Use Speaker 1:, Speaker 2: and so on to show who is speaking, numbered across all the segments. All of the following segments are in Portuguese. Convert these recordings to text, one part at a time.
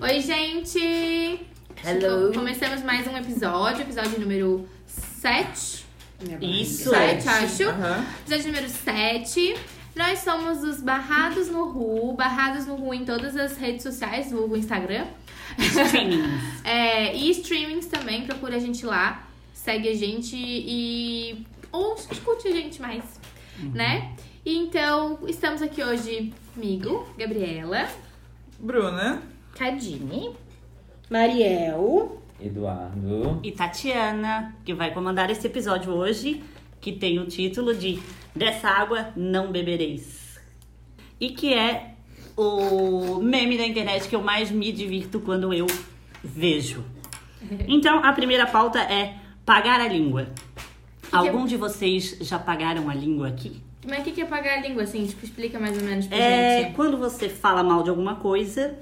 Speaker 1: Oi, gente!
Speaker 2: Hello.
Speaker 1: Começamos mais um episódio, episódio número 7.
Speaker 2: Isso.
Speaker 1: Sete, acho.
Speaker 2: Aham.
Speaker 1: Episódio número 7. Nós somos os Barrados no Ru, Barrados no Ru em todas as redes sociais, vulgo Instagram.
Speaker 3: Streaming.
Speaker 1: É, e streamings também, procura a gente lá, segue a gente e. ou escute a gente mais, né? E então, estamos aqui hoje comigo, Gabriela.
Speaker 2: Bruna.
Speaker 4: Cadine, Mariel,
Speaker 5: Eduardo.
Speaker 3: E Tatiana, que vai comandar esse episódio hoje, que tem o título de Dessa Água Não Bebereis. E que é o meme da internet que eu mais me divirto quando eu vejo. Então, a primeira pauta é pagar a língua. Algum de vocês já pagaram a língua aqui?
Speaker 1: Mas o que que é pagar a língua, assim? Tipo, explica mais ou menos pra
Speaker 3: É
Speaker 1: gente.
Speaker 3: quando você fala mal de alguma coisa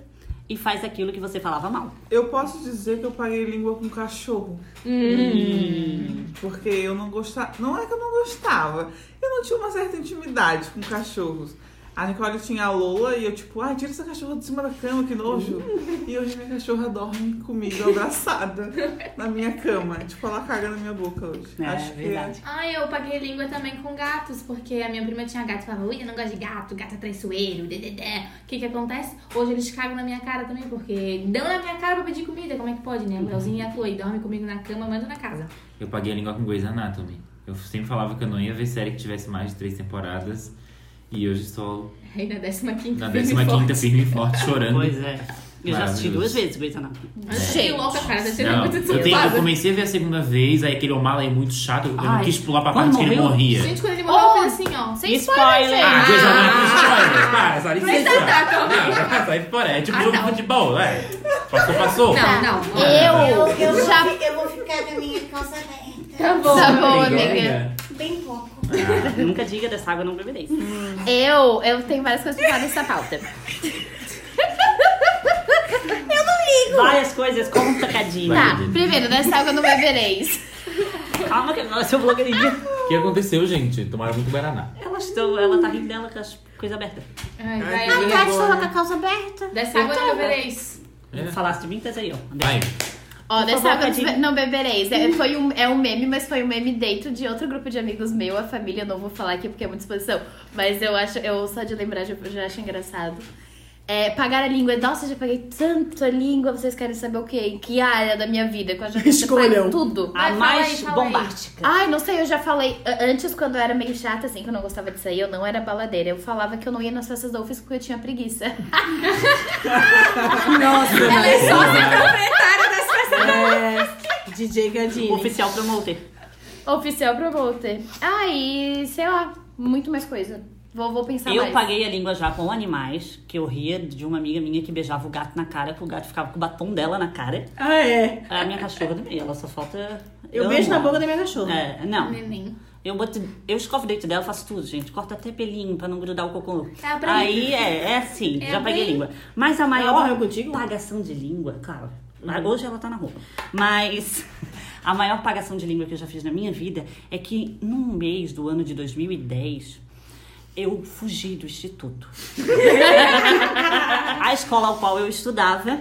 Speaker 3: e faz aquilo que você falava mal.
Speaker 2: Eu posso dizer que eu paguei língua com cachorro. Hum.
Speaker 6: Hum.
Speaker 2: Porque eu não gostava. Não é que eu não gostava. Eu não tinha uma certa intimidade com cachorros. A Nicole tinha a Lola e eu, tipo, ai, tira essa cachorra de cima da cama, que nojo. E hoje minha cachorra dorme comigo, abraçada, na minha cama. Tipo, ela caga na minha boca hoje.
Speaker 3: É,
Speaker 2: Acho que
Speaker 3: verdade.
Speaker 1: Ah, eu paguei língua também com gatos, porque a minha prima tinha gato e falava, ui, eu não gosto de gato, gato é traiçoeiro, dededé. O que que acontece? Hoje eles cagam na minha cara também, porque dão na minha cara pra pedir comida, como é que pode, né? O Leozinho e a Chloe dormem comigo na cama, manda na casa.
Speaker 5: Eu paguei a língua com Grey's Anatomy. Eu sempre falava que eu não ia ver série que tivesse mais de três temporadas. E hoje estou
Speaker 1: Aí na 15
Speaker 5: na 15ª firme e forte chorando.
Speaker 3: Pois é. Eu já assisti
Speaker 5: Maravilhoso.
Speaker 3: duas vezes Grey's Anatomy.
Speaker 1: Achei louca, cara, tá
Speaker 5: Não,
Speaker 1: tirando muito
Speaker 5: eu, tenho- eu
Speaker 1: desculpada.
Speaker 5: comecei a ver a segunda vez, aí aquele O'Malley é muito chato, eu não
Speaker 3: Ai,
Speaker 5: quis pular pra
Speaker 3: quando
Speaker 5: parte que ele
Speaker 3: morreu?
Speaker 5: morria.
Speaker 1: Gente, quando ele morreu, eu falei assim, ó. Sem
Speaker 3: Spoiler!
Speaker 5: Ah, Grey's Anatomy,
Speaker 1: Ah.
Speaker 5: spoiler! Para, sai licença!
Speaker 1: Mas tá, tá, calma
Speaker 5: Ah, Sai fora, é tipo
Speaker 1: Ah,
Speaker 5: jogo de
Speaker 1: não.
Speaker 5: futebol, é. Passou, passou.
Speaker 1: Não, não.
Speaker 4: Ah,
Speaker 1: não.
Speaker 4: eu,
Speaker 7: Eu, eu,
Speaker 4: já...
Speaker 7: vou, fi- eu vou ficar na minha calça aberta.
Speaker 1: Tá bom,
Speaker 4: Tá bom,
Speaker 5: Tem né?
Speaker 4: amiga.
Speaker 5: ideia?
Speaker 7: Bem pouco.
Speaker 5: Ah,
Speaker 3: Nunca diga dessa água não bebereis.
Speaker 4: Eu, eu tenho várias coisas pra falar nessa pauta.
Speaker 3: Várias coisas, conta, Cadinho.
Speaker 5: Vai.
Speaker 4: Tá, primeiro, nessa água eu não bebereis.
Speaker 3: Calma que ela seu blogueirinha.
Speaker 5: O que aconteceu, gente? Tomaram muito Guaraná.
Speaker 3: Ela, estão, ela tá rindo dela com as coisas abertas.
Speaker 1: Ai,
Speaker 2: Ai,
Speaker 4: É
Speaker 7: Ah,
Speaker 1: vai,
Speaker 2: que
Speaker 1: Lili.
Speaker 7: tá
Speaker 2: vergonha.
Speaker 4: calça aberta.
Speaker 1: Dessa água eu vereis.
Speaker 5: É.
Speaker 3: Falasse de mim, tá aí, ó.
Speaker 5: Vai.
Speaker 4: Ó,
Speaker 3: Por
Speaker 4: nessa
Speaker 3: favor,
Speaker 4: água eu
Speaker 3: Cadine.
Speaker 4: não bebereis. É, foi um, é um meme, mas foi um meme dentro de outro grupo de amigos meu, a família. Eu não vou falar aqui porque é muita exposição. Mas eu acho, eu só de lembrar já, já acho engraçado. É, pagar a língua. Nossa, já paguei tanto a língua. Vocês querem saber o quê? Em que área da minha vida? Com a gente
Speaker 2: Escolham.
Speaker 4: tudo.
Speaker 3: A
Speaker 1: Vai, fala aí,
Speaker 3: mais
Speaker 1: fala aí.
Speaker 3: bombástica.
Speaker 4: Ai, não sei, eu já falei a- antes, quando eu era meio chata, assim, que eu não gostava de sair, eu não era baladeira. Eu falava que eu não ia nas festas da UFES porque eu tinha preguiça.
Speaker 6: Nossa,
Speaker 1: Ela é
Speaker 5: Vai.
Speaker 1: proprietária dessa
Speaker 6: é DJ Gadini.
Speaker 3: Oficial promoter.
Speaker 4: Oficial promoter. Ai, sei lá, muito mais coisa. Vou, vou pensar
Speaker 3: Eu
Speaker 4: mais.
Speaker 3: paguei a língua já com animais, que eu ria de uma amiga minha que beijava o gato na cara, que o gato ficava com o batom dela na cara.
Speaker 6: Ah, é.
Speaker 3: A minha cachorra também, ela só falta.
Speaker 6: Eu beijo na
Speaker 3: amo
Speaker 6: boca
Speaker 3: ela.
Speaker 6: da minha cachorra.
Speaker 3: É, não.
Speaker 1: Neném.
Speaker 3: Eu, boto, eu escovo o dente dela, faço tudo, gente. Corto até pelinho pra não grudar o cocô.
Speaker 1: É a Brenda.
Speaker 3: Aí é, é assim,
Speaker 1: É a
Speaker 3: já paguei
Speaker 1: Brenda.
Speaker 3: língua. Mas a maior
Speaker 6: morreu contigo?
Speaker 3: pagação de língua, claro. mas Hoje ela tá na roupa. Mas a maior pagação de língua que eu já fiz na minha vida é que num mês do ano de 2010, eu fugi do instituto. a escola ao qual eu estudava.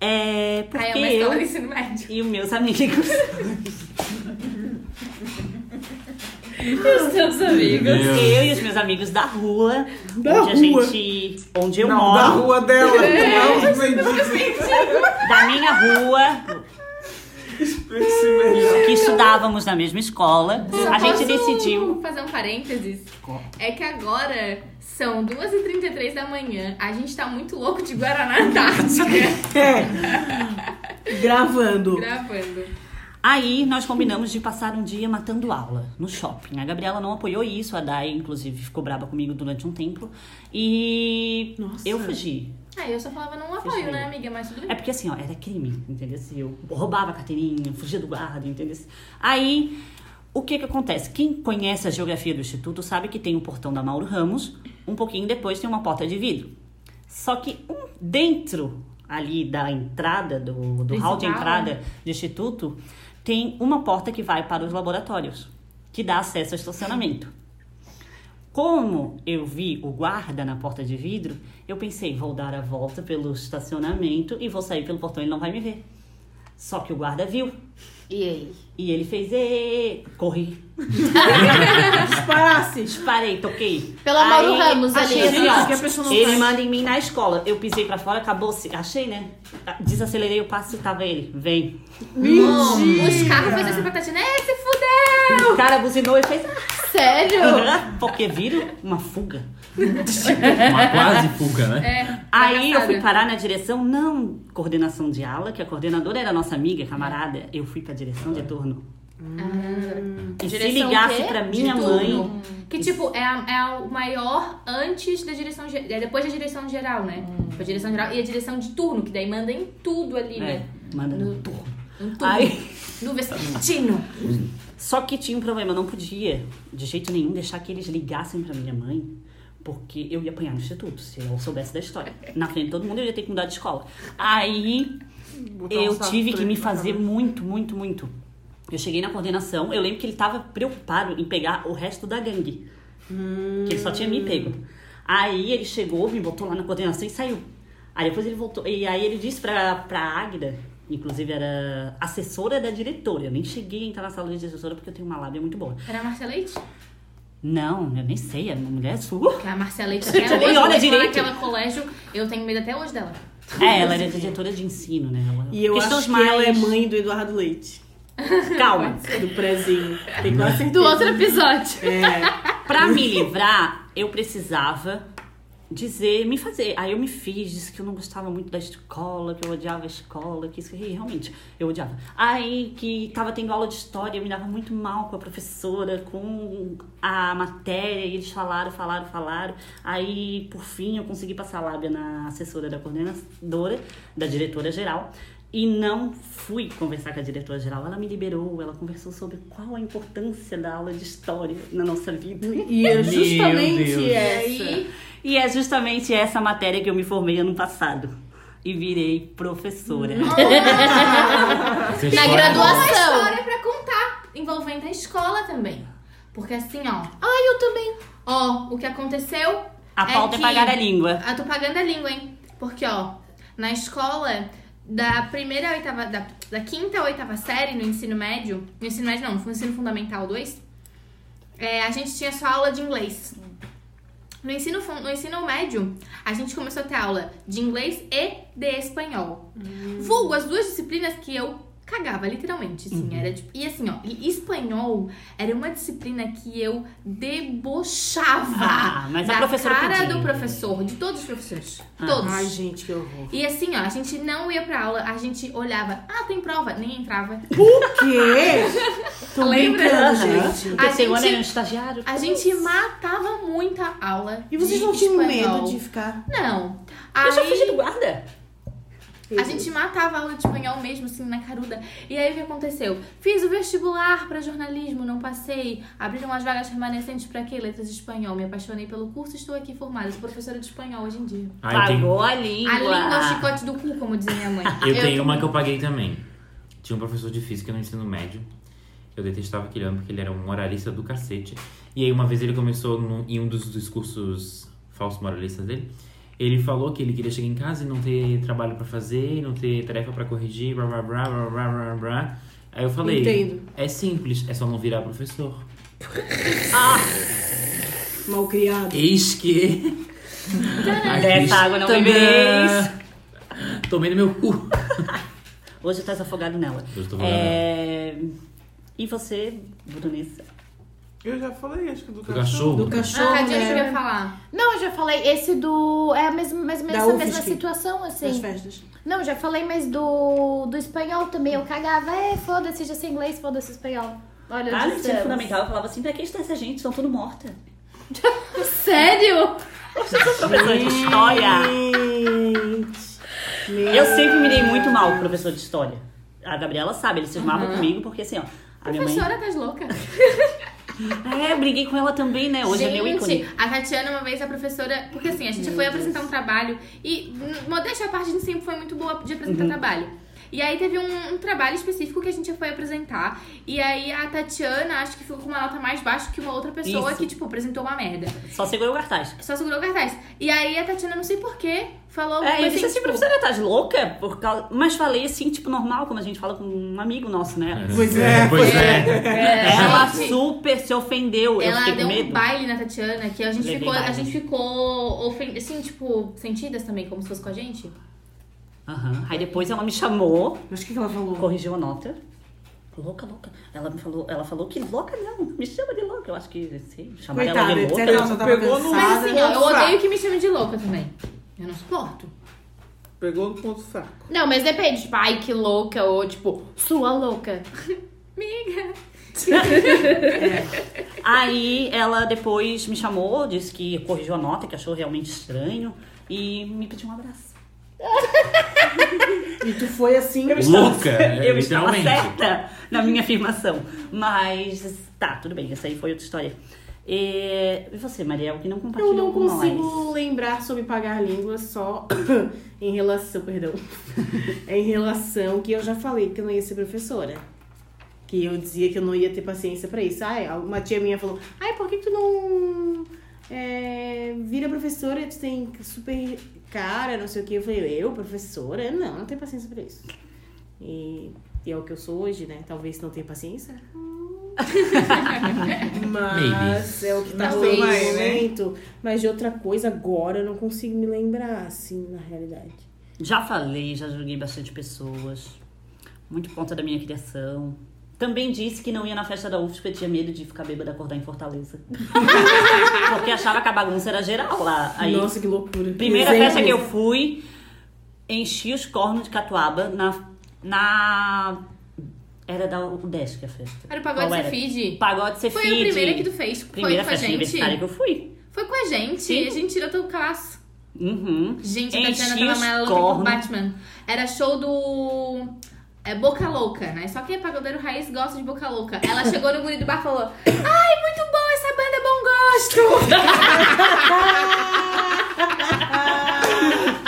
Speaker 3: É porque
Speaker 1: Ai, é uma escola
Speaker 3: eu
Speaker 1: de ensino médio.
Speaker 3: e os meus amigos.
Speaker 1: Os seus amigos.
Speaker 5: Meu Deus.
Speaker 3: Eu e os meus amigos da rua,
Speaker 6: Da
Speaker 3: onde
Speaker 6: rua.
Speaker 3: a gente. onde eu
Speaker 2: Não, da
Speaker 3: moro,
Speaker 2: rua dela. Não, os vendidos.
Speaker 3: da minha rua,
Speaker 2: Esse melhor.
Speaker 3: que estudávamos na mesma escola,
Speaker 1: Só
Speaker 3: a gente
Speaker 1: posso
Speaker 3: decidiu.
Speaker 1: fazer um parênteses. É que agora são 2h33 da manhã. A gente tá muito louco de Guaraná Antártica
Speaker 6: É. Gravando.
Speaker 1: gravando.
Speaker 3: Aí nós combinamos de passar um dia matando aula no shopping. A Gabriela não apoiou isso, a Dai, inclusive, ficou brava comigo durante um tempo. E
Speaker 6: Nossa.
Speaker 3: eu fugi.
Speaker 1: Ah, eu só falava não apoio,
Speaker 3: Vocês
Speaker 1: né,
Speaker 3: viram?
Speaker 1: amiga? Mas tudo
Speaker 3: É
Speaker 1: bem.
Speaker 3: porque assim, ó, era crime, entendeu? Se Eu roubava a carteirinha, fugia do guarda, entendeu? Aí, o que que acontece? Quem conhece a geografia do Instituto sabe que tem o portão da Mauro Ramos, um pouquinho depois tem uma porta de vidro. Só que um dentro ali da entrada, do, do hall de
Speaker 1: Principal,
Speaker 3: entrada do Instituto, tem uma porta que vai para os laboratórios, que dá acesso ao estacionamento. Como eu vi o guarda na porta de vidro, eu pensei, vou dar a volta pelo estacionamento e vou sair pelo portão, ele não vai me ver. Só que o guarda viu.
Speaker 4: E aí?
Speaker 3: E ele fez, "Ê, corri.
Speaker 6: Disparasse.
Speaker 3: Disparei, toquei.
Speaker 4: Pelo Mauro
Speaker 3: Aí,
Speaker 4: Ramos é ali,
Speaker 3: achei assim,
Speaker 6: né?
Speaker 3: ó,
Speaker 6: Que a pessoa não
Speaker 3: Ele
Speaker 6: faz.
Speaker 3: manda em mim na escola. Eu pisei pra fora, acabou-se. Achei, né? Desacelerei o passo e tava ele. Vem.
Speaker 1: Bom, os carros fazem essa batatina. É, se fuder!
Speaker 3: O cara buzinou e fez. "Ah",
Speaker 4: Sério?
Speaker 3: Porque viram uma fuga.
Speaker 5: Uma quase fuga, né?
Speaker 1: É,
Speaker 3: Aí eu
Speaker 1: fracassada.
Speaker 3: fui parar na direção, não coordenação de aula, que a coordenadora era nossa amiga, camarada. Eu fui pra direção de turno.
Speaker 1: Ah.
Speaker 3: E se
Speaker 4: Direção
Speaker 3: ligasse
Speaker 4: quê?
Speaker 3: pra
Speaker 4: De
Speaker 3: minha
Speaker 4: turno?
Speaker 3: mãe,
Speaker 1: Que, tipo, é, a- é o maior antes da direção geral. É depois da direção geral, né?
Speaker 3: Hum.
Speaker 1: Foi a direção geral e a direção de turno, que daí manda em tudo ali,
Speaker 3: né,
Speaker 1: né?
Speaker 3: manda
Speaker 1: No-
Speaker 3: no turno.
Speaker 1: Em tudo.
Speaker 3: Aí,
Speaker 1: No Vespertino.
Speaker 3: só que tinha um problema, eu não podia de jeito nenhum deixar que eles ligassem pra minha mãe, porque eu ia apanhar no instituto, se eu soubesse da história. Na frente de todo mundo eu ia ter que mudar de escola. Aí
Speaker 2: Botar um
Speaker 3: eu
Speaker 2: saco
Speaker 3: tive que
Speaker 2: preto
Speaker 3: me
Speaker 2: na
Speaker 3: fazer
Speaker 2: cabeça.
Speaker 3: muito, muito, muito. Eu cheguei na coordenação, eu lembro que ele tava preocupado em pegar o resto da gangue. Que ele só tinha me pego. Aí ele chegou, me botou lá na coordenação e saiu. Aí depois ele voltou. E aí ele disse pra, pra Águida, inclusive era assessora da diretora. Eu nem cheguei a entrar na sala de assessora porque eu tenho uma lábia muito boa.
Speaker 1: Era a Marcia Leite?
Speaker 3: Não, eu nem sei, a mulher é sua.
Speaker 1: Que a Marcia Leite
Speaker 3: Você
Speaker 1: até hoje,
Speaker 3: nem olha
Speaker 1: eu vou lá
Speaker 3: direito.
Speaker 1: naquela colégio, eu tenho medo até hoje dela.
Speaker 3: É, ela era diretora de ensino, né? Ela-
Speaker 6: E eu
Speaker 3: Questões
Speaker 6: acho que ela é mãe do Eduardo Leite.
Speaker 3: Calma.
Speaker 6: Do prezinho. Tem quase certeza.
Speaker 4: Do outro episódio.
Speaker 6: É.
Speaker 3: Pra me livrar, eu precisava dizer, me fazer. Aí eu me fiz, disse que eu não gostava muito da escola, que eu odiava a escola, que isso, e realmente, eu odiava. Aí que tava tendo aula de história, eu me dava muito mal com a professora, com a matéria, e eles falaram, falaram, falaram. Aí, por fim, eu consegui passar a lábia na assessora da coordenadora, da diretora geral. E não fui conversar com a diretora geral. Ela me liberou, ela conversou sobre qual a importância da aula de história na nossa vida.
Speaker 6: E é
Speaker 5: Meu Deus.
Speaker 6: justamente
Speaker 1: E
Speaker 3: É
Speaker 4: é.
Speaker 6: essa.
Speaker 1: aí,
Speaker 3: E é justamente essa matéria que eu me formei ano passado. E virei professora.
Speaker 1: Hum.
Speaker 5: Essa
Speaker 4: Na
Speaker 5: história-
Speaker 1: uma
Speaker 4: graduação.
Speaker 1: história pra contar, envolvendo a escola também. Porque assim, ó,
Speaker 4: Ai, Ah, eu também.
Speaker 1: ó, o que aconteceu
Speaker 3: A pauta é,
Speaker 1: que-
Speaker 3: pagar a língua.
Speaker 1: Eu Ah, tô pagando a língua, hein? Porque, ó, na escola, da primeira à oitava. Da, da quinta à oitava série, no ensino médio. No ensino médio não, no ensino fundamental 2, é, a gente tinha só aula de inglês. No ensino, fun- no ensino médio, a gente começou a ter aula de inglês e de espanhol. Vulgo as duas disciplinas que eu cagava, literalmente, assim.
Speaker 6: Uhum.
Speaker 1: Era, tipo- e assim, ó, e espanhol era uma disciplina que eu debochava
Speaker 3: Ah, mas a
Speaker 1: da
Speaker 3: professora
Speaker 1: cara
Speaker 3: podia.
Speaker 1: do professor, de todos os professores.
Speaker 3: Ah.
Speaker 1: Todos.
Speaker 6: Ai, gente, que horror.
Speaker 1: E assim, ó, a gente não ia pra aula, a gente olhava, ah, tem prova, nem entrava.
Speaker 6: Que? Tô
Speaker 1: Lembra?
Speaker 6: brincando,
Speaker 3: Aham.
Speaker 6: gente.
Speaker 1: A
Speaker 3: Porque chegou
Speaker 1: gente-
Speaker 6: É
Speaker 3: né, um estagiário.
Speaker 1: A gente matava muita aula.
Speaker 6: E vocês
Speaker 1: de
Speaker 6: não tinham
Speaker 1: espanhol.
Speaker 6: medo de ficar.
Speaker 1: Não.
Speaker 3: Eu já
Speaker 1: Aí,
Speaker 3: fugi do guarda.
Speaker 1: A gente matava a aula de espanhol mesmo, assim, na caruda. E aí o que aconteceu? Fiz o vestibular pra jornalismo, não passei. Abriram as vagas remanescentes pra quê? Letras de espanhol. Me apaixonei pelo curso e estou aqui formada. Sou professora de espanhol hoje em dia.
Speaker 5: Ah, eu tenho-
Speaker 3: Pagou a
Speaker 1: A
Speaker 3: língua.
Speaker 1: língua é o chicote do cu, como dizia minha mãe. Ah,
Speaker 5: Eu tenho uma que eu paguei também. Tinha um professor de física no ensino médio. Eu detestava aquele homem porque ele era um moralista do cacete. E aí uma vez ele começou no- em um dos discursos falsos moralistas dele. Ele falou que ele queria chegar em casa e não ter trabalho pra fazer, não ter tarefa pra corrigir, blá blá blá blá blá blá blá. Aí eu falei,
Speaker 6: Entendo.
Speaker 5: é simples, é só não virar professor.
Speaker 6: Mal criado.
Speaker 5: Eis que. Aqui
Speaker 3: Dessa água não
Speaker 5: está.
Speaker 3: bebeis.
Speaker 5: Tomei no meu cu.
Speaker 3: Hoje tá afogado nela.
Speaker 5: Hoje tô afogado
Speaker 3: é... E você, Brunessa?
Speaker 2: Eu já falei, acho que do,
Speaker 5: Do cachorro.
Speaker 6: Do cachorro,
Speaker 1: ah, a Diana
Speaker 6: né?
Speaker 1: queria falar.
Speaker 4: Não, eu já falei esse do. É a mesma, mais ou menos
Speaker 6: Da
Speaker 4: essa mesma
Speaker 6: UFSC.
Speaker 4: situação,
Speaker 6: Das
Speaker 4: assim.
Speaker 6: festas.
Speaker 4: Não, já falei, mas do, do espanhol também. Eu cagava. É, foda-se, já sei inglês, foda-se espanhol. Olha,
Speaker 3: Ah, no ensino
Speaker 4: dissemos.
Speaker 3: fundamental, eu falava assim, pra que estudar essa gente? Estão tudo morta.
Speaker 4: Sério?
Speaker 3: Professor de história.
Speaker 6: Gente. Meu
Speaker 3: Eu sempre me dei muito mal com o professor de história. A Gabriela sabe, ele se esmava comigo porque assim, ó. A minha mãe...
Speaker 1: Uhum. Professora, tá das loucas.
Speaker 3: É, briguei com ela também, né? Hoje
Speaker 1: gente,
Speaker 3: é meu ícone.
Speaker 1: A Tatiana, uma vez, a professora. Porque
Speaker 3: Uhum.
Speaker 1: assim, a gente foi apresentar um trabalho. E, hum, modéstia à parte, a gente sempre foi muito boa de apresentar trabalho. E aí teve um, um trabalho específico que a gente foi apresentar. E aí a Tatiana, acho que ficou com uma nota mais baixa que uma outra pessoa
Speaker 3: Isso.
Speaker 1: que, tipo, apresentou uma merda.
Speaker 3: Só segurou o cartaz.
Speaker 1: Só segurou o cartaz. E aí a Tatiana, não sei porquê, falou
Speaker 3: É,
Speaker 1: uma
Speaker 3: eu
Speaker 1: coisa tipo,
Speaker 3: disse assim pra você, tá louca? Por causa... Mas falei assim, tipo, normal, como a gente fala com um amigo nosso, né?
Speaker 6: Pois é.
Speaker 5: Pois é.
Speaker 3: Ela
Speaker 1: gente.
Speaker 3: super se ofendeu. eu
Speaker 1: Ela
Speaker 3: fiquei
Speaker 1: deu
Speaker 3: com medo.
Speaker 1: um baile na Tatiana que a gente
Speaker 3: Levei
Speaker 1: ficou, a
Speaker 3: baile.
Speaker 1: gente ficou ofen- assim, tipo, sentidas também, como se fosse com a gente.
Speaker 3: Aham. Aí depois ela me chamou,
Speaker 6: Mas o que que ela falou?
Speaker 3: corrigiu a nota. Louca, louca. Ela me falou, ela falou que louca não, me chama de louca. Eu acho que sei, chamar ela
Speaker 6: Coitada,
Speaker 3: de louca.
Speaker 6: etc. Ela só tava
Speaker 2: Pegou no-
Speaker 1: Mas
Speaker 6: cansada.
Speaker 1: assim, ó, eu
Speaker 2: Nossa.
Speaker 1: odeio que me chamem de louca também. Eu não suporto.
Speaker 2: Pegou no ponto fraco.
Speaker 4: Não, mas depende, tipo, ai, que louca, ou tipo, sua louca.
Speaker 1: Amiga.
Speaker 3: Aí ela depois me chamou, disse que corrigiu a nota, que achou realmente estranho e me pediu um abraço.
Speaker 6: E tu foi assim.
Speaker 5: Louca,
Speaker 3: Eu estava
Speaker 5: É, literalmente.
Speaker 3: certa na minha afirmação. Mas tá, tudo bem, essa aí foi outra história. E e você, Mariel, que não compartilhou
Speaker 6: Eu não
Speaker 3: com nós?
Speaker 6: consigo lembrar sobre pagar a língua só em relação, perdão, em relação que eu já falei que eu não ia ser professora. Que eu dizia que eu não ia ter paciência pra isso. Ai, uma tia minha falou, ai, por que que tu não é, vira professora? Tu tem super cara, não sei o que. Eu falei, eu, professora? Não, não tenho paciência pra isso. E, e é o que eu sou hoje, né? Talvez não tenha paciência. Mas é o que tá
Speaker 2: Mas
Speaker 6: rolando no
Speaker 2: também, né?
Speaker 6: momento. Mas de outra coisa, agora eu não consigo me lembrar, assim, na realidade.
Speaker 3: Já falei, já julguei bastante pessoas. Muito por conta da minha criação. Também disse que não ia na festa da UFSC porque tinha medo de ficar bêbada e acordar em Fortaleza. porque achava que a bagunça era geral lá. Aí,
Speaker 6: Nossa, que loucura.
Speaker 3: primeira
Speaker 6: Exemplo.
Speaker 3: festa que eu fui, enchi os cornos de catuaba na. na... Era da UDESC a festa.
Speaker 1: Era o pagode
Speaker 3: Qual era?
Speaker 1: Cefid.
Speaker 3: Pagode Cefid.
Speaker 1: Foi a primeira que tu fez. Foi
Speaker 3: Primeira
Speaker 1: com a
Speaker 3: festa
Speaker 1: gente.
Speaker 3: universitária que eu fui.
Speaker 1: Foi com a gente.
Speaker 3: Sim.
Speaker 1: A gente tirou teu caso.
Speaker 3: Uhum.
Speaker 1: Gente, a
Speaker 3: Enchi
Speaker 1: Tatiana
Speaker 3: os
Speaker 1: tava mais louca que o
Speaker 3: cornos.
Speaker 1: Batman. Era show do. É Boca Louca, né? Só quem é pagodeiro raiz gosta de Boca Louca. Ela chegou no guri do bar e falou: Ai, muito bom, essa banda é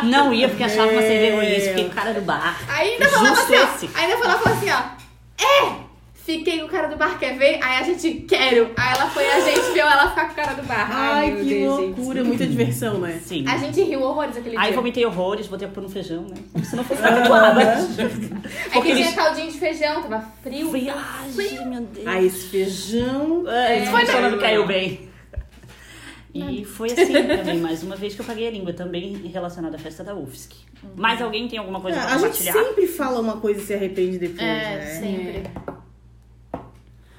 Speaker 1: bom gosto!
Speaker 3: Não ia porque achava uma sem vergonhice, fiquei com cara do bar.
Speaker 1: Aí ainda falava
Speaker 3: Justo
Speaker 1: assim,
Speaker 3: esse.
Speaker 1: ó. Ainda falava assim, ó. É! Fiquei com o cara do bar, quer ver? Aí a gente, quero. Aí ela foi, a gente viu ela ficar com o cara do bar.
Speaker 6: Ai,
Speaker 1: meu
Speaker 6: que
Speaker 1: Deus, gente.
Speaker 6: loucura. Muita diversão, né?
Speaker 3: Sim.
Speaker 1: A gente riu horrores aquele
Speaker 3: Aí
Speaker 1: dia.
Speaker 3: vomitei horrores, botei por no feijão, né? Como se não fosse catuaba.
Speaker 1: É
Speaker 3: Porque
Speaker 1: que tinha
Speaker 3: eles...
Speaker 1: caldinho de feijão, tava frio.
Speaker 3: Viagem, meu Deus.
Speaker 6: Ai, esse feijão.
Speaker 3: É,
Speaker 1: É.
Speaker 3: Foi não caiu bem. E foi assim também, mais uma vez que eu paguei a língua, também relacionada à festa da UFSC.
Speaker 1: Uhum.
Speaker 3: Mas alguém tem alguma coisa pra
Speaker 6: Ah, É, a gente
Speaker 3: compartilhar?
Speaker 6: sempre fala uma coisa e se arrepende depois,
Speaker 4: É,
Speaker 6: né?
Speaker 4: sempre.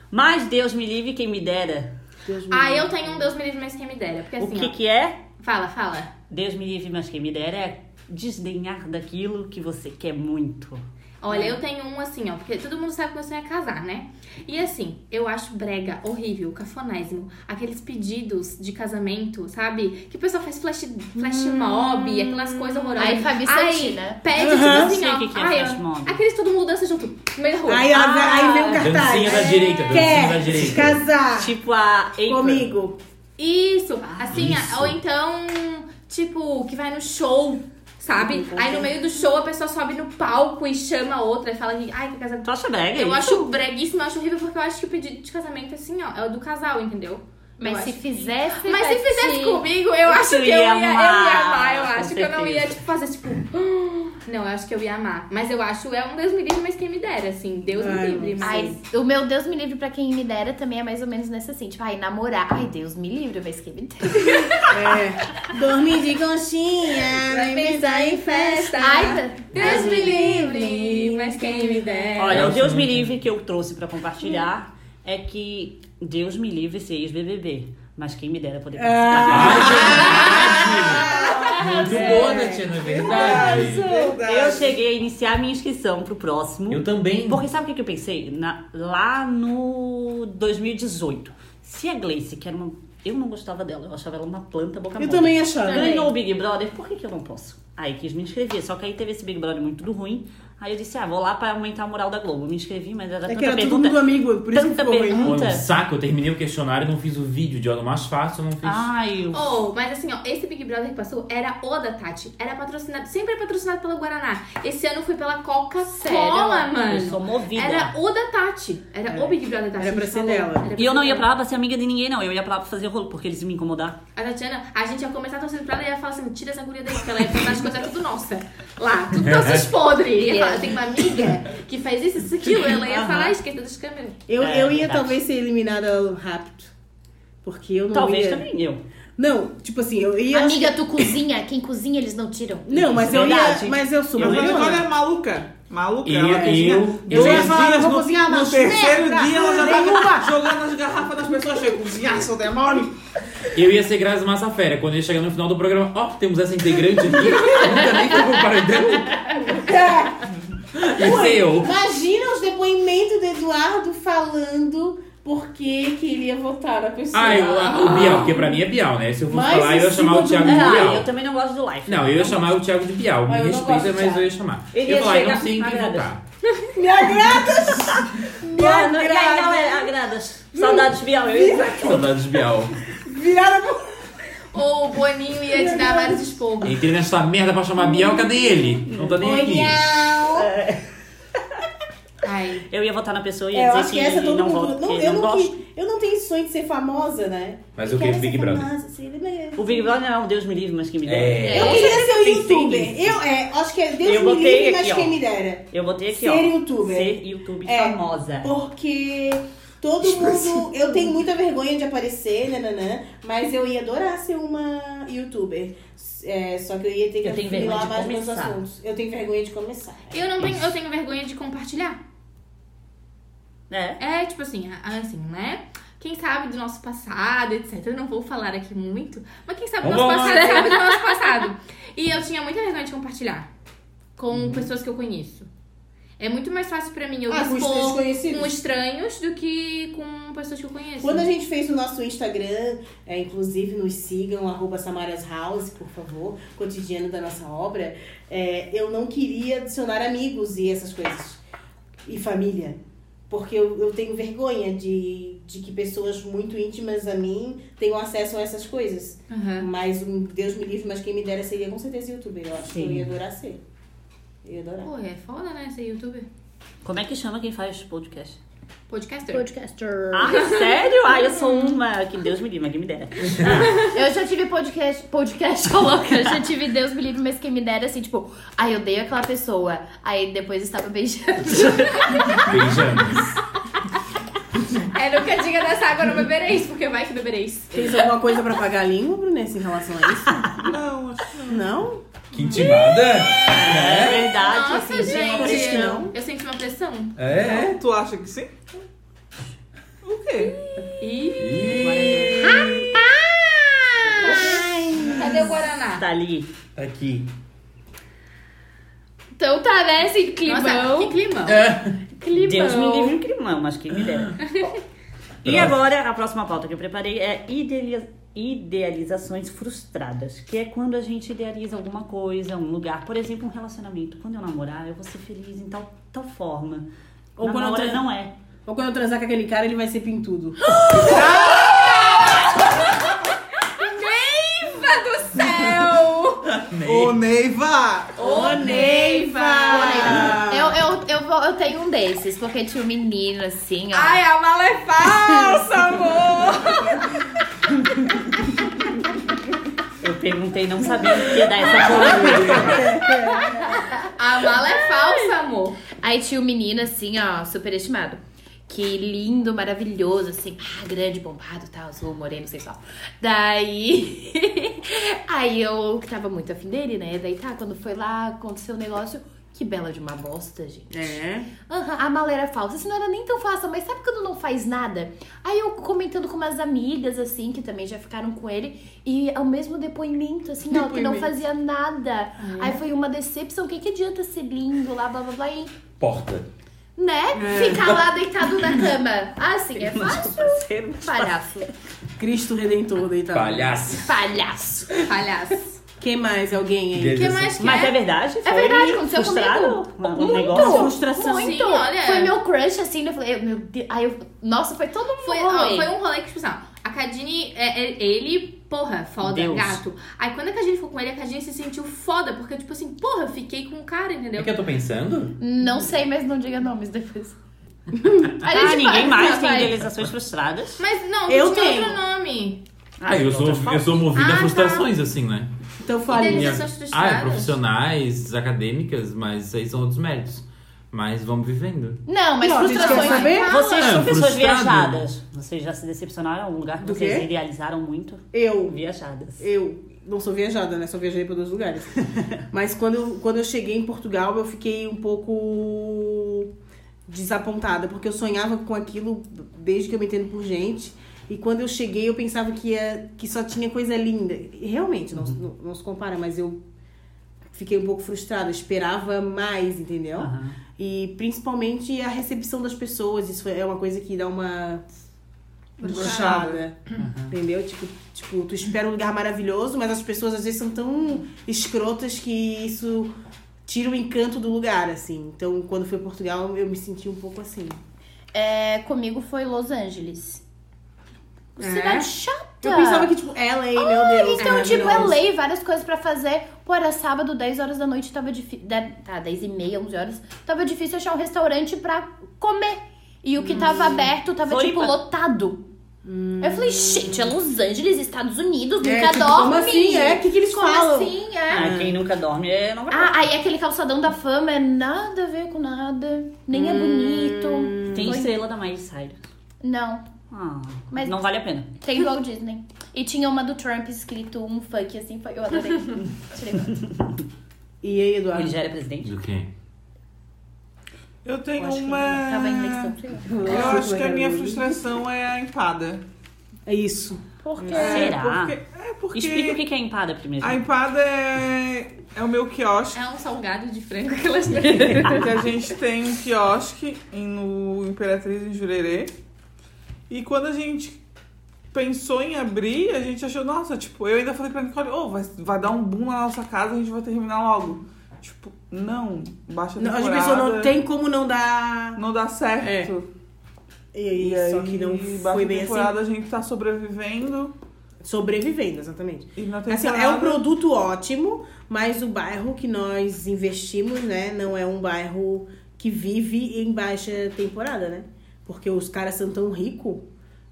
Speaker 3: Mas Deus me livre quem me dera.
Speaker 6: Deus me
Speaker 1: Ah,
Speaker 6: livre.
Speaker 1: eu tenho um Deus me livre, mas quem me dera. Porque
Speaker 3: O
Speaker 1: assim,
Speaker 3: que
Speaker 1: ó,
Speaker 3: que é?
Speaker 1: fala, fala.
Speaker 3: Deus me livre, mas quem me dera é desdenhar daquilo que você quer muito.
Speaker 1: Olha,
Speaker 3: É.
Speaker 1: eu tenho um assim, ó, porque todo mundo sabe que você é casar, né? E assim, eu acho brega, horrível, cafonésimo. Aqueles pedidos de casamento, sabe? Que o pessoal faz flash, flash mob, aquelas coisas horrorosas.
Speaker 4: Aí, Fabi
Speaker 1: Ai,
Speaker 4: Santina.
Speaker 1: Pede,
Speaker 6: Aham.
Speaker 1: tipo assim,
Speaker 3: Hum. Sei
Speaker 1: ó.
Speaker 3: o que que é
Speaker 1: ai,
Speaker 3: flash mob.
Speaker 1: Aqueles todo mundo dança junto, no meio da rua.
Speaker 6: Aí, ela- aí
Speaker 3: Ah.
Speaker 6: vem o cartaz. né?
Speaker 5: Dancinha da direita, dancinha da
Speaker 6: Quer se
Speaker 5: direita.
Speaker 1: Ah.
Speaker 6: casar
Speaker 3: Tipo a April.
Speaker 6: comigo?
Speaker 1: Isso, assim,
Speaker 5: isso.
Speaker 1: ou então, tipo, que vai no show, sabe? Aí no meio do show a pessoa sobe no palco e chama a outra e fala que, ai, que casamento.
Speaker 3: Tu acha brega
Speaker 1: Eu
Speaker 3: É isso?
Speaker 1: acho breguíssimo, eu acho horrível, porque eu acho que o pedido de casamento, assim, ó, é o do casal, entendeu?
Speaker 4: Mas
Speaker 1: Eu
Speaker 4: se
Speaker 1: acho.
Speaker 4: fizesse.
Speaker 1: Mas se
Speaker 4: pra
Speaker 1: fizesse
Speaker 4: ti-
Speaker 1: comigo, eu acho que eu ia,
Speaker 3: ia
Speaker 1: eu ia
Speaker 3: amar,
Speaker 1: amar. Eu
Speaker 3: com
Speaker 1: acho que eu não ia,
Speaker 3: certeza.
Speaker 1: tipo, fazer, tipo... "Ah". Não, eu acho que eu ia amar. Mas eu acho, é um Deus me livre, mas quem me dera, assim. Deus me
Speaker 6: Ai,
Speaker 1: livre,
Speaker 6: não
Speaker 1: mas...
Speaker 4: Ai, o meu Deus me livre pra quem me dera também é mais ou menos nesse assim. Tipo, ai, namorar. Ai, Deus me livre, mas quem me dera.
Speaker 6: É. Dormir de conchinha, nem pensar em
Speaker 1: Tá.
Speaker 6: festa.
Speaker 4: Ai,
Speaker 1: Deus me livre, mas quem me dera.
Speaker 3: Olha,
Speaker 5: Eu
Speaker 3: o Deus
Speaker 5: acho
Speaker 3: me
Speaker 5: muito.
Speaker 3: livre que eu trouxe pra compartilhar é que Deus me livre ser ex-BBB. Mas quem me dera poder participar.
Speaker 5: Muito boa, Tatiana, é verdade.
Speaker 3: Eu
Speaker 2: Verdade.
Speaker 3: cheguei a iniciar a minha inscrição pro próximo.
Speaker 5: Eu também.
Speaker 3: Porque sabe o que que eu pensei? Na- lá no 2018. Se a Gleice, que era uma. Eu não gostava dela, eu achava ela uma planta boca
Speaker 6: Eu
Speaker 3: mole,
Speaker 6: também achava. né?
Speaker 3: Ganhou o Big Brother, por que, que eu não posso? Aí quis me inscrever, só que aí teve esse Big Brother muito do ruim. Aí eu disse, ah, vou lá pra aumentar a moral da Globo. Me inscrevi, mas era
Speaker 6: É
Speaker 3: tanta
Speaker 6: que era todo
Speaker 3: pergunta.
Speaker 6: mundo amigo, por isso que
Speaker 3: tanta
Speaker 6: ficou ruim.
Speaker 3: pergunta.
Speaker 5: Foi um saco, eu terminei o questionário e não fiz o vídeo de algo mais fácil, eu não fiz.
Speaker 3: Ai, eu-
Speaker 1: Oh, mas assim, ó, esse Big Brother que passou era o da Tati. Era patrocinado, sempre é patrocinado pela Guaraná. Esse ano foi pela Coca-Cola,
Speaker 4: Sério?
Speaker 3: eu
Speaker 1: mano.
Speaker 3: sou movida.
Speaker 1: Era o da Tati. É. Era o Big Brother da Tati.
Speaker 6: Era pra
Speaker 1: a gente falou.
Speaker 6: ser dela.
Speaker 1: Era pra
Speaker 3: E eu
Speaker 1: ser
Speaker 3: não ia
Speaker 1: dela.
Speaker 3: pra lá pra ser amiga de ninguém, não. Eu ia pra lá pra fazer rolo, porque eles iam me incomodar.
Speaker 1: A Tatiana, a gente ia começar a torcer pra ela e ia falar assim: tira essa guria daí, porque ela ia contar as coisas tudo nossa. Lá, tudo nossos podres. E Ia falar, tem uma amiga que faz isso, isso, aquilo. Ela ia
Speaker 3: Aham.
Speaker 1: falar, esquerda das câmeras.
Speaker 6: Eu,
Speaker 3: É,
Speaker 6: eu ia
Speaker 3: verdade.
Speaker 6: talvez ser eliminada rápido. Porque eu não
Speaker 3: Talvez
Speaker 6: ia...
Speaker 3: também eu.
Speaker 6: Não, tipo assim, eu ia...
Speaker 4: Amiga, tu cozinha? Quem cozinha, eles não tiram.
Speaker 6: Não, mas eu
Speaker 3: Verdade.
Speaker 6: ia... Mas eu sou
Speaker 2: Mas a Nicole
Speaker 6: uma
Speaker 2: é maluca. Maluca.
Speaker 5: Eu-
Speaker 2: ela cozinha
Speaker 5: eu-
Speaker 2: dois
Speaker 5: eu ia
Speaker 6: falar,
Speaker 2: dias
Speaker 6: não vou
Speaker 2: no-
Speaker 6: cozinhar, não.
Speaker 2: No terceiro
Speaker 6: Merda.
Speaker 2: dia ela já tava jogando as garrafas das pessoas. Chega, cozinhar, seu demônio.
Speaker 5: Eu ia ser Grazi Massafera, quando eu ia chegar no final do programa, ó, temos essa integrante aqui, nunca nem foi pro paredão. Ia ser eu.
Speaker 6: Imagina os depoimentos do Eduardo falando por que que ele ia votar na pessoa.
Speaker 5: Ah, eu, o Bial, porque pra mim é Bial, né? Se eu fosse
Speaker 6: Mas
Speaker 5: falar, eu ia
Speaker 6: em
Speaker 5: chamar
Speaker 6: cima
Speaker 5: o
Speaker 6: do
Speaker 5: Thiago de
Speaker 6: Bial.
Speaker 5: Bial.
Speaker 3: Ah, eu também não gosto do life.
Speaker 5: Não, eu ia chamar o Thiago de Bial. Me
Speaker 6: Ah, eu não gosto
Speaker 5: respeita,
Speaker 6: do
Speaker 5: mas
Speaker 6: Thiago.
Speaker 5: eu ia chamar.
Speaker 3: Ele
Speaker 5: eu
Speaker 3: ia
Speaker 5: ia falar, eu não
Speaker 3: chegar-
Speaker 5: sei em quem
Speaker 3: Agrada.
Speaker 5: votar.
Speaker 6: Me agradas! Me
Speaker 3: Ah, não, e aí, galera,
Speaker 6: agradas!
Speaker 3: agradas. Saudades, Bial. Eu ia...
Speaker 5: Saudades de Bial.
Speaker 6: Viraram pro...
Speaker 1: Ou o Boninho ia te dar vários esporros.
Speaker 5: Entrei nessa merda pra chamar Bial, cadê ele? Não tá nem aqui.
Speaker 1: Ai.
Speaker 3: eu ia votar na pessoa e ia
Speaker 6: É, eu
Speaker 3: dizer
Speaker 6: acho que essa todo
Speaker 3: não
Speaker 6: mundo.
Speaker 3: voto,
Speaker 6: não,
Speaker 3: porque
Speaker 6: eu,
Speaker 3: não
Speaker 6: não
Speaker 3: gosto.
Speaker 6: que- eu não tenho sonho de ser famosa, né?
Speaker 5: Mas
Speaker 6: Eu
Speaker 5: eu quero
Speaker 6: quero
Speaker 5: Big
Speaker 6: ser
Speaker 5: Brother.
Speaker 6: famosa, ser beleza.
Speaker 3: O Big Brother é um Deus me livre, mas que me dera.
Speaker 5: É.
Speaker 6: Eu
Speaker 4: É.
Speaker 6: queria ser o
Speaker 3: Tem
Speaker 6: youtuber.
Speaker 3: feelings.
Speaker 6: Eu, é, acho que é Deus
Speaker 3: Eu
Speaker 6: me
Speaker 3: botei
Speaker 6: livre, mas
Speaker 3: aqui, ó.
Speaker 6: quem me dera.
Speaker 3: Eu botei aqui,
Speaker 6: Ser
Speaker 3: ó.
Speaker 6: youtuber.
Speaker 3: Ser youtuber
Speaker 6: É.
Speaker 3: famosa.
Speaker 6: Porque todo mundo. Eu tenho muita vergonha de aparecer, nananã, mas eu ia adorar ser uma youtuber. É, só que eu ia ter que
Speaker 3: Eu tenho
Speaker 6: afunilar
Speaker 3: vergonha de
Speaker 6: meus
Speaker 3: começar.
Speaker 6: assuntos. Eu tenho vergonha de começar.
Speaker 1: Eu não tenho, eu tenho vergonha de compartilhar.
Speaker 3: É.
Speaker 1: É, tipo assim, a- assim, né? Quem sabe do nosso passado, etc. Eu não vou falar aqui muito, mas quem sabe do nosso
Speaker 5: Vamos lá.
Speaker 1: passado sabe do nosso passado. E eu tinha muita vergonha de compartilhar com pessoas que eu conheço. É muito mais fácil pra mim eu
Speaker 6: Hum. Ah, com os
Speaker 1: expor
Speaker 6: desconhecidos.
Speaker 1: com estranhos do que com pessoas que eu conheço.
Speaker 6: Quando a gente fez o nosso Instagram, é, inclusive nos sigam, arroba Samaras House, por favor, cotidiano da nossa obra, é, eu não queria adicionar amigos e essas coisas. E família. Porque eu, eu tenho vergonha de, de que pessoas muito íntimas a mim tenham acesso a essas coisas.
Speaker 1: Aham.
Speaker 6: Mas um Deus me livre, mas quem me dera seria com certeza youtuber. Eu acho que eu
Speaker 3: Sim.
Speaker 6: ia adorar ser. Eu ia adorar.
Speaker 1: Pô, é foda, né, ser youtuber?
Speaker 3: Como é que chama quem faz podcast?
Speaker 1: Podcaster.
Speaker 4: Podcaster.
Speaker 3: Ah, sério? Ah, eu sou uma. Que Deus me livre, mas que me dera.
Speaker 4: Eu já tive podcast, podcast ô louca, eu já tive Deus me livre, mas quem me dera assim, tipo, ai, eu odeio aquela pessoa. Aí depois estava beijando.
Speaker 5: Beijamos.
Speaker 1: É, nunca diga dessa água não bebereis, porque vai que bebereis.
Speaker 6: Tens alguma coisa pra pagar a língua, Brunessa, em relação a isso?
Speaker 2: Não, acho que não.
Speaker 6: Não?
Speaker 5: Que intimada?
Speaker 3: É
Speaker 5: É?
Speaker 3: verdade.
Speaker 1: Nossa,
Speaker 6: uma
Speaker 1: gente.
Speaker 6: pressão.
Speaker 1: Eu senti uma pressão.
Speaker 5: É?
Speaker 2: Tu acha que sim? O quê?
Speaker 1: Ih,
Speaker 5: Ih,
Speaker 1: cadê o Guaraná?
Speaker 3: Tá ali.
Speaker 5: Aqui.
Speaker 4: Então tá, né,
Speaker 1: Nossa,
Speaker 4: assim,
Speaker 1: que
Speaker 4: climão.
Speaker 1: climão.
Speaker 5: É.
Speaker 4: climão.
Speaker 3: Deus me livre um crimão, mas quem me dera. e agora, a próxima pauta que eu preparei é idealia- idealizações frustradas, que é quando a gente idealiza alguma coisa, um lugar, por exemplo, um relacionamento. Quando eu namorar, eu vou ser feliz em tal, tal forma.
Speaker 6: Ou
Speaker 3: Na
Speaker 6: quando eu
Speaker 3: hora
Speaker 6: tra-
Speaker 3: não é.
Speaker 6: Ou quando eu transar com aquele cara, ele vai ser pintudo.
Speaker 1: Neiva do céu!
Speaker 2: Ô, Neiva!
Speaker 1: Ô, Neiva!
Speaker 4: Eu, eu, eu, vou- eu tenho um desses, porque tinha um menino assim, ó.
Speaker 1: Ai, a mala é falsa, amor!
Speaker 3: Eu perguntei não sabendo o que ia dar essa polêmica.
Speaker 1: A mala é falsa, amor.
Speaker 4: Aí tinha um menino assim, ó, superestimado. Que lindo, maravilhoso, assim, ah, grande, bombado, tal, azul, moreno, sexual. Daí. aí eu que tava muito afim dele, né? Daí tá, quando foi lá, aconteceu o negócio. Que bela de uma bosta, gente.
Speaker 6: É.
Speaker 4: Aham, a mala era falsa. Isso não era nem tão falsa, mas sabe quando não faz nada? Aí eu comentando com umas amigas, assim, que também já ficaram com ele, e é o mesmo depoimento, assim, ó, que não
Speaker 6: Depoimento. Hum.
Speaker 4: fazia nada. Aí foi uma decepção. O que, que adianta ser lindo lá, blá blá blá, e
Speaker 5: Porta.
Speaker 4: né?
Speaker 6: É.
Speaker 4: Ficar lá deitado na cama. Assim, é fácil.
Speaker 3: Parceiro.
Speaker 4: Palhaço.
Speaker 6: Cristo Redentor deitado.
Speaker 5: Palhaço.
Speaker 4: Palhaço.
Speaker 1: Palhaço.
Speaker 6: Quem mais? Alguém aí?
Speaker 1: O que
Speaker 5: assim,
Speaker 1: mais que
Speaker 3: Mas é
Speaker 1: é?
Speaker 3: verdade? Foi
Speaker 4: verdade, aconteceu
Speaker 3: frustrado
Speaker 4: comigo.
Speaker 6: É
Speaker 3: Uma- Um
Speaker 4: Muito.
Speaker 3: negócio?
Speaker 6: Frustração.
Speaker 1: Sim,
Speaker 4: Muito!
Speaker 1: olha.
Speaker 4: Foi meu crush, assim, eu falei, eu- meu Deus. Aí eu, nossa, foi todo mundo.
Speaker 1: Foi, ó, foi um rolê que, tipo assim, ó, a Cadine, é, é- ele, porra, foda,
Speaker 3: Deus.
Speaker 1: gato. Aí quando a Cadine ficou com ele, a Cadine se sentiu foda, porque, tipo assim, porra, eu fiquei com o cara, entendeu?
Speaker 5: É que eu tô pensando?
Speaker 4: Não sei, mas não diga nomes depois.
Speaker 3: Ah, ninguém mais tem
Speaker 4: deles.
Speaker 3: idealizações frustradas.
Speaker 1: Mas não,
Speaker 6: Eu
Speaker 1: tinha
Speaker 6: tenho.
Speaker 1: outro nome.
Speaker 5: Ah, eu
Speaker 3: então
Speaker 5: sou,
Speaker 3: tá
Speaker 5: eu sou movida
Speaker 1: Ah,
Speaker 5: a
Speaker 1: tá.
Speaker 5: frustrações, assim, né?
Speaker 6: Então
Speaker 1: Eles
Speaker 6: falei.
Speaker 1: Idealizações. são frustradas.
Speaker 5: Ah, é profissionais, acadêmicas, mas aí são outros méritos. Mas vamos vivendo.
Speaker 4: Não, mas
Speaker 6: Não, a gente quer
Speaker 4: frustrações.
Speaker 6: saber?
Speaker 3: Vocês
Speaker 5: é,
Speaker 3: são pessoas
Speaker 5: frustrado.
Speaker 3: viajadas. Vocês já se decepcionaram em algum lugar que
Speaker 6: Do
Speaker 3: vocês
Speaker 6: quê?
Speaker 3: idealizaram muito?
Speaker 6: Eu.
Speaker 3: Viajadas.
Speaker 6: Eu não sou viajada, né? Só viajei para dois lugares. Mas quando eu, quando eu cheguei em Portugal, eu fiquei um pouco desapontada, porque eu sonhava com aquilo desde que eu me entendo por gente. E quando eu cheguei, eu pensava que, ia, que só tinha coisa linda. E realmente, não, não, não se compara, mas eu fiquei um pouco frustrada. Eu esperava mais, entendeu?
Speaker 3: Aham.
Speaker 6: E principalmente a recepção das pessoas. Isso é uma coisa que dá uma bruxada. Entendeu? Tipo, tipo, tu espera um lugar maravilhoso, mas as pessoas às vezes são tão escrotas que isso tira o encanto do lugar, assim. Então, quando fui a Portugal, eu me senti um pouco assim.
Speaker 4: É, comigo foi Los Angeles. Cidade chata.
Speaker 6: É? Eu pensava que, tipo, LA, meu Deus.
Speaker 4: Ah. Então,
Speaker 6: é
Speaker 4: tipo, eu
Speaker 6: maravilhoso.
Speaker 4: leio várias coisas pra fazer. Pô, era sábado, 10 horas da noite, tava difícil. Tá, 10 e meia, 11 horas. Tava difícil achar um restaurante pra comer. E o que tava
Speaker 6: Hum.
Speaker 4: aberto tava, tipo,
Speaker 3: Floripa.
Speaker 4: lotado. Eu falei, gente, é Los Angeles, Estados Unidos, nunca
Speaker 6: É, tipo,
Speaker 4: dorme.
Speaker 6: como assim? É, o que, que eles
Speaker 4: Como
Speaker 6: falam?
Speaker 4: assim? É.
Speaker 3: Ah, quem nunca dorme é não vai
Speaker 4: Ah, aí aquele calçadão da fama é nada a ver com nada. Nem
Speaker 6: Hum.
Speaker 4: é bonito.
Speaker 3: Tem
Speaker 4: Foi-
Speaker 3: estrela da Miley Cyrus.
Speaker 4: Não,
Speaker 3: Ah,
Speaker 4: Mas-
Speaker 3: não vale a pena.
Speaker 4: tem do Walt Disney. E tinha uma do Trump escrito um funk assim, foi- eu adorei. Tirei foto.
Speaker 6: E aí,
Speaker 3: Ele
Speaker 6: Eduardo?
Speaker 3: já era presidente?
Speaker 5: Do quê?
Speaker 2: Eu
Speaker 4: Eu
Speaker 2: tenho
Speaker 4: acho que
Speaker 2: uma.
Speaker 4: não Tava em eleição. sei lá.
Speaker 2: Eu acho que é a minha frustração é a empada.
Speaker 6: É isso.
Speaker 4: Por quê?
Speaker 2: É,
Speaker 3: Será?
Speaker 2: Porque, é porque
Speaker 3: Explica o que que é empada primeiro.
Speaker 2: a empada é, é o meu quiosque.
Speaker 1: É um salgado de frango que elas têm.
Speaker 2: que a gente tem um quiosque em- no Imperatriz em Jurerê. E quando a gente pensou em abrir, a gente achou, nossa, tipo, eu ainda falei pra Nicole, ô, vai, vai dar um boom na nossa casa, a gente vai terminar logo. Tipo, não, baixa a
Speaker 6: Não, a
Speaker 2: temporada.
Speaker 6: gente pensou, não tem como não dar.
Speaker 2: não dá certo.
Speaker 6: E aí, só que não
Speaker 2: baixa
Speaker 6: foi bem assim.
Speaker 2: temporada, a gente tá sobrevivendo.
Speaker 6: Sobrevivendo, exatamente.
Speaker 2: E na temporada...
Speaker 6: Assim, ó, é um produto ótimo, mas o bairro que nós investimos, né, não é um bairro que vive em baixa temporada, né? Porque os caras são tão ricos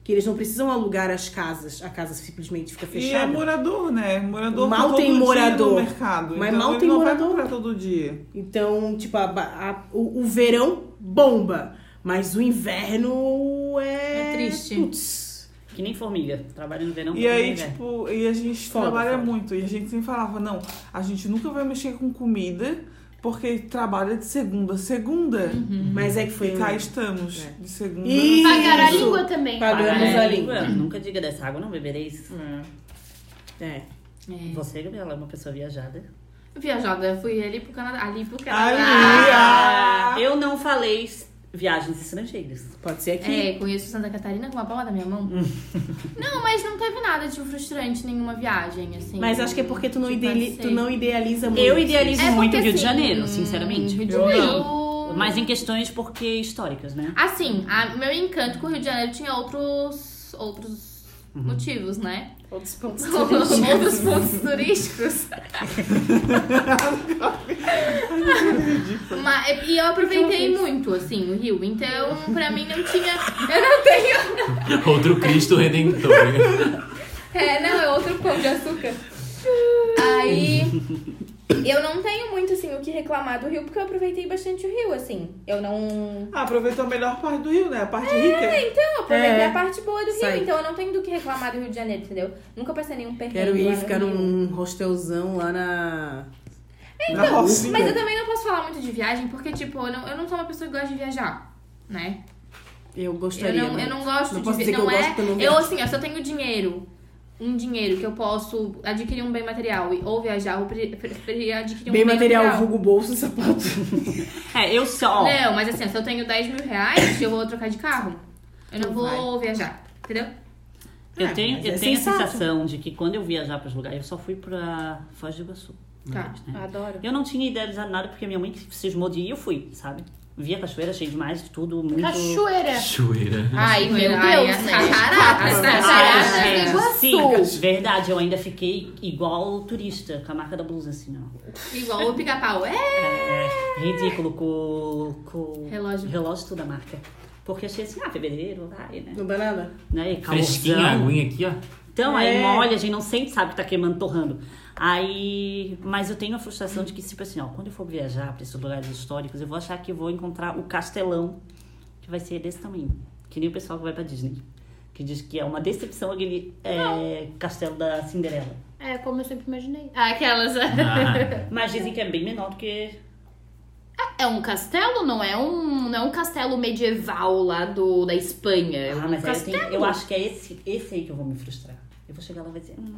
Speaker 6: que eles não precisam alugar as casas, a casa simplesmente fica
Speaker 2: E é
Speaker 6: fechada.
Speaker 2: morador, né? Morador
Speaker 6: Mal
Speaker 2: tá todo
Speaker 6: tem
Speaker 2: dia
Speaker 6: morador.
Speaker 2: no mercado.
Speaker 6: Mas
Speaker 2: então
Speaker 6: mal
Speaker 2: ele
Speaker 6: tem
Speaker 2: não
Speaker 6: morador.
Speaker 2: vai comprar todo dia.
Speaker 6: Então, tipo, a ba- a- o, o verão bomba, mas o inverno é,
Speaker 1: É triste.
Speaker 6: Putz.
Speaker 3: Que nem formiga. Trabalha no verão.
Speaker 2: E
Speaker 3: porque
Speaker 2: aí,
Speaker 3: não é.
Speaker 2: tipo, e a gente
Speaker 6: Foda,
Speaker 2: trabalha
Speaker 6: foda.
Speaker 2: muito. E a gente sempre falava, não, a gente nunca vai mexer com comida, porque trabalha de segunda a segunda.
Speaker 6: Mas é que foi
Speaker 2: E
Speaker 6: um-
Speaker 2: cá estamos,
Speaker 6: É.
Speaker 2: de segunda
Speaker 6: Ih,
Speaker 4: Pagar a
Speaker 6: Isso.
Speaker 4: língua também.
Speaker 6: Pagamos
Speaker 3: Pagar
Speaker 6: a
Speaker 3: é
Speaker 6: língua.
Speaker 3: Nunca diga dessa água, não bebereis.
Speaker 1: Hum.
Speaker 6: É.
Speaker 3: Você, Gabriela, é uma pessoa viajada.
Speaker 1: Viajada, fui ali pro Canadá. Ali pro
Speaker 2: Ali,
Speaker 1: Canadá.
Speaker 2: ah,
Speaker 3: Eu não falei s- viagens estrangeiras.
Speaker 6: Pode ser aqui.
Speaker 1: É, conheço Santa Catarina com uma palma da minha mão. não, mas não teve nada de frustrante nenhuma viagem, assim.
Speaker 6: Mas acho que é porque tu não,
Speaker 1: Tipo,
Speaker 6: ideali- tu
Speaker 1: passei.
Speaker 6: não idealiza muito.
Speaker 3: Eu idealizo
Speaker 1: É
Speaker 3: muito
Speaker 1: porque,
Speaker 3: o Rio de
Speaker 1: assim,
Speaker 3: Janeiro, sinceramente.
Speaker 1: Rio de
Speaker 2: Eu
Speaker 1: Janeiro.
Speaker 3: Mas em questões porque históricas, né?
Speaker 1: Assim, a- meu encanto com o Rio de Janeiro tinha outros. outros motivos, né?
Speaker 6: Uhum. Outros pontos.
Speaker 1: outros pontos turísticos. Mas, e eu aproveitei muito, assim, o Rio. Então, pra mim não tinha. Eu não tenho.
Speaker 5: Outro Cristo Redentor. né?
Speaker 1: É, não, é outro pão de açúcar. Aí. Eu não tenho muito, assim, o que reclamar do Rio, porque eu aproveitei bastante o Rio, assim. Eu não.
Speaker 2: Ah, aproveitou a melhor parte do Rio, né? A parte rica.
Speaker 1: Então, eu aproveitei
Speaker 6: É.
Speaker 1: a parte boa do Rio,
Speaker 6: Sai.
Speaker 1: então eu não tenho do que reclamar do Rio de Janeiro, entendeu? Nunca passei nenhum perrengue.
Speaker 6: Quero
Speaker 1: lá
Speaker 6: ir
Speaker 1: no
Speaker 6: ficar
Speaker 1: Rio.
Speaker 6: num hostelzão lá na.
Speaker 2: na rocinha.
Speaker 1: Mas eu também não posso falar muito de viagem, porque, tipo, eu não, eu não sou uma pessoa que gosta de viajar, né?
Speaker 6: Eu
Speaker 1: Eu
Speaker 6: gostaria. né?
Speaker 1: não, eu não gosto
Speaker 6: Não
Speaker 1: de
Speaker 6: posso
Speaker 1: vi-
Speaker 6: dizer que
Speaker 1: não
Speaker 6: eu
Speaker 1: é,
Speaker 6: gosto, porque eu não
Speaker 1: Eu,
Speaker 6: gosto.
Speaker 1: assim, ó, se eu tenho dinheiro, um dinheiro que eu posso adquirir um bem material e- ou viajar, eu pre- preferia adquirir um
Speaker 6: Bem
Speaker 1: bem
Speaker 6: material, vulgo bolso, sapato.
Speaker 3: É, eu só.
Speaker 6: Né?
Speaker 1: Não, mas assim, ó, se eu tenho 10 mil reais, eu vou trocar de carro. Eu não vou viajar, entendeu?
Speaker 3: Eu
Speaker 6: Ah,
Speaker 3: tenho,
Speaker 6: mas
Speaker 3: eu
Speaker 6: é
Speaker 3: tenho a
Speaker 6: sensato.
Speaker 3: sensação de que quando eu viajar para os lugares, eu só fui pra Foz do Iguaçu. uma
Speaker 6: Tá.
Speaker 3: vez, né?
Speaker 4: Adoro.
Speaker 3: Eu não tinha idealizado nada porque minha mãe que cismou de ir e eu fui, sabe? Vi a cachoeira, achei demais, tudo muito.
Speaker 4: Cachoeira.
Speaker 5: Cachoeira.
Speaker 4: É. Ai, meu
Speaker 1: Ai,
Speaker 4: Deus,
Speaker 1: as
Speaker 4: né?
Speaker 1: cataratas,
Speaker 4: As
Speaker 1: né?
Speaker 4: cataratas do
Speaker 1: Ai,
Speaker 4: Iguaçu.
Speaker 3: Ah, é, Sim, verdade, eu ainda fiquei igual turista, com a marca da blusa, assim, ó.
Speaker 1: Igual o pica-pau. É!
Speaker 3: É ridículo com, com
Speaker 1: Relógio.
Speaker 3: relógio toda a marca. Porque achei assim, ah, fevereiro, vai, né?
Speaker 6: Não dá nada?
Speaker 3: né? E calorzão.
Speaker 5: Fresquinha, a aguinha aqui, ó.
Speaker 3: Então, aí
Speaker 6: É.
Speaker 3: molha, a gente não sente, sabe, que tá queimando, torrando. Aí, mas eu tenho a frustração de que, tipo assim, ó, quando eu for viajar pra esses lugares históricos, eu vou achar que eu vou encontrar o castelão, que vai ser desse tamanho. Que nem o pessoal que vai pra Disney. Que diz que é uma decepção aquele é, castelo da Cinderela.
Speaker 4: É, como eu sempre imaginei. Ah, Aquelas.
Speaker 5: Ah,
Speaker 3: Mas dizem que é bem menor do que.
Speaker 4: É um castelo, não é um, não é um castelo medieval lá do, da Espanha. É
Speaker 3: Ah,
Speaker 4: um
Speaker 3: mas aí eu,
Speaker 4: castelo.
Speaker 3: tenho- eu acho que é esse, esse aí que eu vou me frustrar. Eu vou chegar lá e vai dizer, hum,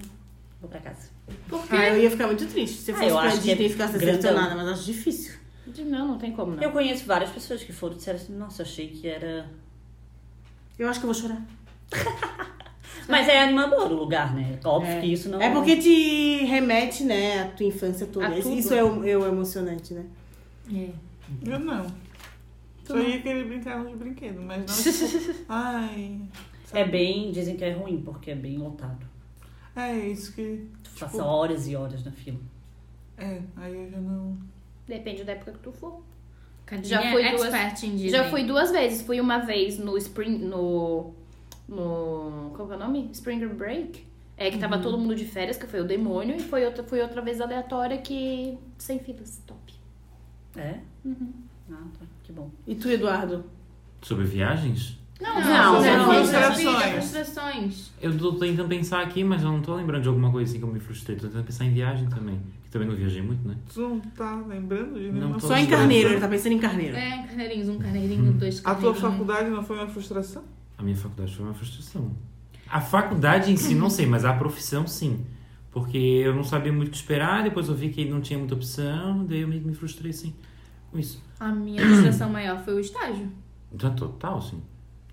Speaker 3: vou pra casa.
Speaker 1: Por
Speaker 6: Ah,
Speaker 1: quê?
Speaker 6: eu ia ficar muito triste se
Speaker 3: Ah,
Speaker 6: eu fosse
Speaker 3: eu
Speaker 6: pra
Speaker 3: acho que é
Speaker 6: Disney e ficasse
Speaker 3: grandão.
Speaker 6: decepcionada, mas acho difícil.
Speaker 4: Não, não tem como, não.
Speaker 3: Eu conheço várias pessoas que foram e disseram assim, nossa, achei que era
Speaker 6: Eu acho que eu vou chorar.
Speaker 3: Mas é animador o lugar, né? Óbvio que isso não
Speaker 6: É porque te remete, né, à tua infância toda.
Speaker 4: A
Speaker 6: Isso-
Speaker 4: tudo.
Speaker 6: Isso é o, é o emocionante, né?
Speaker 1: É.
Speaker 2: Eu não. Só ia querer brincar nos brinquedos, mas não. tipo, Ai.
Speaker 3: É bem. Dizem que é ruim, porque é bem lotado.
Speaker 2: É isso que.
Speaker 3: Tu
Speaker 6: Tipo,
Speaker 3: passa horas e horas na fila.
Speaker 2: É, aí eu já não.
Speaker 4: Depende da época que tu for.
Speaker 1: Cadinha
Speaker 4: Já fui duas-
Speaker 1: é expert em Disney.
Speaker 4: Já fui duas vezes. Fui uma vez no Spring. no. no. Qual que é o nome? Spring Break. É que tava todo mundo de férias, que foi o demônio, e foi outra, foi outra vez aleatória que. sem filas. Top.
Speaker 3: É?
Speaker 6: Uhum.
Speaker 3: Ah, tá. Que bom.
Speaker 6: E tu, Eduardo?
Speaker 5: Sobre viagens?
Speaker 1: Não, não.
Speaker 3: Não,
Speaker 2: não.
Speaker 1: Frustrações.
Speaker 2: Frustrações.
Speaker 1: Frustrações.
Speaker 5: Eu tô tentando pensar aqui, mas eu não tô lembrando de alguma coisa assim que eu me frustrei. Tô tentando pensar em viagem também. Que também não viajei muito, né?
Speaker 2: Tu não tá lembrando de
Speaker 5: Não
Speaker 2: nenhuma
Speaker 5: tô
Speaker 6: Só em
Speaker 5: lembrando.
Speaker 6: carneiro, ele tá pensando em carneiro.
Speaker 1: É, carneirinhos, um carneirinho, dois
Speaker 2: Hum. A tua
Speaker 1: carneirinhos.
Speaker 2: faculdade não foi uma frustração?
Speaker 5: A minha faculdade foi uma frustração. A faculdade em si, não sei, mas a profissão, sim. Porque eu não sabia muito o que esperar, depois eu vi que não tinha muita opção, daí eu meio que me frustrei, sim, com isso.
Speaker 1: A minha frustração maior foi o estágio.
Speaker 5: Já total, sim.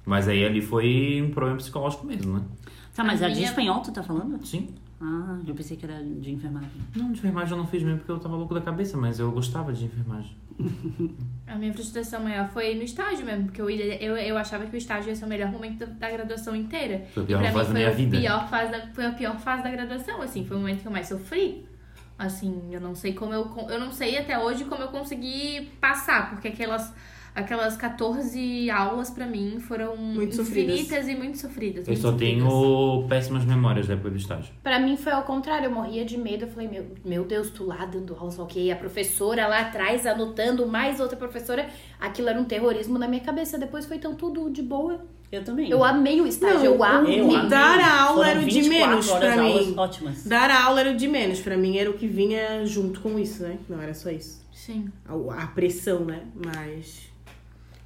Speaker 5: Mas aí ali foi um problema psicológico mesmo, né?
Speaker 3: Tá, mas
Speaker 1: A
Speaker 3: é de
Speaker 1: minha-
Speaker 3: espanhol tu tá falando?
Speaker 5: Sim.
Speaker 3: Ah, eu pensei que era de enfermagem.
Speaker 5: Não, de enfermagem eu não fiz mesmo porque eu tava louco da cabeça, mas eu gostava de enfermagem.
Speaker 1: A minha frustração maior foi no estágio mesmo, porque eu, ia- eu, eu achava que o estágio ia ser o melhor momento da, da graduação inteira.
Speaker 5: Foi a
Speaker 1: E
Speaker 5: pior
Speaker 1: pra mim foi
Speaker 5: fase da minha
Speaker 1: a
Speaker 5: vida.
Speaker 1: Pior fase da, foi a pior fase da graduação, assim, foi o momento que eu mais sofri. Assim, eu não sei como eu. con- Eu não sei até hoje como eu consegui passar, porque aquelas. Aquelas 14 aulas pra mim foram
Speaker 6: Muito sofridas.
Speaker 1: infinitas e muito sofridas.
Speaker 5: Eu
Speaker 1: muito
Speaker 5: só
Speaker 1: sofridas.
Speaker 5: tenho péssimas memórias da época do estágio.
Speaker 4: Pra mim foi ao contrário, eu morria de medo. Eu falei, meu, meu Deus, tu lá dando aula, só que a professora lá atrás anotando mais outra professora. Aquilo era um terrorismo na minha cabeça. Depois foi então tudo de boa.
Speaker 3: Eu também.
Speaker 4: Eu amei o estágio, eu amei.
Speaker 3: Eu amei.
Speaker 6: Dar a aula
Speaker 3: Foram
Speaker 6: era o de
Speaker 3: 24
Speaker 6: menos
Speaker 3: horas
Speaker 6: pra
Speaker 3: aulas
Speaker 6: mim.
Speaker 3: Ótimas.
Speaker 6: Dar a aula era o de menos, pra mim era o que vinha junto com isso, né? Não era só isso.
Speaker 1: Sim.
Speaker 6: A, a pressão, né? Mas.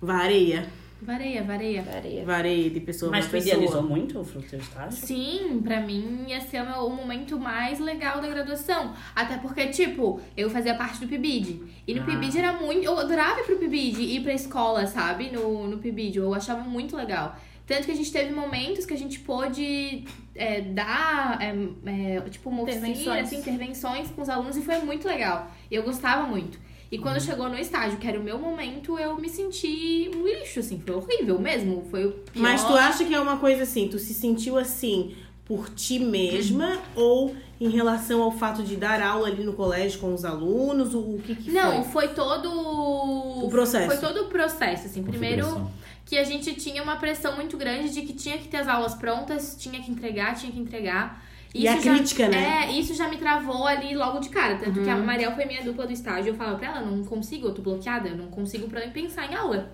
Speaker 6: Vareia.
Speaker 1: Vareia, vareia.
Speaker 4: Peraí.
Speaker 6: Vareia de pessoa
Speaker 3: Mas tu
Speaker 6: pra pessoa.
Speaker 3: idealizou muito o fruto teu estágio?
Speaker 1: Sim, pra mim ia ser o, meu- o momento mais legal da graduação. Até porque, tipo, eu fazia parte do PIBID. E no
Speaker 3: Ah.
Speaker 1: PIBID era muito. Eu adorava ir pro PIBID, ir pra escola, sabe? No, no PIBID. Eu achava muito legal. Tanto que a gente teve momentos que a gente pôde é, dar, é, é, tipo, uma oficina,
Speaker 4: Intervenções.
Speaker 1: assim, intervenções com os alunos e foi muito legal. Eu gostava muito. E quando chegou no estágio, que era o meu momento, eu me senti um lixo, assim. Foi horrível mesmo. Foi o pior.
Speaker 6: Mas tu acha que é uma coisa assim, tu se sentiu assim por ti mesma
Speaker 1: Uhum.
Speaker 6: ou em relação ao fato de dar aula ali no colégio com os alunos? O, o que que
Speaker 1: Não,
Speaker 6: foi?
Speaker 1: foi, todo o...
Speaker 6: O processo.
Speaker 1: Foi todo o processo, assim. Primeiro
Speaker 5: Configuração.
Speaker 1: que a gente tinha uma pressão muito grande de que tinha que ter as aulas prontas, tinha que entregar, tinha que entregar.
Speaker 6: E a crítica, né? Uhum.
Speaker 1: É, isso já me travou ali logo de cara. Tanto que a Mariel foi minha dupla do estágio. Eu falava pra ela, não consigo, eu tô bloqueada. Eu não consigo pra nem pensar em aula.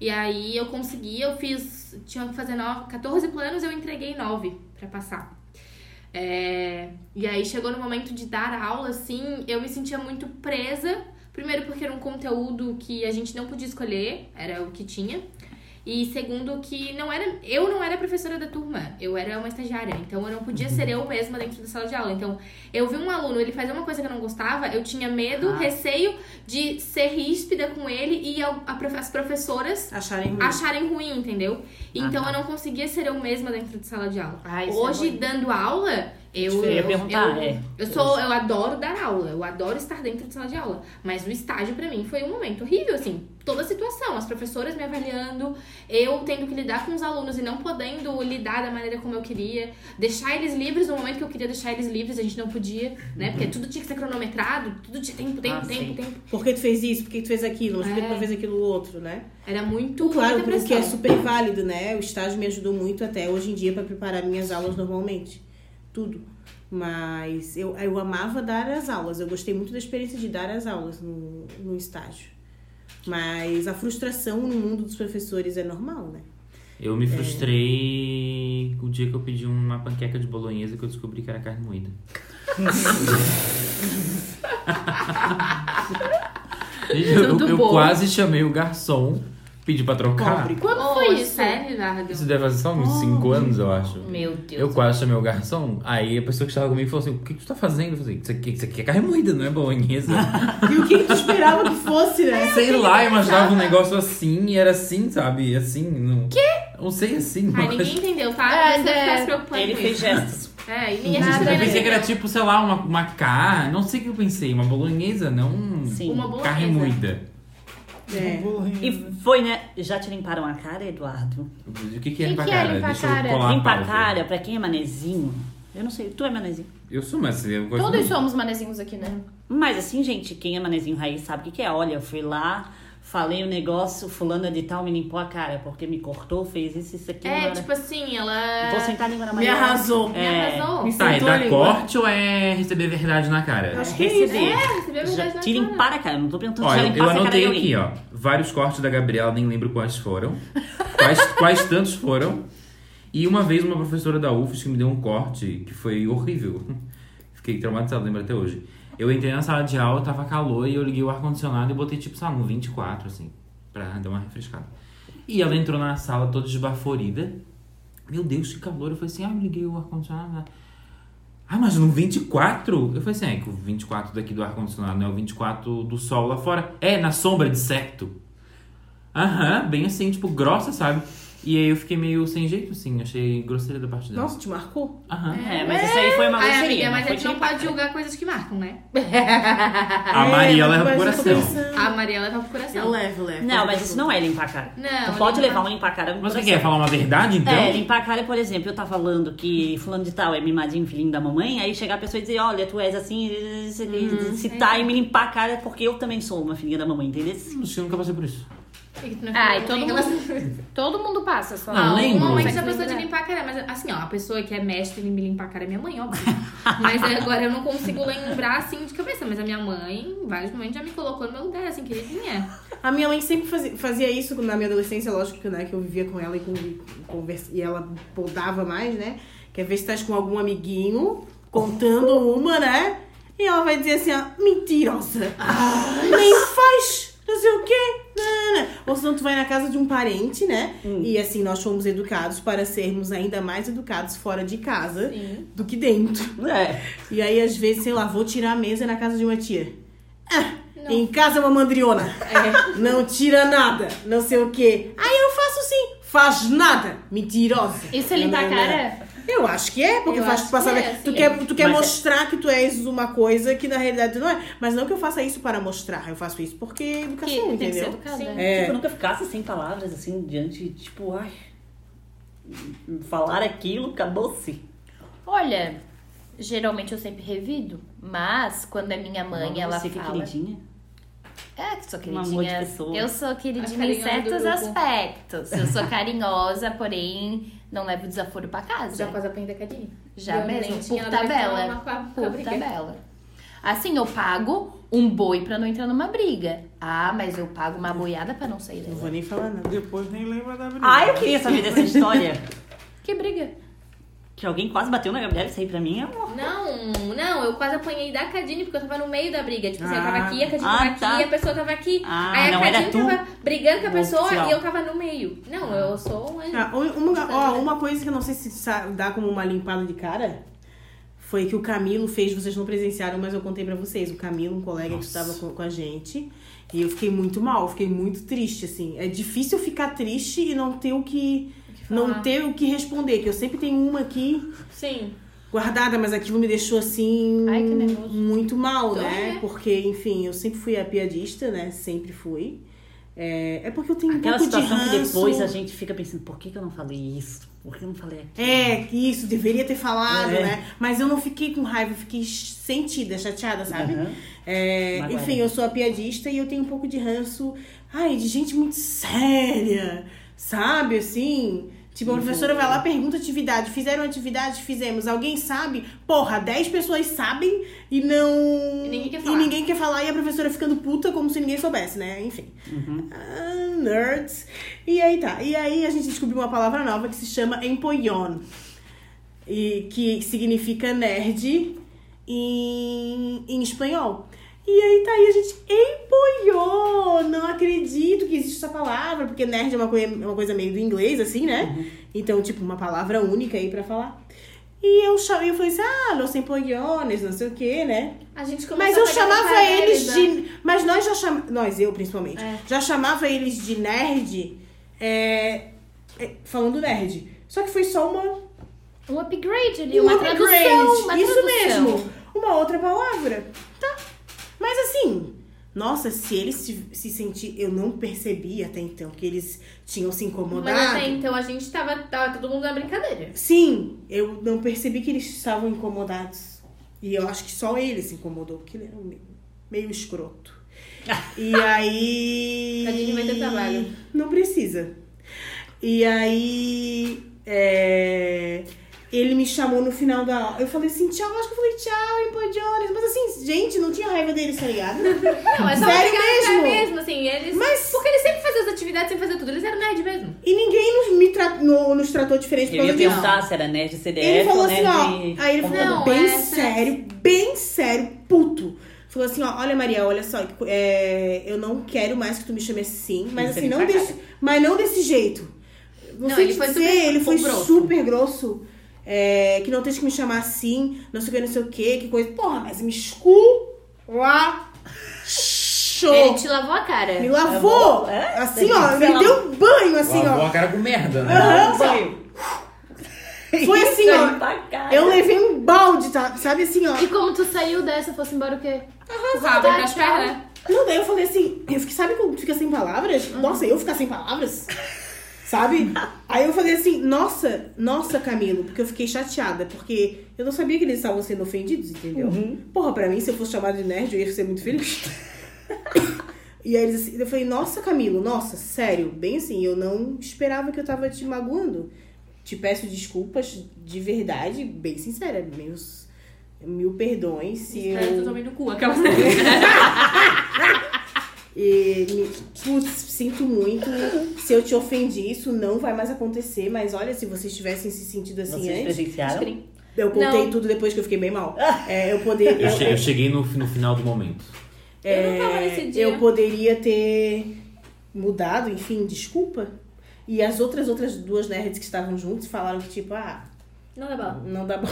Speaker 1: E aí eu consegui, eu fiz... Tinha que fazer nove, 14 planos, eu entreguei 9 pra passar. É, e aí chegou no momento de dar aula, assim, eu me sentia muito presa. Primeiro porque era um conteúdo que a gente não podia escolher, era o que tinha. E segundo que não era, eu não era professora da turma, eu era uma estagiária, então eu não podia
Speaker 3: Uhum.
Speaker 1: ser eu mesma dentro da sala de aula. Então, eu vi um aluno, ele fazer uma coisa que eu não gostava, eu tinha medo,
Speaker 3: Ah.
Speaker 1: receio de ser ríspida com ele e a- a prof- as professoras
Speaker 3: Uhum.
Speaker 6: Acharem ruim.
Speaker 1: acharem ruim,
Speaker 3: Ah,
Speaker 1: entendeu?
Speaker 3: tá.
Speaker 1: Então eu não conseguia ser eu mesma dentro de sala de aula.
Speaker 4: Ah, isso é
Speaker 1: Hoje,
Speaker 4: bom.
Speaker 1: dando aula, eu.
Speaker 3: Eu ia
Speaker 1: eu,
Speaker 3: perguntar,
Speaker 1: eu,
Speaker 3: é.
Speaker 1: eu sou, eu adoro dar aula, eu adoro estar dentro de sala de aula. Mas o estágio pra mim foi um momento horrível, assim, toda a situação, as professoras me avaliando, eu tendo que lidar com os alunos e não podendo lidar da maneira como eu queria, deixar eles livres no momento que eu queria deixar eles livres, a gente não podia, né?
Speaker 4: Uhum.
Speaker 1: Porque tudo tinha que ser cronometrado, tudo tinha tempo, tempo,
Speaker 3: Ah,
Speaker 1: tempo,
Speaker 3: sim.
Speaker 1: tempo.
Speaker 6: Por que tu fez isso? Por que tu fez aquilo? Mas Por que tu
Speaker 1: É.
Speaker 6: não fez aquilo outro, né?
Speaker 1: Era muito
Speaker 6: Claro,
Speaker 1: muita
Speaker 6: porque é
Speaker 1: pressão.
Speaker 6: super válido, né? O estágio me ajudou muito até hoje em dia pra preparar minhas aulas normalmente. Tudo. Mas eu, eu amava dar as aulas. Eu gostei muito da experiência de dar as aulas no, no estágio. Mas a frustração no mundo dos professores é normal, né?
Speaker 5: Eu
Speaker 1: é.
Speaker 5: me frustrei o dia que eu pedi uma panqueca de bolonhesa que eu descobri que era carne moída. Gente, eu,
Speaker 4: Tudo
Speaker 5: eu
Speaker 4: bom.
Speaker 5: quase chamei o garçom, pedi pra trocar.
Speaker 6: Pobre.
Speaker 4: Quando
Speaker 1: Oh,
Speaker 4: foi isso?
Speaker 1: Sério, Eduardo?
Speaker 5: Isso deve fazer só uns 5 anos, eu acho.
Speaker 4: Meu Deus.
Speaker 5: Eu quase chamei o garçom, aí a pessoa que estava comigo falou assim: O que que tu tá fazendo? Eu falei: Isso aqui, isso aqui é carne moída, não é bolonhesa.
Speaker 6: E o que tu esperava que fosse, né?
Speaker 5: sei lá, eu imaginava um negócio assim e era assim, sabe? Assim. Não... Quê? Não sei assim.
Speaker 1: Ai,
Speaker 5: uma coisa-
Speaker 1: ninguém entendeu, tá?
Speaker 4: É,
Speaker 1: Mas não
Speaker 4: né?
Speaker 1: ficar se preocupando
Speaker 3: Ele
Speaker 1: com
Speaker 3: fez
Speaker 1: isso.
Speaker 3: gestos.
Speaker 1: É, e ninguém
Speaker 4: Nada,
Speaker 1: achou
Speaker 5: Eu
Speaker 1: também.
Speaker 5: pensei que era tipo, sei lá, uma, uma carne, não sei o que eu pensei, uma bolonhesa, não
Speaker 3: Sim.
Speaker 1: Uma bolonhesa.
Speaker 5: carne moída.
Speaker 6: É.
Speaker 2: Burrinho.
Speaker 3: E foi, né? Já te limparam a cara, Eduardo?
Speaker 5: O que, que é
Speaker 4: Que
Speaker 5: limpar
Speaker 4: que é
Speaker 5: cara?
Speaker 4: limpar
Speaker 5: Deixa
Speaker 4: cara?
Speaker 5: eu colar a
Speaker 3: Limpar a
Speaker 5: pausa.
Speaker 3: cara, pra quem é manezinho. Eu não sei, tu é manezinho.
Speaker 5: Eu sou, mas eu gosto
Speaker 4: Todos
Speaker 5: muito.
Speaker 4: somos manezinhos aqui, né?
Speaker 3: Mas assim, gente, quem é manezinho raiz sabe o que, que é. Olha, eu fui lá, falei o negócio, fulana de tal me limpou a cara, porque me cortou, fez isso, isso aqui.
Speaker 1: É,
Speaker 3: agora.
Speaker 1: tipo assim, ela.
Speaker 3: Vou sentar a língua na
Speaker 6: Me
Speaker 3: madeira.
Speaker 6: arrasou.
Speaker 1: Me
Speaker 3: É.
Speaker 1: arrasou.
Speaker 6: Me
Speaker 5: Tá, é
Speaker 6: sentou a
Speaker 5: dar
Speaker 6: língua.
Speaker 5: corte ou é receber verdade na cara?
Speaker 6: Acho que é isso.
Speaker 3: Receber.
Speaker 1: É, recebeu a verdade
Speaker 3: Já
Speaker 1: na
Speaker 3: te
Speaker 1: cara.
Speaker 3: limpar a cara. Não tô perguntando
Speaker 5: Ó,
Speaker 3: se já
Speaker 5: eu, eu
Speaker 3: limpar a cara de
Speaker 5: anotei
Speaker 3: alguém.
Speaker 5: aqui, ó. Vários cortes da Gabriela, nem lembro quais foram. Quais, quais tantos foram. E uma vez uma professora da UFS que me deu um corte que foi horrível. Fiquei traumatizado, lembro até hoje. Eu entrei na sala de aula, tava calor e eu liguei o ar-condicionado e botei tipo, sabe, um 24, assim, pra dar uma refrescada. E ela entrou na sala toda esbaforida. Meu Deus, que calor. Eu falei assim, ah, eu liguei o ar-condicionado. né? Ah, mas no 24? Eu falei assim, é que o 24 daqui do ar-condicionado não é o 24 do sol lá fora. É, na sombra de secto. Aham, bem assim, tipo, grossa, sabe? E aí eu fiquei meio sem jeito, assim, achei grosseira da parte dela.
Speaker 6: Nossa, te marcou?
Speaker 5: Aham.
Speaker 3: É, mas isso aí foi uma
Speaker 1: Ai,
Speaker 3: grosseria.
Speaker 1: amiga, mas
Speaker 3: não
Speaker 1: a
Speaker 3: foi
Speaker 1: gente
Speaker 3: te
Speaker 1: não
Speaker 3: limpar a
Speaker 1: pode
Speaker 3: cara.
Speaker 1: julgar coisas que marcam, né?
Speaker 5: A Maria leva
Speaker 6: É,
Speaker 5: pro coração.
Speaker 1: A Maria leva pro coração.
Speaker 6: Eu levo, levo.
Speaker 3: Não, mas isso não é limpar a cara.
Speaker 1: Não,
Speaker 3: tu pode
Speaker 1: limpar-
Speaker 3: levar um limpar a cara.
Speaker 5: Mas o que que é? Falar uma verdade, então?
Speaker 3: É, limpar a cara, por exemplo, eu tá falando que fulano de tal é mimadinho, filhinho da mamãe, aí chegar a pessoa e dizer, olha, tu és assim, citar tá, e me limpar a cara porque eu também sou uma filhinha da mamãe, entendeu?
Speaker 5: Acho que eu nunca passei por isso.
Speaker 1: E que tu não
Speaker 3: Ah,
Speaker 4: Ai,
Speaker 1: fica-
Speaker 3: então
Speaker 4: todo
Speaker 1: Ela-
Speaker 4: Todo mundo passa, só. Um
Speaker 5: Não, lembro.
Speaker 1: Normalmente a
Speaker 3: é
Speaker 1: pessoa de limpar a cara, mas assim, ó, a pessoa que é mestre em me limpar a cara é minha mãe, óbvio. mas aí agora eu não consigo lembrar assim de cabeça, mas a minha mãe, em vários momentos, já me colocou no meu lugar, assim, queridinha.
Speaker 6: A minha mãe sempre fazia, fazia isso na minha adolescência, lógico, né? Que eu vivia com ela e, com, conversa, e ela podava mais, né? Quer ver se estás com algum amiguinho, contando uma, né? E ela vai dizer assim, ó, mentirosa. Nem faz, não sei o quê. nanana." Ou senão tu vai na casa de um parente, né? E assim, nós fomos educados para sermos ainda mais educados fora de casa
Speaker 1: Sim.
Speaker 6: do que dentro.
Speaker 3: É.
Speaker 6: E aí, às vezes, sei lá, vou tirar a mesa na casa de uma tia. Ah, em casa é uma mandriona. Não tira nada, não sei o quê. Aí eu faço sim, faz nada. Mentirosa.
Speaker 4: Isso é limpar a cara?
Speaker 6: Eu acho que é, porque
Speaker 4: Eu
Speaker 6: faz
Speaker 4: acho
Speaker 6: tu passar.
Speaker 4: que é,
Speaker 6: tu
Speaker 4: sim.
Speaker 6: quer, tu quer
Speaker 3: Mas é-
Speaker 6: mostrar que tu és uma coisa que na realidade tu não é. Mas não que eu faça isso para mostrar, eu faço isso porque é
Speaker 4: Que
Speaker 6: educação,
Speaker 4: tem que ser né?
Speaker 6: entendeu?
Speaker 4: educada.
Speaker 1: Sim.
Speaker 6: É.
Speaker 3: Tipo, eu nunca ficasse sem palavras, assim, diante, tipo, ai... Falar aquilo, acabou-se.
Speaker 4: Olha, geralmente eu sempre revido, mas quando é minha mãe,
Speaker 3: Não,
Speaker 4: ela
Speaker 3: você que é
Speaker 4: fala.
Speaker 3: queridinha.
Speaker 4: É, que sou
Speaker 3: Um amor de
Speaker 4: queridinha.
Speaker 3: pessoa.
Speaker 4: Eu sou
Speaker 1: A
Speaker 4: queridinha em
Speaker 1: carinhosa do
Speaker 4: certos
Speaker 1: grupo.
Speaker 4: aspectos. Eu sou carinhosa, porém não levo desaforo pra casa.
Speaker 1: Já quase aprendi a cadinha.
Speaker 4: Já
Speaker 1: Eu
Speaker 4: mesmo,
Speaker 1: nem tinha
Speaker 4: por
Speaker 1: nada a ver com
Speaker 4: tabela.
Speaker 1: uma- com a- com a
Speaker 4: Por
Speaker 1: briga.
Speaker 4: tabela. Assim, eu pago um boi pra não entrar numa briga. Ah, mas eu pago uma boiada pra não sair
Speaker 6: Não
Speaker 4: dela.
Speaker 6: vou nem falar nada.
Speaker 2: Depois nem lembra da briga.
Speaker 3: Ai, eu queria saber dessa história.
Speaker 4: Que briga?
Speaker 3: Que alguém quase bateu na Gabriela, isso aí pra mim é um...
Speaker 1: Não, um. Não, eu quase apanhei da Cadine, porque eu tava no meio da briga. Tipo, assim, eu tava
Speaker 2: Ah.
Speaker 1: aqui, a Cadine
Speaker 3: Ah,
Speaker 1: tava
Speaker 3: tá.
Speaker 1: aqui, a pessoa tava aqui.
Speaker 3: Ah,
Speaker 1: Aí a
Speaker 3: não era
Speaker 1: Cadine
Speaker 3: tu?
Speaker 1: tava brigando com a
Speaker 3: O
Speaker 1: pessoa
Speaker 3: oficial.
Speaker 1: e eu tava no meio. Não, eu sou um anjo.
Speaker 6: Ah, um- uma, ó, uma coisa que eu não sei se sa- dá como uma limpada de cara foi que o Camilo fez, vocês não presenciaram, mas eu contei pra vocês. O Camilo, um colega que estava com, com a gente, e eu fiquei muito mal, fiquei muito triste, assim. É difícil ficar triste e não ter o que.
Speaker 1: falar.
Speaker 6: Não ter o que responder, que eu sempre tenho uma aqui
Speaker 1: Sim.
Speaker 6: guardada, mas aquilo me deixou assim
Speaker 4: Ai, que nervoso. Então, é.
Speaker 6: muito mal,
Speaker 1: Tô,
Speaker 6: né?
Speaker 1: né?
Speaker 6: Porque, enfim, eu sempre fui a piadista, né? Sempre fui. É, é porque eu tenho
Speaker 3: Aquela
Speaker 6: um pouco de
Speaker 3: situação que
Speaker 6: ranço.
Speaker 3: depois a gente fica pensando, por que, que eu não falei isso? Por que eu não falei aquilo?
Speaker 6: É, que isso, deveria ter falado,
Speaker 3: É.
Speaker 6: né? Mas eu não fiquei com raiva, eu fiquei sentida, chateada, sabe?
Speaker 3: Aham.
Speaker 6: É,
Speaker 3: Magoada.
Speaker 6: enfim, eu sou a piadista e eu tenho um pouco de ranço, ai, de gente muito séria, sabe? Assim, tipo, a professora vai lá, pergunta atividade, fizeram atividade, fizemos, alguém sabe? Porra, 10 pessoas sabem e não.
Speaker 1: E ninguém quer
Speaker 6: E
Speaker 1: falar.
Speaker 6: ninguém quer falar e a professora ficando puta como se ninguém soubesse, né? Enfim. Ah, nerds. E aí tá. E aí a gente descobriu uma palavra nova que se chama empoyon. E que significa nerd em, em espanhol. E aí tá aí a gente empoiou! Não acredito que existe essa palavra, porque nerd é uma, coi- uma coisa meio do inglês, assim, né?
Speaker 1: Uhum.
Speaker 6: Então, tipo, uma palavra única aí pra falar. E eu chamei, eu falei assim, ah, los empoiones, não sei o quê, né?
Speaker 1: A gente começou
Speaker 6: Mas
Speaker 1: a
Speaker 6: eu
Speaker 1: pegar no
Speaker 6: chamava
Speaker 1: pé deles,
Speaker 6: eles
Speaker 1: né?
Speaker 6: de. Mas nós já chamamos. Nós, eu principalmente.
Speaker 1: É.
Speaker 6: Já chamava eles de nerd. é, é, falando nerd. Só que foi só uma.
Speaker 4: Um upgrade ali,
Speaker 6: um
Speaker 4: uma
Speaker 6: upgrade.
Speaker 4: tradução. Uma
Speaker 6: Isso
Speaker 4: tradução.
Speaker 6: mesmo. Uma outra palavra. Tá. Mas assim. Nossa, se eles se, se sentir. Eu não percebi até então que eles tinham se incomodado.
Speaker 1: Mas até então a gente tava, tava todo mundo na brincadeira.
Speaker 6: Sim, eu não percebi que eles estavam incomodados. E eu acho que só ele se incomodou, porque ele era um meio, meio escroto. E aí.
Speaker 1: Tadinho, vai ter trabalho.
Speaker 6: Não precisa. E aí. é, Ele me chamou no final da aula. Eu falei assim, tchau, acho que eu falei tchau, Empoy Jones. Mas assim, gente, não tinha raiva deles, tá ligado?
Speaker 1: Não, é só
Speaker 6: Sério
Speaker 1: pegar no pé
Speaker 6: mesmo?
Speaker 1: mesmo, assim. Eles...
Speaker 6: Mas-
Speaker 1: Porque eles sempre faziam as atividades, sempre faziam tudo. Eles eram nerd mesmo.
Speaker 6: E ninguém nos, me tra- no- nos tratou diferente por
Speaker 3: Eu ia
Speaker 6: causa disso.
Speaker 3: perguntar se era nerd CDF
Speaker 6: assim, Ele falou
Speaker 3: ou
Speaker 6: assim,
Speaker 3: nerd...
Speaker 6: ó. Aí ele ficou
Speaker 1: Não,
Speaker 6: bem
Speaker 1: é sério.
Speaker 6: sério, bem sério, puto. Falou assim, ó, olha Maria, olha só, é, eu não quero mais que tu me chame assim, mas
Speaker 3: Isso,
Speaker 6: assim,
Speaker 3: ele
Speaker 6: não
Speaker 3: tá
Speaker 6: desse, mas não desse jeito. Não, sei ele foi super, ele foi
Speaker 1: grosso.
Speaker 6: super grosso. é, que não tens que me chamar assim, não sei o que, não sei o que, que coisa. Porra, mas me escula.
Speaker 4: Ele
Speaker 6: Show!
Speaker 4: te lavou a cara.
Speaker 6: Me lavou!
Speaker 3: É?
Speaker 6: Assim, ó,
Speaker 3: Sei
Speaker 6: me
Speaker 3: lá.
Speaker 6: deu um banho, assim,
Speaker 5: Lavou
Speaker 6: ó.
Speaker 5: a cara com merda, né?
Speaker 6: Aham, só- Foi assim,
Speaker 3: é
Speaker 6: ó.
Speaker 3: ó.
Speaker 6: Eu levei um balde, tá? Sabe assim, ó.
Speaker 4: E como tu saiu dessa, fosse embora o quê?
Speaker 1: O rabo
Speaker 4: tá,
Speaker 1: pra
Speaker 4: tchau.
Speaker 1: perna.
Speaker 6: Não, daí eu falei assim, eu fiquei, sabe quando fica sem palavras? Nossa, eu ficar sem palavras? Sabe? Aí eu falei assim, nossa, nossa, Camilo, porque eu fiquei chateada, porque eu não sabia que eles estavam sendo ofendidos, entendeu? Porra, pra mim, se eu fosse chamada de nerd, eu ia ser muito feliz. e aí eles, assim- eu falei, nossa, Camilo, nossa, sério, bem assim, eu não esperava que eu tava te magoando. Te peço desculpas de verdade, bem sincera, meus mil perdões se
Speaker 1: Isso
Speaker 6: eu
Speaker 1: eu tomei no cu, aquela
Speaker 6: e me, putz, sinto muito. Se eu te ofendi, isso não vai mais acontecer. Mas olha, se vocês tivessem se sentido assim
Speaker 3: Vocês
Speaker 6: antes.
Speaker 3: presenciaram?
Speaker 6: Eu contei
Speaker 1: Não.
Speaker 6: tudo depois que eu fiquei bem mal. É, eu poder,
Speaker 5: Ah. Eu, che- eu
Speaker 6: eu,
Speaker 5: cheguei no, no final do momento.
Speaker 4: É,
Speaker 1: Eu não tava nesse dia.
Speaker 6: eu poderia ter mudado, enfim, desculpa. E as outras outras duas nerds que estavam juntos falaram que, tipo, ah,
Speaker 1: Não dá bola.
Speaker 6: não dá bom.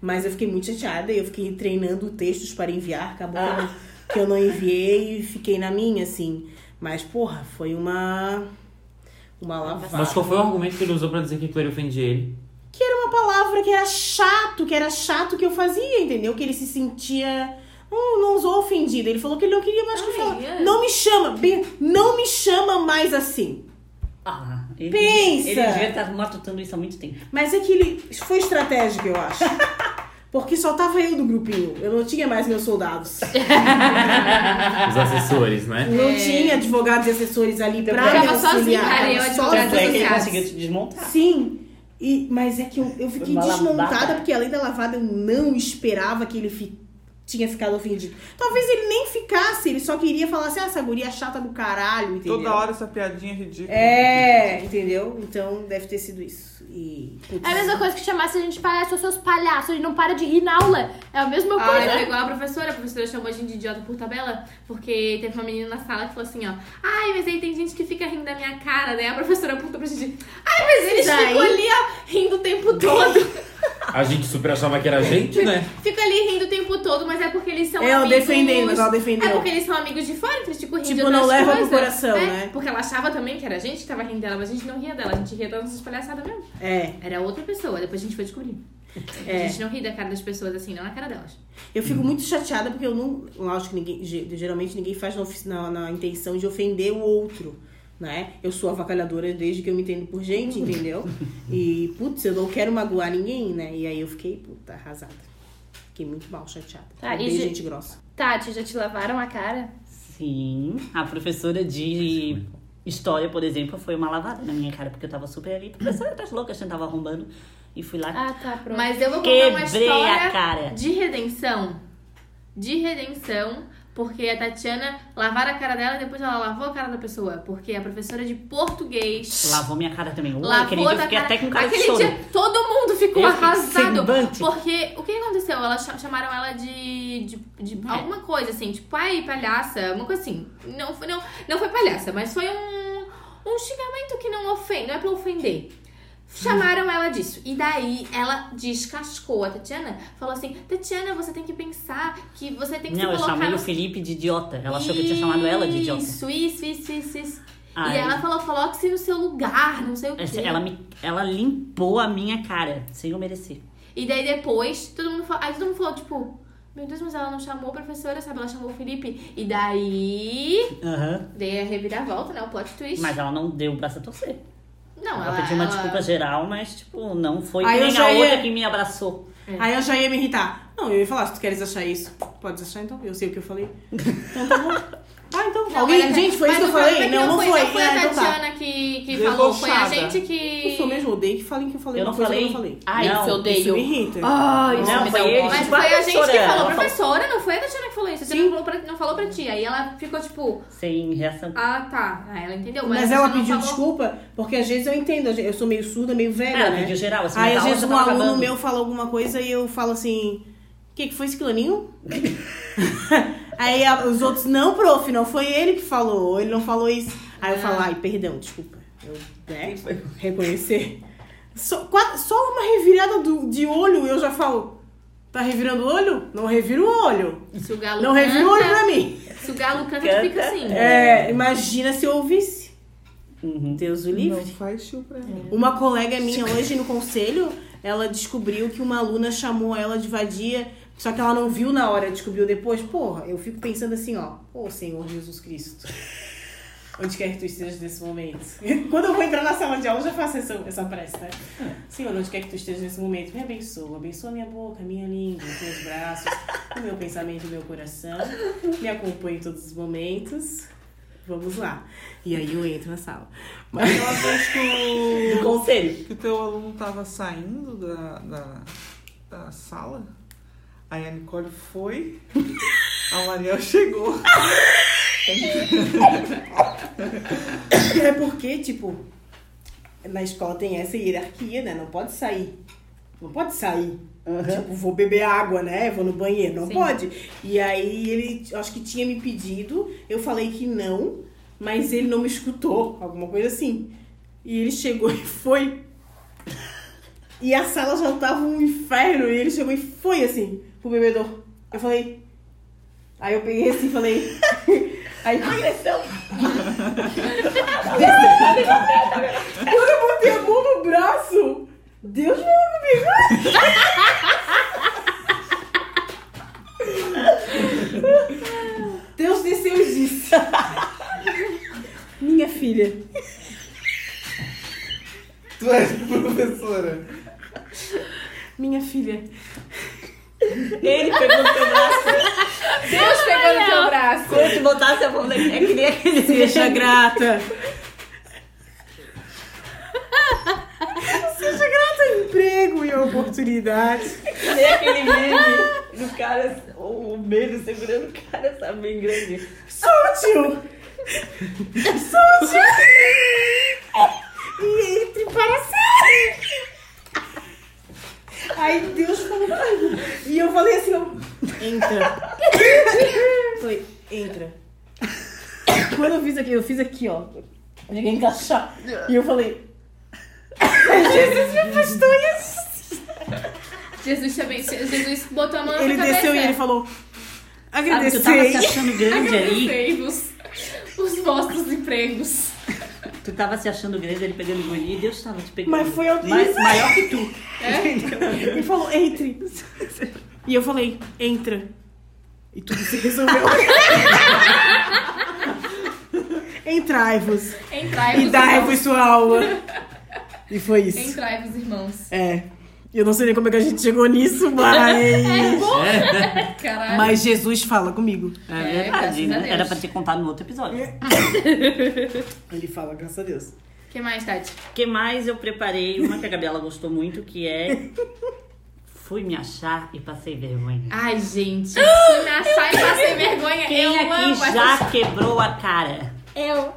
Speaker 6: Mas eu fiquei muito chateada e eu fiquei treinando textos para enviar, acabou que eu não- que eu não enviei e fiquei na minha, assim. Mas, porra, foi uma. Uma lavada.
Speaker 5: Mas qual foi o argumento que ele usou pra dizer que aquilo ali ofendia ele?
Speaker 6: Que era uma palavra que era chato, que era chato que eu fazia, entendeu? Que ele se sentia. Não, não usou ofendido. Ele falou que ele não queria mais que eu
Speaker 1: Ai,
Speaker 6: falasse.
Speaker 1: é.
Speaker 6: Não me chama, bem, não me chama mais assim.
Speaker 3: Ah, ele,
Speaker 6: Pensa!
Speaker 3: Ele devia estar matutando isso há muito tempo.
Speaker 6: Mas é que ele foi estratégico, eu acho. Porque só tava eu do grupinho. Eu não tinha mais meus soldados.
Speaker 5: Os assessores, né?
Speaker 6: Não tinha advogados e assessores ali pra
Speaker 1: É. tava
Speaker 6: me
Speaker 1: sozinha,
Speaker 6: auxiliar.
Speaker 1: cara, eu
Speaker 6: Tava
Speaker 1: advogada
Speaker 3: Tanto é
Speaker 6: sozinha.
Speaker 3: que ele
Speaker 1: associados.
Speaker 3: conseguiu te desmontar.
Speaker 6: Sim. E, mas é que eu, eu
Speaker 3: Foi
Speaker 6: fiquei
Speaker 3: uma
Speaker 6: desmontada,
Speaker 3: lavada.
Speaker 6: porque além da lavada, eu não esperava que ele fi- tinha ficado ofendido. Talvez ele nem ficasse, ele só queria falar assim, ah, essa guria é chata do caralho, entendeu?
Speaker 2: Toda hora essa piadinha ridícula.
Speaker 6: É, entendeu? Então deve ter sido isso. E, putz.
Speaker 4: É a mesma coisa que chamasse a gente de palhaço, seus palhaços, e não para de rir na aula. É a mesma
Speaker 1: Ah,
Speaker 4: coisa.
Speaker 1: era igual a professora. A professora chamou a gente de idiota por tabela, porque teve uma menina na sala que falou assim, ó. Ai, mas aí tem gente que fica rindo da minha cara, né? A professora apontou pra gente. Ai, mas eles
Speaker 4: Daí-
Speaker 1: ficam ali, ó, rindo o tempo todo.
Speaker 5: A gente super achava que era a gente, né?
Speaker 1: Fica ali rindo o tempo todo, mas é porque eles são
Speaker 6: Ela
Speaker 1: amigos.
Speaker 6: defendendo, ela defendeu.
Speaker 1: É porque eles são amigos de fora, então, tipo, rindo
Speaker 6: Tipo,
Speaker 1: de outras
Speaker 6: não leva pro
Speaker 1: coisas, É,
Speaker 6: coração, né?
Speaker 1: Porque ela achava também que era a gente que tava rindo dela, mas a gente não ria dela, a gente ria das nossas palhaçadas mesmo.
Speaker 6: É,
Speaker 1: Era outra pessoa, depois a gente foi descobrir.
Speaker 6: É.
Speaker 1: A gente não ri da cara das pessoas assim, não na cara delas.
Speaker 6: eu fico muito chateada porque eu não. Lógico que ninguém. ge- Geralmente ninguém faz na, ofici- na, na intenção de ofender o outro. Né? Eu sou avacalhadora desde que eu me entendo por gente, entendeu? E, putz, eu não quero magoar ninguém, né? E aí eu fiquei, puta, arrasada. Fiquei muito mal, chateada.
Speaker 4: Tá,
Speaker 6: Odeio
Speaker 4: e ge-
Speaker 6: gente grossa.
Speaker 4: Tati, já te lavaram a cara?
Speaker 3: Sim, a professora de história, por exemplo, foi uma lavada na minha cara, porque eu tava super ali. Professora, tá louca, a gente tava arrombando. E fui lá.
Speaker 4: Ah, tá, pronto.
Speaker 1: Mas eu vou contar uma
Speaker 3: Quebrei a
Speaker 1: história
Speaker 3: cara.
Speaker 1: de redenção. De redenção, porque a Tatiana lavaram a cara dela e depois ela lavou a cara da pessoa. Porque a professora de português.
Speaker 3: Lavou minha cara também. Ué,
Speaker 1: Lavou
Speaker 3: aquele dia eu
Speaker 1: da
Speaker 3: fiquei
Speaker 1: cara.
Speaker 3: até com cara
Speaker 1: Aquele
Speaker 3: de choro.
Speaker 1: dia todo mundo ficou
Speaker 3: Eu fiquei
Speaker 1: arrasado.
Speaker 3: sembante.
Speaker 1: Porque o que aconteceu? Elas cha- chamaram ela de, de, de alguma coisa assim, tipo, ai, palhaça, uma coisa assim. Não foi, não, não foi palhaça, mas foi um, um xingamento que não ofende, não é pra ofender. Chamaram ela disso. E daí ela descascou a Tatiana. Falou assim: Tatiana, você tem que pensar que você tem que
Speaker 3: Não,
Speaker 1: se
Speaker 3: eu
Speaker 1: colocar
Speaker 3: chamei
Speaker 1: no
Speaker 3: o Felipe de idiota. Ela achou que eu tinha chamado ela de idiota.
Speaker 1: Isso, isso, isso, isso, isso.
Speaker 3: Ai.
Speaker 1: E ela falou, coloque-se no seu lugar, não sei o quê.
Speaker 3: Essa- Ela, me, ela limpou a minha cara, sem eu merecer.
Speaker 1: E daí depois, todo mundo falou, aí todo mundo falou, tipo, meu Deus, mas ela não chamou a professora, sabe? Ela chamou o Felipe. E daí,
Speaker 3: Aham.
Speaker 1: dei a reviravolta, né? O plot twist.
Speaker 3: Mas ela não deu o braço a torcer.
Speaker 1: não,
Speaker 3: Ela,
Speaker 1: ela,
Speaker 3: pediu uma
Speaker 1: ela-
Speaker 3: desculpa geral, mas, tipo, não foi
Speaker 6: Aí eu
Speaker 3: nem
Speaker 6: já
Speaker 3: a
Speaker 6: ia-
Speaker 3: outra que me abraçou.
Speaker 1: É.
Speaker 6: Aí eu já ia me irritar. Não, eu ia falar, "Ah, se tu queres achar isso, podes achar então. Eu sei o que eu falei. Então tá bom. Ah, então.
Speaker 1: Não,
Speaker 6: Alguém,
Speaker 1: mas a-
Speaker 6: gente, foi
Speaker 1: mas
Speaker 6: isso que eu
Speaker 1: o problema é
Speaker 6: falei?
Speaker 1: que
Speaker 6: Não, não foi.
Speaker 1: Não foi
Speaker 6: Ah,
Speaker 1: a
Speaker 6: então tá.
Speaker 1: Tatiana que, que falou, foi a
Speaker 2: Debochada.
Speaker 1: gente que...
Speaker 6: Eu sou mesmo, odeio que falem que eu falei
Speaker 3: Eu
Speaker 6: uma
Speaker 3: não
Speaker 6: coisa que eu
Speaker 3: falei.
Speaker 6: não falei.
Speaker 3: Ai,
Speaker 4: Não.
Speaker 3: isso eu
Speaker 4: odeio.
Speaker 6: Isso me irrita.
Speaker 4: Ai,
Speaker 3: Não,
Speaker 4: me
Speaker 3: foi
Speaker 4: dá um
Speaker 3: ele.
Speaker 4: ódio.
Speaker 1: Mas
Speaker 3: Tipo, a
Speaker 1: foi a gente que
Speaker 3: professora,
Speaker 1: falou,
Speaker 3: ela falou-
Speaker 1: professora, não foi a Tatiana que falou isso. A Tatiana não falou, pra, não falou pra ti. Aí ela ficou tipo,
Speaker 3: Sem reação.
Speaker 1: ah tá, ah, ela entendeu.
Speaker 6: Mas,
Speaker 1: a
Speaker 6: ela
Speaker 1: Tatiana
Speaker 6: pediu
Speaker 1: não falou.
Speaker 6: desculpa, porque às vezes eu entendo, às vezes- eu sou meio surda, meio velha,
Speaker 3: Ela
Speaker 6: né?
Speaker 3: pediu geral, assim,
Speaker 6: Aí
Speaker 3: mas
Speaker 6: às
Speaker 3: a
Speaker 6: vezes
Speaker 3: outra
Speaker 6: um
Speaker 3: tava
Speaker 6: aluno
Speaker 3: acabando.
Speaker 6: meu fala alguma coisa e eu falo assim, o que, que foi esse culaninho? Aí a- os outros, não, prof, não foi ele que falou, ele não falou isso. Aí eu falo,
Speaker 1: Ah.
Speaker 6: ai, perdão, desculpa. Eu, né, reconhecer. Só, qua- só uma revirada do- de olho eu já falo, tá revirando o olho? Não revira o olho.
Speaker 1: Se o galo
Speaker 6: Não revira o olho pra
Speaker 1: canta,
Speaker 6: mim.
Speaker 1: se o galo canta, tu
Speaker 3: Canta.
Speaker 1: fica assim.
Speaker 6: É, imagina se eu ouvisse.
Speaker 3: Uhum.
Speaker 6: Deus o
Speaker 2: Não
Speaker 6: livre.
Speaker 2: faz chill pra mim.
Speaker 6: Uma colega minha hoje no conselho, ela descobriu que uma aluna chamou ela de vadia, só que ela não viu na hora, descobriu depois. Porra, eu fico pensando assim, ó, ô Senhor Jesus Cristo. Onde quer que tu estejas nesse momento. Quando eu vou entrar na sala de aula, eu já faço essa, essa prece, né? Senhor, onde quer que tu estejas nesse momento, me abençoa. Abençoa minha boca, minha língua, os meus braços, o meu pensamento, o meu coração. Me acompanhe em todos os momentos. Vamos lá. E aí eu entro na sala.
Speaker 3: É.
Speaker 2: Mas aquela vez que
Speaker 3: Do conselho.
Speaker 2: o, que o teu aluno tava saindo da, da, da sala, aí a Nicole foi, a Mariel chegou.
Speaker 6: É porque, tipo, na escola tem essa hierarquia, né? Não pode sair. Não pode sair. Tipo, vou beber água, né? Vou no banheiro. Não
Speaker 1: Sim.
Speaker 6: pode. E aí ele, acho que tinha me pedido, eu falei que não, mas ele não me escutou, alguma coisa assim. E ele chegou e foi. E a sala já tava um inferno, e ele chegou e foi assim, pro bebedor. Eu falei. Aí eu peguei assim e falei. Aí. Agressão! Quando eu botei a mão no braço, Deus me ouve, amigo. Deus desceu e disse. Minha filha.
Speaker 2: Tu és professora.
Speaker 6: Minha filha. Ele pegou o seu braço.
Speaker 1: Deus pegou no teu braço.
Speaker 3: Quando te botasse a mão na minha que nem aquele
Speaker 6: Seja grata. Seja grata a emprego e a oportunidade.
Speaker 3: nem aquele meme
Speaker 6: E o cara, o medo segurando o cara, sabe, bem grande. Sutil! Sutil! E entre para sempre! Aí Deus falou pra mim. E eu falei assim, eu, entra. Falei, entra. Quando eu fiz aqui, eu fiz aqui, ó. Eu cheguei a encaixar. E eu falei. Jesus me afastou e eu-
Speaker 1: Jesus também. Jesus botou a mão na
Speaker 6: Ele
Speaker 1: cabeça.
Speaker 6: desceu e ele falou.
Speaker 3: Sabe que eu tava assim, se
Speaker 6: Agradecei.
Speaker 3: achando grande aí?
Speaker 1: Agradecei os, os vossos empregos.
Speaker 3: Tu tava se achando grande, ele pegando engolir e Deus tava te pegando.
Speaker 6: Mas foi ao
Speaker 3: Ma- maior que tu.
Speaker 6: Ele falou, entre. E eu falei, entra. E tudo se resolveu. Entrai-vos.
Speaker 1: Entrai-vos.
Speaker 6: E dai-vos
Speaker 1: irmãos.
Speaker 6: sua alma. E foi isso.
Speaker 1: Entrai-vos, irmãos.
Speaker 6: É. Eu não sei nem como é que a gente chegou nisso, mas.
Speaker 1: É bom. Caralho.
Speaker 6: Mas Jesus fala comigo.
Speaker 3: É
Speaker 1: É,
Speaker 3: verdade,
Speaker 1: graças a
Speaker 3: né?
Speaker 1: Deus.
Speaker 3: Era pra ter contado no outro episódio.
Speaker 6: Ele fala, graças a Deus.
Speaker 1: O que mais, Tati?
Speaker 3: O que mais eu preparei? Uma que a Gabriela gostou muito, que é. Fui me achar e passei vergonha.
Speaker 1: Ai, gente. Fui na saia e passei vergonha.
Speaker 3: Quem
Speaker 1: eu
Speaker 3: aqui
Speaker 1: amo
Speaker 3: já
Speaker 1: essa-
Speaker 3: quebrou a cara?
Speaker 4: Eu.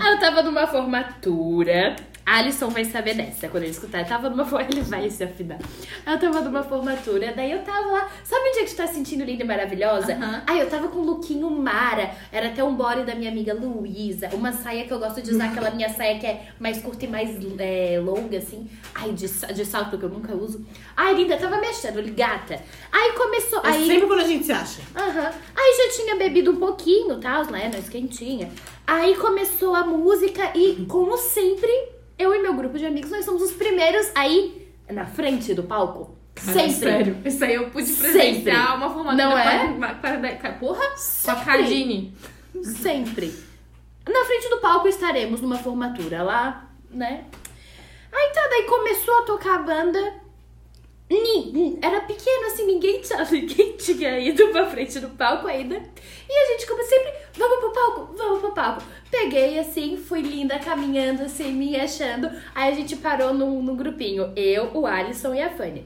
Speaker 6: Ah,
Speaker 4: Eu tava numa formatura. Alisson vai saber dessa quando ele escutar. Eu tava numa formatura. Ele vai se afinar. Eu tava numa formatura, daí eu tava lá. Sabe onde é que tu tá se sentindo linda e maravilhosa?
Speaker 1: Aham.
Speaker 4: Aí eu tava com um lookinho mara. Era até um body da minha amiga Luísa. Uma saia que eu gosto de usar, aquela minha saia que é mais curta e mais é, longa, assim. Ai, de, sa- de salto que eu nunca uso. Ai, linda, tava me achando, gata. Aí começou.
Speaker 6: É
Speaker 4: aí...
Speaker 6: sempre quando a gente se acha.
Speaker 4: Aham. Aí já tinha bebido um pouquinho, tal, né? Nós quentinha. Aí começou a música e, como sempre, eu e meu grupo de amigos, nós somos os primeiros aí na frente do palco. sempre.
Speaker 1: Sério, isso aí eu pude
Speaker 4: Sempre.
Speaker 1: presenciar uma formatura
Speaker 4: Não é?
Speaker 1: com a- com a- com a- porra? Com a
Speaker 4: Sempre.
Speaker 1: Cardine.
Speaker 4: Sempre. Na frente do palco estaremos numa formatura lá, né? Aí tá, daí começou a tocar a banda. Ni- ni- Era pequeno, assim, ninguém tinha, ninguém tinha ido pra frente do palco ainda. E a gente, como sempre, vamos pro palco, vamos pro palco. Peguei, assim, fui linda, caminhando, assim, me achando. Aí a gente parou num, num grupinho, eu, o Alisson e a Fanny.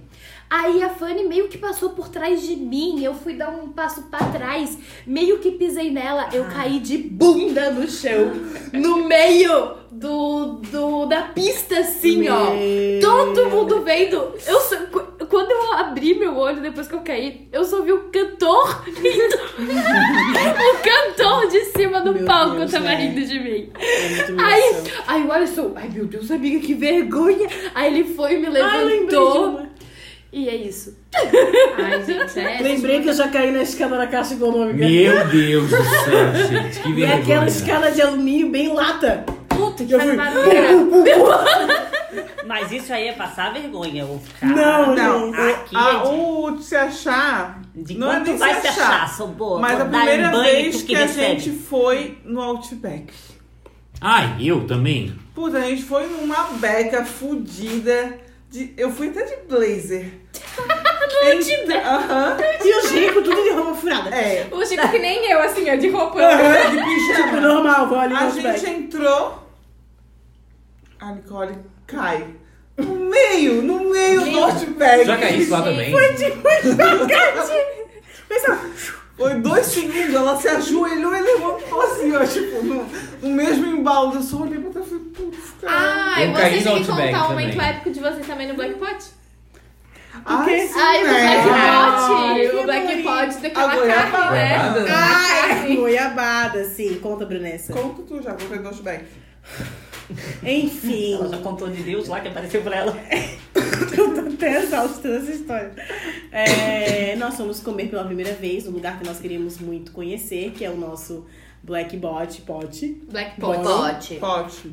Speaker 4: Aí a Fanny meio que passou por trás de mim, eu fui dar um passo pra trás, meio que pisei nela, eu caí de bunda no chão, no meio do, do da pista, assim, ó.
Speaker 6: Meu.
Speaker 4: Todo mundo vendo. Eu só- qu- quando eu abri meu olho depois que eu caí, eu só vi o cantor rindo. o cantor de cima do
Speaker 6: Meu
Speaker 4: palco
Speaker 6: Deus,
Speaker 4: tava
Speaker 6: né?
Speaker 4: rindo de mim.
Speaker 6: É muito
Speaker 4: Aí,
Speaker 6: emoção.
Speaker 4: aí o Alisson, ai meu Deus, amiga, que vergonha. Aí ele foi e me
Speaker 6: Ai, Ah, lembrei de
Speaker 4: levantou.
Speaker 6: uma.
Speaker 4: e é isso.
Speaker 1: Ai, gente, é.
Speaker 6: Lembrei que eu já caí na escada da Caixa Econômica.
Speaker 2: é.
Speaker 5: Meu Deus do céu, gente. Que
Speaker 6: E é aquela
Speaker 5: vergonha.
Speaker 6: escada de alumínio bem lata.
Speaker 1: Puta que
Speaker 6: Eu
Speaker 1: faz
Speaker 6: fui-
Speaker 1: barulho.
Speaker 3: Mas isso aí é passar vergonha, ou ficar.
Speaker 6: Não,
Speaker 2: Não,
Speaker 6: não.
Speaker 3: Ah,
Speaker 2: o-
Speaker 3: aqui
Speaker 2: a-
Speaker 3: é
Speaker 2: o se achar
Speaker 3: De
Speaker 2: não é
Speaker 3: quanto
Speaker 2: nem
Speaker 3: vai
Speaker 2: se
Speaker 3: se
Speaker 2: achar.
Speaker 3: achar, sou boa,
Speaker 2: mas a
Speaker 3: vou dar em
Speaker 2: primeira
Speaker 3: banho,
Speaker 2: vez
Speaker 3: tu
Speaker 2: que,
Speaker 3: que
Speaker 2: a
Speaker 3: recebe.
Speaker 2: gente foi no Outback.
Speaker 5: Ai, eu também?
Speaker 2: Puta, a gente foi numa beca fudida. De... Eu fui até de blazer. Outback? Aham.
Speaker 6: E o Gico, tudo de roupa furada.
Speaker 2: É.
Speaker 1: O Chico que nem eu, assim, ó, de roupa.
Speaker 2: Aham, de
Speaker 6: Tipo,
Speaker 2: pijama.
Speaker 6: normal, vou ali no
Speaker 2: A
Speaker 6: Outback.
Speaker 2: gente entrou. A Nicole cai. No meio, no meio do Outback.
Speaker 5: Já caí isso lá também?
Speaker 6: Pensa,
Speaker 2: Foi dois segundos, ela se ajoelhou e levantou assim, ó, tipo, no, no mesmo embalo. Eu só olhei pra trás e falei, putz, cara.
Speaker 1: Ai,
Speaker 5: Eu caí
Speaker 1: vocês
Speaker 5: no
Speaker 1: têm que
Speaker 5: Outback
Speaker 1: contar o momento
Speaker 5: também.
Speaker 1: épico de vocês também no Blackpot?
Speaker 2: Ai, sim,
Speaker 1: Ai, o
Speaker 2: né?
Speaker 1: Blackpot.
Speaker 6: que
Speaker 1: O Blackpot
Speaker 6: bonito.
Speaker 1: daquela
Speaker 2: Agora é a
Speaker 1: carne, né?
Speaker 5: Goiabada?
Speaker 1: Ai,
Speaker 6: goiabada, sim. Conta, Brunessa.
Speaker 2: Conta tu já, vou ver do Outback.
Speaker 6: Enfim.
Speaker 3: Ela já contou de Deus lá que apareceu pra ela.
Speaker 6: Eu tô até exausta dessa história. É, nós fomos comer pela primeira vez um lugar que nós queríamos muito conhecer, que é o nosso Black Bot Pot.
Speaker 1: Blackpot.
Speaker 4: Pote.
Speaker 2: Pote.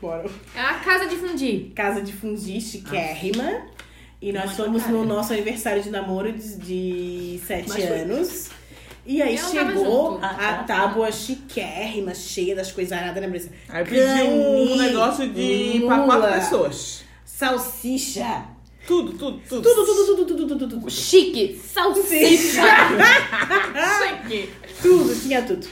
Speaker 6: Bora.
Speaker 1: É a casa de fundir.
Speaker 6: Casa de fundir chiquérrima.
Speaker 1: Ah,
Speaker 6: E nós fomos no nosso aniversário de namoro de, de sete anos. E aí
Speaker 1: Eu tava
Speaker 6: chegou
Speaker 1: junto. Ah, tá,
Speaker 6: a tábua chiquérrima, cheia das coisas aradas, né, Brisa?
Speaker 2: Aí pedi um
Speaker 6: Cani,
Speaker 2: negócio de pra
Speaker 6: lula,
Speaker 2: quatro pessoas.
Speaker 6: Salsicha.
Speaker 2: Tudo, tudo, tudo.
Speaker 6: Tudo, tudo, tudo, tudo, tudo, tudo, tudo.
Speaker 4: Chique, salsicha.
Speaker 6: Ah,
Speaker 1: Chique.
Speaker 6: Tudo, tinha tudo.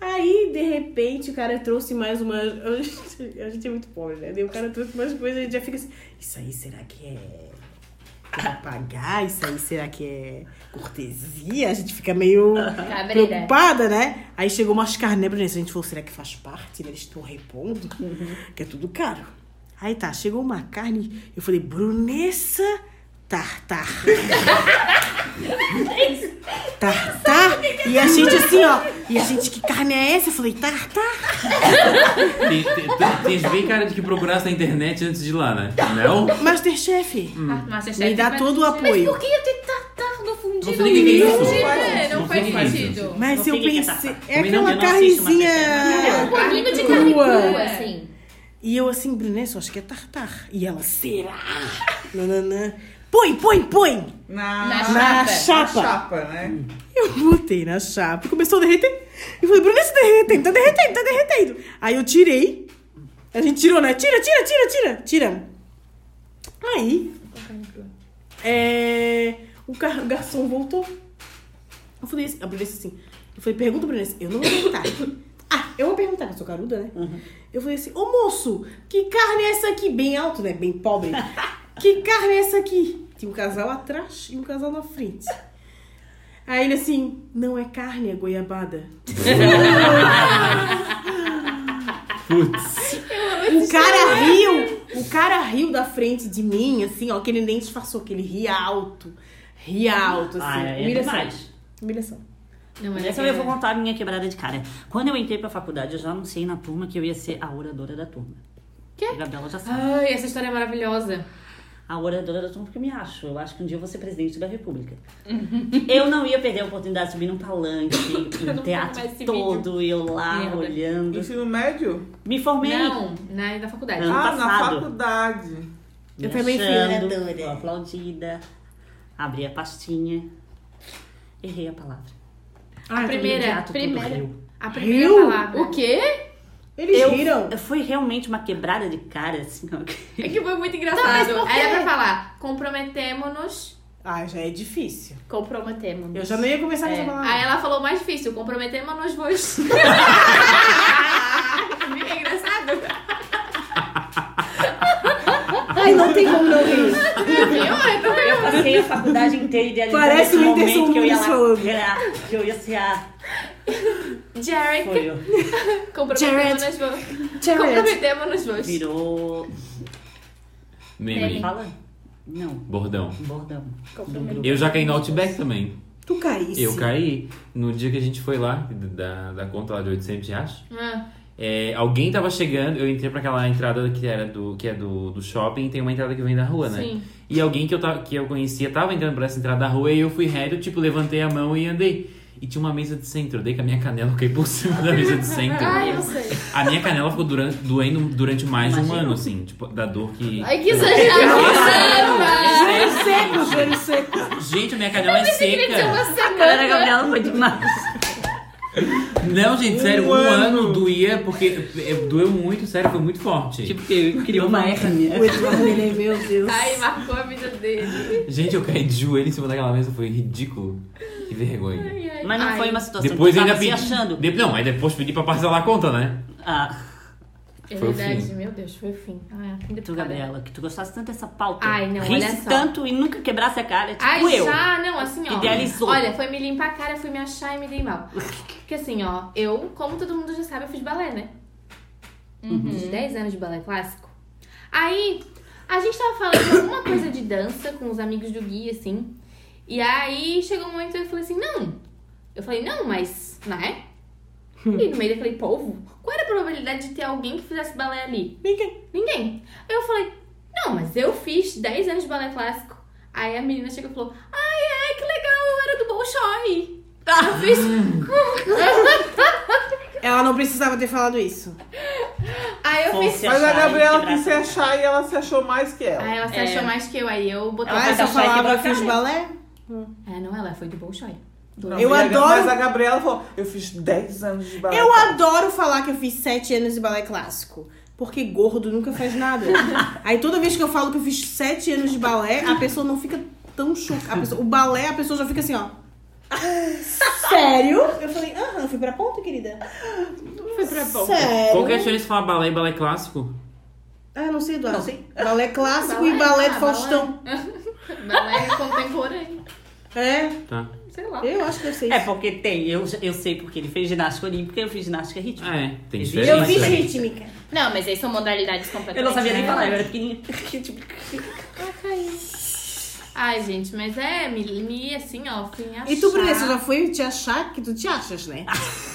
Speaker 6: Aí, de repente, o cara trouxe mais uma. A gente, a gente é muito pobre, né? Daí o cara trouxe mais coisas e a gente já fica assim. Isso aí será que é que vai pagar, isso aí será que é cortesia? A gente fica meio
Speaker 4: Cabreira.
Speaker 6: preocupada, né? Aí chegou umas carnes pra gente, a gente falou, será que faz parte? né? Eles estão repondo, que é tudo caro. Aí tá, chegou uma carne, eu falei, Brunessa Tartar. tartar? E a gente assim, ó, e a gente, que carne é essa? Eu falei, tartar.
Speaker 5: Tem- tem- tem- Tens bem cara de que procurasse na internet antes de ir lá, né? Não?
Speaker 6: Masterchef.
Speaker 1: Masterchef
Speaker 6: Me dá
Speaker 1: tem-
Speaker 6: todo o
Speaker 1: Mas
Speaker 6: apoio.
Speaker 1: por que eu tenho tartar no fundido?
Speaker 5: Não sei nem
Speaker 1: Não
Speaker 5: o que é isso.
Speaker 1: é, não
Speaker 5: Não
Speaker 1: faz
Speaker 5: sei nem o que é isso.
Speaker 1: sentido.
Speaker 6: Mas
Speaker 3: Não
Speaker 6: eu
Speaker 3: fica
Speaker 6: pensei.
Speaker 3: caçapa.
Speaker 6: É
Speaker 5: Também não-
Speaker 6: aquela
Speaker 5: eu não assisto
Speaker 6: carnezinha.
Speaker 1: É um bolinho de carne
Speaker 6: Crua.
Speaker 1: crua, assim.
Speaker 6: E eu assim, Brunessa, eu acho que é tartar. E ela, será? Nananã. Põe, põe, põe!
Speaker 2: Na,
Speaker 4: Na
Speaker 6: Na
Speaker 2: na
Speaker 6: chapa.
Speaker 2: chapa, né?
Speaker 6: Eu botei na chapa, começou a derreter. Eu falei, Brunessa, tá derretendo, tá derretendo, tá derretendo. Aí eu tirei. A gente tirou, né? Tira, tira, tira, tira. Tiramos. Aí. É, o, gar- o garçom voltou. Eu falei, assim- a Brunessa assim. Eu falei, pergunta, Brunessa. Eu não vou perguntar. ah, eu vou perguntar, que eu sou caruda, né? Eu falei assim, ô moço, que carne é essa aqui? Bem alto, né? Bem pobre. que carne é essa aqui? Tinha um casal atrás e um casal na frente. Aí ele assim, não é carne, é goiabada.
Speaker 5: Putz.
Speaker 6: O cara riu, o cara riu da frente de mim, assim, ó, que ele nem disfarçou, que ele ria alto. Ria alto, assim.
Speaker 3: Ah, é
Speaker 6: humilhação.
Speaker 3: demais.
Speaker 6: Humilhação.
Speaker 1: Não, mas
Speaker 3: Essa
Speaker 1: é-
Speaker 3: eu vou contar a minha quebrada de cara. Quando eu entrei pra faculdade, eu já anunciei na turma que eu ia ser a oradora da turma.
Speaker 1: Quê?
Speaker 3: A Isabela já sabe.
Speaker 1: Ai, essa história é maravilhosa.
Speaker 3: A oradora da turma, porque eu me acho. Eu acho que um dia eu vou ser presidente da república. eu não ia perder a oportunidade de subir num palanque,
Speaker 1: Uhum. não
Speaker 3: no teatro
Speaker 1: quero mais esse
Speaker 3: todo, eu lá
Speaker 1: Merda.
Speaker 3: olhando.
Speaker 2: Ensino médio?
Speaker 3: Me formei.
Speaker 1: Não, na, na faculdade.
Speaker 3: Ano
Speaker 2: ah, na
Speaker 3: passado.
Speaker 2: faculdade.
Speaker 3: Me
Speaker 6: Eu também fui
Speaker 3: achando,
Speaker 6: oradora.
Speaker 3: fui aplaudida. Abri a pastinha. Errei a palavra.
Speaker 1: A primeira,
Speaker 3: Imediato,
Speaker 1: primeira,
Speaker 3: tudo riu.
Speaker 1: a primeira
Speaker 6: Riu?
Speaker 1: palavra.
Speaker 4: O quê?
Speaker 6: Eles
Speaker 3: Eu-
Speaker 6: riram.
Speaker 3: Eu fui realmente uma quebrada de cara, assim, ó. que-
Speaker 1: É que foi muito
Speaker 4: Tá, mas
Speaker 1: engraçado.
Speaker 4: por quê?
Speaker 1: Era pra falar, comprometemos-nos.
Speaker 6: Ah, já é difícil.
Speaker 4: Comprometemos.
Speaker 6: Eu já não ia começar com
Speaker 1: É.
Speaker 6: essa palavra.
Speaker 1: Aí ela falou mais difícil, comprometemos-nos vos. Fica engraçado.
Speaker 6: Ai, não tem como não rir.
Speaker 3: Eu passei a faculdade inteira idealizando esse
Speaker 6: Parece o Whindersson
Speaker 3: momento que eu ia lá
Speaker 6: Nunes falando.
Speaker 3: virar, que eu ia ser a...
Speaker 1: Jarek,
Speaker 3: Foi eu.
Speaker 1: comprometemos-nos vos.
Speaker 6: Jared.
Speaker 1: Comprometemos-nos vos.
Speaker 3: Virou...
Speaker 5: Meme.
Speaker 3: Fala. Não.
Speaker 5: Bordão.
Speaker 3: Bordão. Do grupo.
Speaker 5: Eu já caí no Outback também.
Speaker 6: Tu caísse.
Speaker 5: Eu caí no dia que a gente foi lá, da, da conta lá de 800 reais.
Speaker 1: Ah,
Speaker 5: É, alguém tava chegando, eu entrei pra aquela entrada que era do que é do, do shopping, tem uma entrada que vem da rua, né?
Speaker 1: Sim.
Speaker 5: E alguém que eu, tava, que eu conhecia tava entrando pra essa entrada da rua e eu fui reto, tipo, levantei a mão e andei. E tinha uma mesa de centro, eu dei com a minha canela, eu caí por cima da mesa de centro.
Speaker 1: Ai, eu sei.
Speaker 5: A minha canela ficou durante, doendo durante mais de um ano, assim, tipo, da dor que.
Speaker 4: Ai, que exagerado.
Speaker 6: Joelho seco, joelho seco.
Speaker 5: Gente, a minha canela é seca.
Speaker 3: Cara, Gabriela foi demais.
Speaker 5: Não, gente, sério,
Speaker 2: Um
Speaker 5: um ano,
Speaker 2: ano
Speaker 5: doía, porque eh, doeu muito, sério, foi muito forte.
Speaker 3: Tipo, eu criou uma hérnia.
Speaker 6: O Eduardo, ele é, meu Deus.
Speaker 1: Ai, marcou a vida dele.
Speaker 5: Gente, eu caí de joelho em cima daquela mesa, foi ridículo. Que vergonha.
Speaker 1: Ai, ai.
Speaker 3: Mas não
Speaker 1: Ai,
Speaker 3: foi uma situação
Speaker 5: Depois
Speaker 3: que eu
Speaker 5: ainda
Speaker 3: tava se
Speaker 5: pedi.
Speaker 3: achando.
Speaker 5: De- Não, mas depois pedi pra parcelar a conta, né?
Speaker 3: Ah,
Speaker 1: É
Speaker 5: Foi o
Speaker 1: verdade,
Speaker 5: fim.
Speaker 1: meu Deus, foi o fim. Ah, é. Ai, fim de
Speaker 3: tu,
Speaker 1: picada.
Speaker 3: Gabriela, que tu gostasse tanto dessa pauta.
Speaker 1: Ai, não,
Speaker 3: Risse
Speaker 1: olha só.
Speaker 3: tanto e nunca quebrasse a cara, tipo
Speaker 1: Ai,
Speaker 3: eu.
Speaker 1: já, não, assim, ó.
Speaker 3: Idealizou.
Speaker 1: Olha, foi me limpar a cara, fui me achar e me dei mal. Porque assim, ó, eu, como todo mundo já sabe, eu fiz balé, né? Fiz 10 anos de balé clássico. Aí, a gente tava falando de alguma coisa de dança com os amigos do Gui, assim. E aí, chegou um momento que eu falei assim, não. Eu falei, não, mas, né? E no meio eu falei, povo, qual era a probabilidade de ter alguém que fizesse balé ali?
Speaker 6: Ninguém.
Speaker 1: Ninguém. Aí eu falei, não, mas eu fiz 10 anos de balé clássico. Aí a menina chegou e falou, ai, ai, é, que legal, eu era do Bolshoi.
Speaker 6: Ah.
Speaker 1: Eu fiz...
Speaker 6: Ela não precisava ter falado isso.
Speaker 1: Aí eu
Speaker 3: Com
Speaker 1: fiz...
Speaker 3: Se
Speaker 2: Mas a
Speaker 3: achar,
Speaker 2: Gabriela
Speaker 3: quebrar.
Speaker 2: quis se achar e ela se achou mais que ela.
Speaker 1: Aí ela se achou mais que eu, aí eu botei...
Speaker 3: Ela
Speaker 6: Ah,
Speaker 3: vai
Speaker 6: essa
Speaker 3: dar só e
Speaker 6: palavra
Speaker 3: quebrar a
Speaker 6: fiz
Speaker 3: cara.
Speaker 6: balé?
Speaker 1: É, não, ela foi do Bolshoi. Do-
Speaker 6: Eu
Speaker 2: Mas a-
Speaker 6: adoro-
Speaker 2: Mas a Gabriela falou, eu fiz 10 anos de balé.
Speaker 6: Eu adoro falar que eu fiz sete anos de balé clássico. Porque gordo nunca faz nada. Aí toda vez que eu falo que eu fiz sete anos de balé, a pessoa não fica tão chocada. A pessoa- O balé, a pessoa já fica assim, ó. Sério? Eu falei, aham, eu fui pra ponta, querida.
Speaker 2: Foi pra bom.
Speaker 6: Sério.
Speaker 5: Qual que é a diferença de falar balé e balé clássico?
Speaker 6: Ah, eu não sei, Eduardo. Balé clássico
Speaker 1: Balé,
Speaker 6: e balé
Speaker 1: ah,
Speaker 6: do Faustão.
Speaker 4: Não é contemporâneo.
Speaker 6: É,
Speaker 5: Tá.
Speaker 1: Sei lá.
Speaker 6: eu acho que eu sei.
Speaker 3: É porque tem, eu, eu sei porque ele fez ginástica olímpica e eu fiz ginástica rítmica.
Speaker 5: Ah, é. Tem
Speaker 3: Tipo, Existe.
Speaker 5: diferença.
Speaker 6: eu fiz rítmica.
Speaker 4: Não, mas aí são modalidades completamente
Speaker 3: Eu não sabia nem falar, eu
Speaker 4: diferentes.
Speaker 3: era pequenininha.
Speaker 1: Ai, gente, mas é, me, me assim, ó, fui me
Speaker 6: E tu, Bruna,
Speaker 1: achar.
Speaker 6: você já foi te achar que tu te achas, né?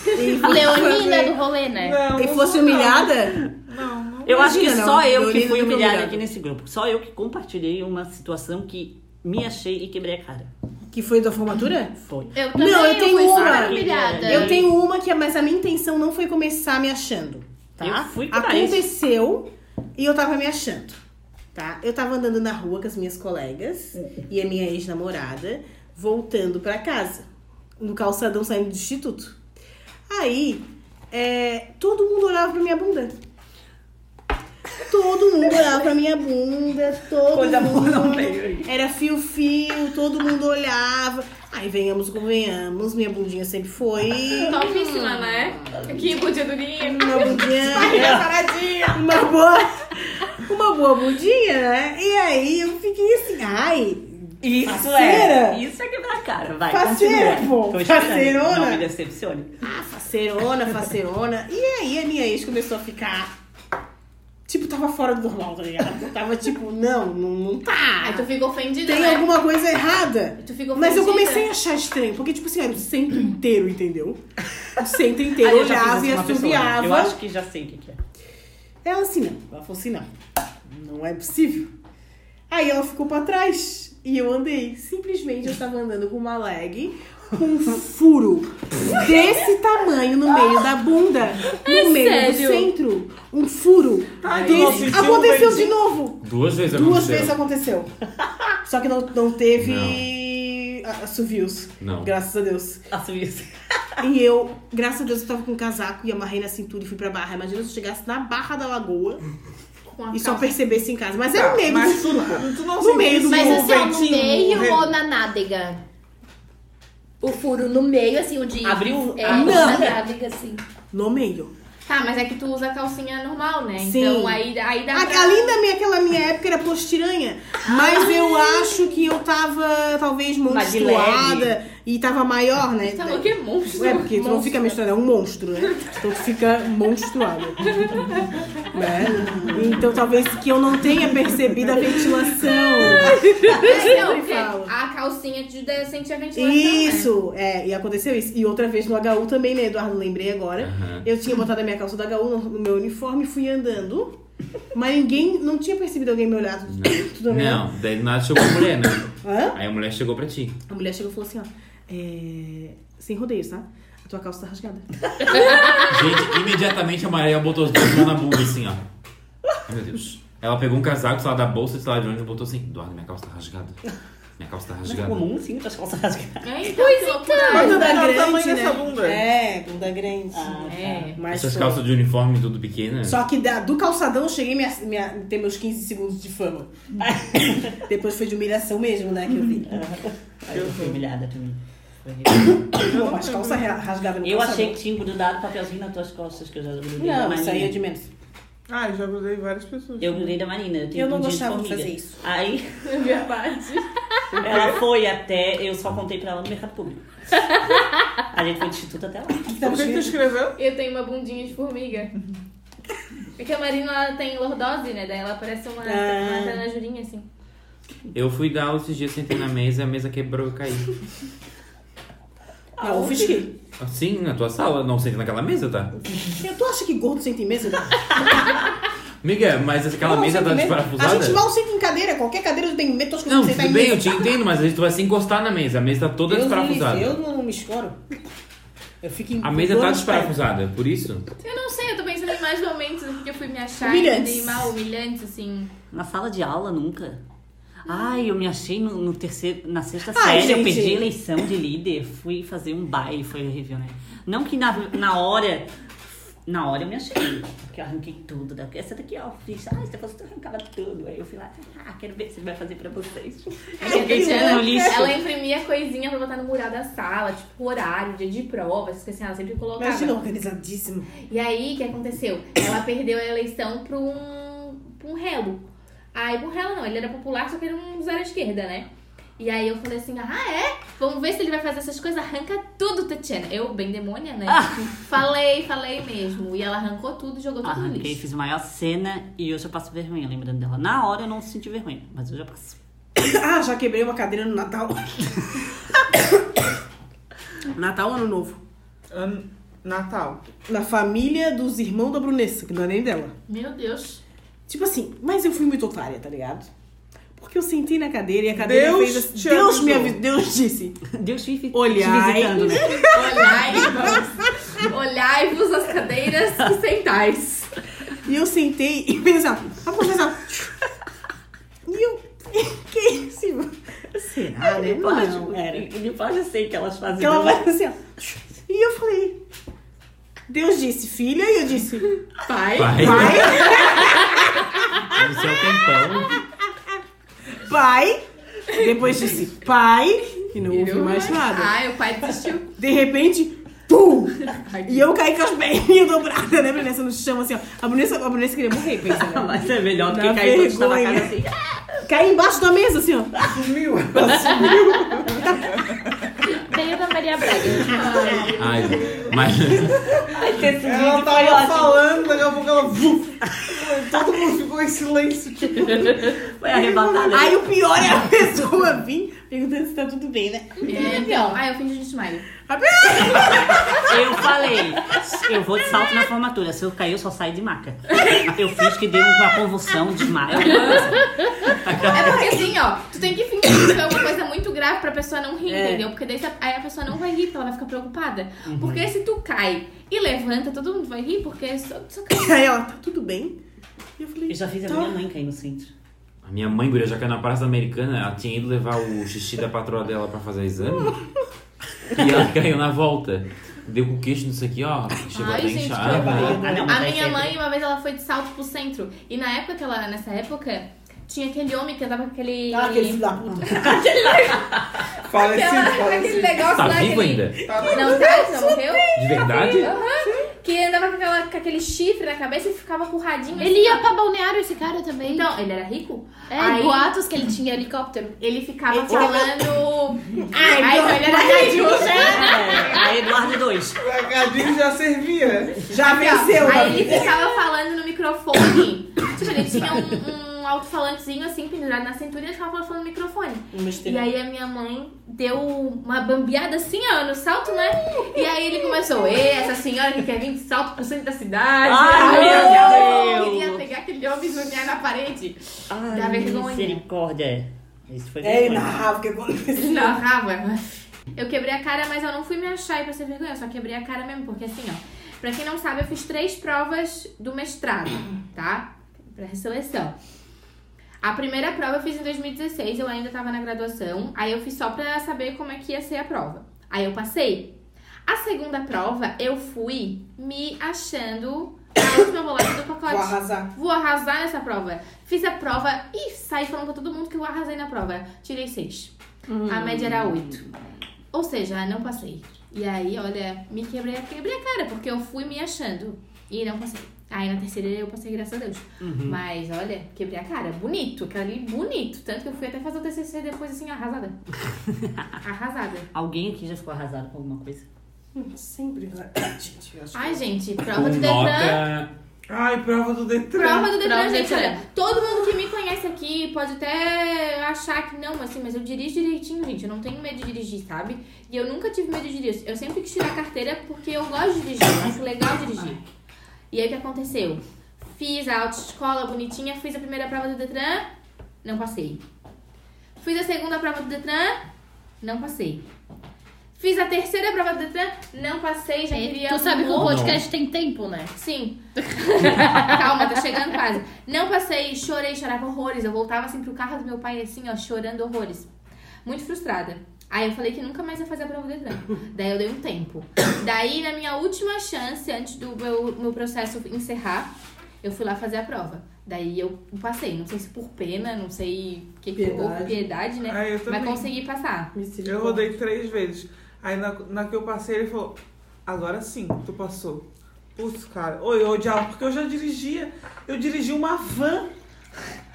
Speaker 6: E foi
Speaker 4: Leonina
Speaker 6: fazer-
Speaker 4: do rolê, né?
Speaker 2: Não,
Speaker 6: E
Speaker 2: não
Speaker 6: fosse
Speaker 2: sou,
Speaker 6: humilhada?
Speaker 2: Não, não.
Speaker 3: Eu acho que
Speaker 6: Imagina,
Speaker 3: só
Speaker 6: não.
Speaker 3: eu que
Speaker 6: Leonina
Speaker 3: fui
Speaker 6: nunca
Speaker 3: humilhada
Speaker 6: humilhada.
Speaker 3: aqui nesse grupo. Só eu que compartilhei uma situação que me achei e quebrei a cara.
Speaker 6: Que foi da formatura?
Speaker 3: Foi.
Speaker 4: Eu também,
Speaker 6: Não, eu tenho
Speaker 4: fui
Speaker 6: uma.
Speaker 4: super humilhada.
Speaker 6: Eu tenho uma que, é- mas a minha intenção não foi começar me achando, tá?
Speaker 3: Eu fui pra
Speaker 6: Aconteceu e eu tava me achando, tá? Eu tava andando na rua com as minhas colegas e a minha ex-namorada voltando pra casa, no calçadão saindo do instituto. Aí, é, todo mundo olhava pra minha bunda. Todo mundo olhava pra minha bunda, todo
Speaker 3: Coisa boa
Speaker 6: mundo.
Speaker 3: não veio aí.
Speaker 6: Era fio-fio, todo mundo olhava. Aí venhamos, convenhamos, minha bundinha sempre foi.
Speaker 1: Topíssima, né? Que podia durinha.
Speaker 6: Uma bundinha. né? uma boa. Uma boa bundinha, né? E aí eu fiquei assim, ai.
Speaker 3: Isso
Speaker 6: Faceira?
Speaker 3: é. Isso é quebrar a cara. Vai.
Speaker 6: Faceira,
Speaker 3: continua.
Speaker 6: pô.
Speaker 3: Tô esperando.
Speaker 6: Faceirona.
Speaker 3: Não me decepcione.
Speaker 6: Ah, faceirona, faceirona. E aí a minha ex começou a ficar. Tipo, tava fora do normal, tá ligado? Tava tipo, não, não, não
Speaker 4: Aí
Speaker 6: tá.
Speaker 4: tu fica ofendida,
Speaker 6: Tem
Speaker 4: né?
Speaker 6: alguma coisa errada.
Speaker 1: né?
Speaker 4: Tu fica ofendida.
Speaker 6: Mas eu
Speaker 3: né?
Speaker 6: comecei a achar estranho, porque, tipo assim, era o centro inteiro, entendeu? O centro inteiro
Speaker 3: Ah, eu já fiz
Speaker 6: olhava
Speaker 3: isso
Speaker 6: e
Speaker 3: com uma pessoa.
Speaker 6: assobiava.
Speaker 3: Eu acho que já sei o que que é.
Speaker 6: Ela assim, não. Ela falou assim, não. Não é possível. Aí ela ficou pra trás e eu andei. Simplesmente eu estava andando com uma leg com um furo desse tamanho no meio da bunda. No
Speaker 3: É
Speaker 6: meio
Speaker 4: sério?
Speaker 6: do centro. Um furo.
Speaker 2: Ai,
Speaker 6: desse.
Speaker 2: nossa, sentiu um
Speaker 6: Aconteceu de
Speaker 2: beijinho.
Speaker 6: novo.
Speaker 5: Duas vezes
Speaker 6: Duas
Speaker 5: aconteceu.
Speaker 6: vezes aconteceu. Só que não, não teve a- assovios.
Speaker 5: Não.
Speaker 6: Graças a Deus.
Speaker 3: Assumi isso.
Speaker 6: E eu, graças a Deus, eu tava com um casaco e amarrei na cintura e fui pra barra. Imagina se eu chegasse na barra da lagoa
Speaker 1: Com a
Speaker 6: e só
Speaker 1: calça.
Speaker 6: percebesse em casa. Mas era o meio
Speaker 2: Mas
Speaker 6: do
Speaker 2: tu,
Speaker 6: circo.
Speaker 2: tu não
Speaker 6: No
Speaker 2: sentiu
Speaker 6: meio do
Speaker 4: Mas
Speaker 6: Um
Speaker 4: assim, ó, no
Speaker 2: ventinho,
Speaker 4: meio
Speaker 2: re-
Speaker 4: ou na nádega? O furo no meio, assim, o de...
Speaker 3: Abriu
Speaker 4: É,
Speaker 3: a
Speaker 4: na
Speaker 3: bunda?
Speaker 4: nádega, assim.
Speaker 6: No meio.
Speaker 1: Tá, mas é que tu usa a calcinha normal, né?
Speaker 6: Sim.
Speaker 1: Então aí, aí dá
Speaker 6: A,
Speaker 1: pra...
Speaker 6: ali na minha, aquela minha época era postiranha. Mas eu acho que eu tava, talvez,
Speaker 3: Mas de leve.
Speaker 6: monstruada. E tava maior, né?
Speaker 1: Tá louco, é monstro.
Speaker 6: É, porque tu não fica menstruada, é um monstro, né? Então tu fica monstruada. né? Então talvez que eu não tenha percebido a
Speaker 1: Não,
Speaker 6: ventilação. sempre
Speaker 1: porque
Speaker 6: falo.
Speaker 1: a calcinha te dá- sente a ventilação, Né?
Speaker 6: Isso, é, e aconteceu isso. E outra vez no HU também, né, Eduardo? Lembrei agora.
Speaker 5: Aham.
Speaker 6: Eu tinha botado a minha calça do HU no, no meu uniforme, fui andando. Mas ninguém, não tinha percebido alguém me olhar. Tu, tu também
Speaker 5: Não, daí do nada chegou a mulher, né?
Speaker 6: Hã?
Speaker 5: Aí a mulher chegou pra ti.
Speaker 6: A mulher chegou e falou assim, ó. é, Sem rodeios, tá? A tua calça tá rasgada.
Speaker 5: Gente, imediatamente a Maria botou as duas mãos na bunda, assim, ó. Ai, meu Deus. Ela pegou um casaco, sei lá, da bolsa, sei lá de onde, e botou assim. Eduardo, minha calça tá rasgada. Minha calça tá
Speaker 3: Mas é
Speaker 5: rasgada.
Speaker 3: comum, sim, as calças rasgadas.
Speaker 1: É, então, pois
Speaker 6: Ah,
Speaker 1: então.
Speaker 2: Mas era o tamanho dessa bunda. Ah, tá.
Speaker 6: É, bunda grande. Ah,
Speaker 1: É.
Speaker 6: Mas
Speaker 5: Essas
Speaker 6: foi.
Speaker 5: calças de uniforme tudo pequena.
Speaker 6: Só que da- do calçadão eu cheguei a minha, minha- ter meus 15 segundos de fama. Depois foi de humilhação mesmo, né? Que eu vi.
Speaker 2: Uhum.
Speaker 3: Aí eu fui humilhada também. Foi
Speaker 6: Uhum. Pô, mas calça ra- rasgada no
Speaker 3: Eu
Speaker 6: calçadão.
Speaker 3: achei que tinha grudado papelzinho nas tuas costas, que eu já grudei da
Speaker 6: Não,
Speaker 3: Marina.
Speaker 6: isso aí é de menos.
Speaker 2: Ah, eu já grudei várias pessoas.
Speaker 3: Eu grudei da Marina. Eu, tenho
Speaker 6: Eu não
Speaker 3: bundinha
Speaker 6: gostava de
Speaker 3: formiga.
Speaker 6: fazer isso.
Speaker 3: Aí
Speaker 6: então.
Speaker 1: É verdade.
Speaker 3: ela foi até... Eu só contei pra ela no mercado público. A gente foi de instituto até lá.
Speaker 6: é
Speaker 2: Por que que tu escreveu?
Speaker 1: Eu tenho uma bundinha de formiga. É que a Marina ela tem lordose, né? Daí ela parece
Speaker 6: Ah.
Speaker 1: uma, uma Dana Julinha, assim.
Speaker 5: Eu fui dar aula esses dias, sentei na mesa, a mesa quebrou e eu caí.
Speaker 6: Não, eu fisquei.
Speaker 5: Assim, na tua sala, não sentei naquela mesa, tá?
Speaker 6: Eu- Tu acha que gordo né? senta em mesa?
Speaker 5: Amiga, mas aquela
Speaker 6: Não,
Speaker 5: mesa
Speaker 6: senta
Speaker 5: tá
Speaker 6: em mesa.
Speaker 5: desparafusada.
Speaker 6: A gente mal senta em cadeira. Qualquer cadeira eu tenho medo, tu acha que eu
Speaker 5: Não,
Speaker 6: vou sentar
Speaker 5: tudo
Speaker 6: em
Speaker 5: bem, eu
Speaker 6: mesa?
Speaker 5: te entendo, mas às vezes tu vai se encostar na mesa. A mesa tá toda
Speaker 6: Deus me livre,
Speaker 5: desparafusada.
Speaker 6: Eu não, não me escoro. Eu fico em
Speaker 5: A mesa tá
Speaker 6: dois pés.
Speaker 5: desparafusada, por isso.
Speaker 1: Eu não sei, eu tô pensando em mais momentos assim, que eu fui me achar
Speaker 6: Humilhantes.
Speaker 1: e me dei mal, humilhantes, assim.
Speaker 3: Na sala de aula, nunca. Ai, eu me achei no, no terceiro, na sexta
Speaker 6: Ai,
Speaker 3: série, eu
Speaker 6: gente.
Speaker 3: perdi a eleição de líder, fui fazer um baile, foi horrível, né? Não que na, na hora, na hora eu me achei, porque eu arranquei tudo, da, essa daqui ó, fiz, ai, você fosse arrancava tudo, aí eu fui lá, ah, quero ver se ele vai fazer pra vocês.
Speaker 6: É um
Speaker 1: Aí, de repente,
Speaker 3: no
Speaker 1: ela,
Speaker 3: lixo.
Speaker 1: ela imprimia coisinha pra botar no mural da sala, tipo horário, dia de prova, essas coisas assim, ela sempre colocava.
Speaker 6: Imagina, organizadíssimo.
Speaker 1: E aí, o que aconteceu? Ela perdeu a eleição pra um, pra um relo. Aí, por ela não, ele era popular, só que ele não usava a esquerda, né? E aí eu falei assim, ah, é? Vamos ver se ele vai fazer essas coisas. Arranca tudo, Tatiana. Eu, bem demônia, né?
Speaker 6: Ah.
Speaker 1: falei, falei mesmo. E ela arrancou tudo e jogou tudo no
Speaker 3: Arranquei,
Speaker 1: lixo.
Speaker 3: fiz a maior cena e hoje eu passo vergonha lembrando dela. Na hora eu não senti vergonha, mas hoje eu passo.
Speaker 6: Ah, já quebrei uma cadeira no Natal. Natal ou Ano Novo?
Speaker 2: Ano- Natal.
Speaker 6: Na família dos irmãos da Brunessa, que não é nem dela.
Speaker 1: Meu Deus.
Speaker 6: Tipo assim, mas eu fui muito otária, tá ligado? Porque eu sentei na cadeira e a cadeira
Speaker 2: Deus
Speaker 6: fez assim,
Speaker 2: te
Speaker 6: Deus me
Speaker 2: avisou.
Speaker 6: avisou. Deus disse.
Speaker 3: Deus te, vi- te
Speaker 6: Olhai.
Speaker 3: visitando, né?
Speaker 1: Olhai-vos. Olhai-vos as cadeiras que sentais.
Speaker 6: E eu sentei e pensava, a professora. E eu. assim, Que isso? irmão?
Speaker 3: Será, né?
Speaker 6: Não,
Speaker 3: Pode,
Speaker 6: era.
Speaker 3: Ele pode ser que elas fazem.
Speaker 6: Que ela
Speaker 3: dela.
Speaker 6: vai assim, ó. E eu falei. Deus disse, filha, e eu disse, pai,
Speaker 5: Pai.
Speaker 6: pai, pai.
Speaker 5: No seu tempão.
Speaker 6: Depois disse, pai. E não ouvi mais nada.
Speaker 1: Ai, o pai desistiu.
Speaker 6: De repente, pum! E eu caí com as perninhas dobradas, né, Brunessa? No chão, assim, ó. A Brunessa, a Brunessa queria morrer, pensa. né?
Speaker 3: Mas é melhor do que
Speaker 6: Dá
Speaker 3: cair quando estava a casa assim.
Speaker 6: vergonha. Caí embaixo da mesa, assim, ó.
Speaker 2: Sumiu.
Speaker 1: Veio da Maria Braga.
Speaker 5: Ai, mas.
Speaker 3: Ai, esse
Speaker 2: Ela
Speaker 3: vídeo foi
Speaker 2: tava
Speaker 3: ótimo.
Speaker 2: falando, daqui a pouco ela. vuf. Todo mundo ficou em silêncio, tipo.
Speaker 3: Foi arrebatado.
Speaker 6: Aí o pior é a pessoa vir perguntando se tá tudo bem, né?
Speaker 1: É, então. Ai, eu fingi de desmaio.
Speaker 3: Eu falei, eu vou de salto na formatura. Se eu cair, eu só saio de maca. Eu fiz que deu uma convulsão de maca.
Speaker 1: É porque assim, ó, tu tem que fingir que foi uma coisa muito grave pra pessoa não rir,
Speaker 3: É.
Speaker 1: entendeu? Porque daí se a- aí a pessoa não vai rir, porque ela vai ficar preocupada. Porque se tu cai e levanta, todo mundo vai rir, porque só, só cai.
Speaker 6: Aí ela, tá tudo bem? E eu falei,
Speaker 3: Eu já fiz a
Speaker 6: tá.
Speaker 3: minha mãe cair no centro.
Speaker 5: A minha mãe, guria, já que na Praça Americana, ela tinha ido levar o xixi da patroa dela pra fazer exame. e ela caiu na volta. Deu com o queixo nisso aqui, ó. Chegou
Speaker 1: Ai,
Speaker 5: até
Speaker 1: gente, que
Speaker 5: inchada.
Speaker 1: horror.
Speaker 3: Ah, não, mas
Speaker 1: A
Speaker 3: é
Speaker 1: minha
Speaker 3: sempre.
Speaker 1: mãe, uma vez, ela foi de salto pro centro. E na época que ela, nessa época, tinha aquele homem que andava com aquele.
Speaker 6: Ah, aquele filho da puta.
Speaker 1: aquela- aquele
Speaker 2: Falecido, assim,
Speaker 6: assim.
Speaker 2: falecido.
Speaker 1: negócio
Speaker 5: Tá
Speaker 1: lá.
Speaker 5: vivo
Speaker 1: aquele-
Speaker 5: ainda?
Speaker 1: Não, tá? Já morreu?
Speaker 5: De verdade?
Speaker 1: Aham. Que andava com, aquela- com aquele chifre na cabeça e ficava curradinho.
Speaker 4: Ele ia pra balneário esse cara também.
Speaker 1: assim, Então, ele era rico?
Speaker 4: é,
Speaker 1: Aí-
Speaker 4: boatos que ele tinha helicóptero.
Speaker 1: Ele ficava
Speaker 6: Ele ficava-
Speaker 1: falando. Ai, Ai então ele era gadinho, né?
Speaker 3: É, aí Eduardo 2.
Speaker 2: Trocadilho já servia.
Speaker 6: Já venceu,
Speaker 1: Aí
Speaker 6: Gabi.
Speaker 1: ele ficava falando no microfone. tipo, ele tinha um, um alto-falantezinho assim, pendurado na cintura e ele ficava falando no microfone. E aí a minha mãe deu uma bambeada assim, ó, no salto, né? E aí ele começou, "Ê, essa senhora que quer vir de salto pro centro da cidade.
Speaker 3: Ai,
Speaker 1: Aí
Speaker 3: meu
Speaker 1: eu
Speaker 3: Deus.
Speaker 1: queria pegar aquele homem e zuniar na parede.
Speaker 3: Ai,
Speaker 1: Dá vergonha.
Speaker 3: Misericórdia. Isso foi
Speaker 6: É
Speaker 3: vergonha.
Speaker 6: inarrável o que aconteceu.
Speaker 1: Ele narrava. Eu quebrei a cara, mas eu não fui me achar e pra ser vergonha, eu só quebrei a cara mesmo, porque assim, ó. Pra quem não sabe, eu fiz três provas do mestrado, tá? Pra seleção. A primeira prova eu fiz em 2016, eu ainda tava na graduação. Aí eu fiz só pra saber como é que ia ser a prova. Aí eu passei. A segunda prova, eu fui me achando a última bolacha do
Speaker 6: Vou
Speaker 1: pacote.
Speaker 6: arrasar.
Speaker 1: Vou arrasar nessa prova. Fiz a prova e saí falando pra todo mundo que eu arrasei na prova. Tirei seis. A média era oito. Ou seja, não passei. E aí, olha, me quebrei, quebrei a cara, porque eu fui me achando. E não passei. Aí na terceira eu passei, graças a Deus. Mas olha, quebrei a cara. Bonito, aquela ali bonito. Tanto que eu fui até fazer o TCC depois assim, arrasada. arrasada.
Speaker 3: Alguém aqui já ficou arrasado com alguma coisa?
Speaker 6: Sempre. Gente, eu acho
Speaker 1: Ai, gente, prova
Speaker 5: Com
Speaker 1: do Detran.
Speaker 5: nota.
Speaker 2: Ai, prova do Detran.
Speaker 1: Prova do Detran,
Speaker 4: Prova do
Speaker 1: gente,
Speaker 4: Detran.
Speaker 1: olha, todo mundo que me conhece aqui pode até achar que não, assim, mas eu dirijo direitinho, gente, eu não tenho medo de dirigir, sabe? E eu nunca tive medo de dirigir, eu sempre quis tirar a carteira porque eu gosto de dirigir, eu acho legal dirigir. E aí o que aconteceu? Fiz a autoescola bonitinha, fiz a primeira prova do Detran, não passei. Fiz a segunda prova do Detran, não passei. Fiz a terceira prova do Detran, não passei, já queria...
Speaker 4: É, tu sabe que o
Speaker 1: um
Speaker 4: podcast tem tempo, né?
Speaker 1: Sim. Calma, tá chegando quase. Não passei, chorei, chorava horrores. Eu voltava assim pro carro do meu pai, assim, ó, chorando horrores. Muito frustrada. Aí eu falei que nunca mais ia fazer a prova do Detran. Daí eu dei um tempo. Daí, na minha última chance, antes do meu, meu processo encerrar, eu fui lá fazer a prova. Daí eu passei. Não sei se por pena, não sei o que que houve,
Speaker 6: Piedade.
Speaker 1: piedade, né?
Speaker 2: Ai, Ah, eu
Speaker 1: Mas
Speaker 2: também.
Speaker 1: consegui passar.
Speaker 6: Misericórdia.
Speaker 2: Eu rodei três vezes. Aí na, na que eu passei, ele falou: Agora sim, tu passou. Putz, cara. Oi, eu odiava, porque eu já dirigia. Eu dirigi uma van.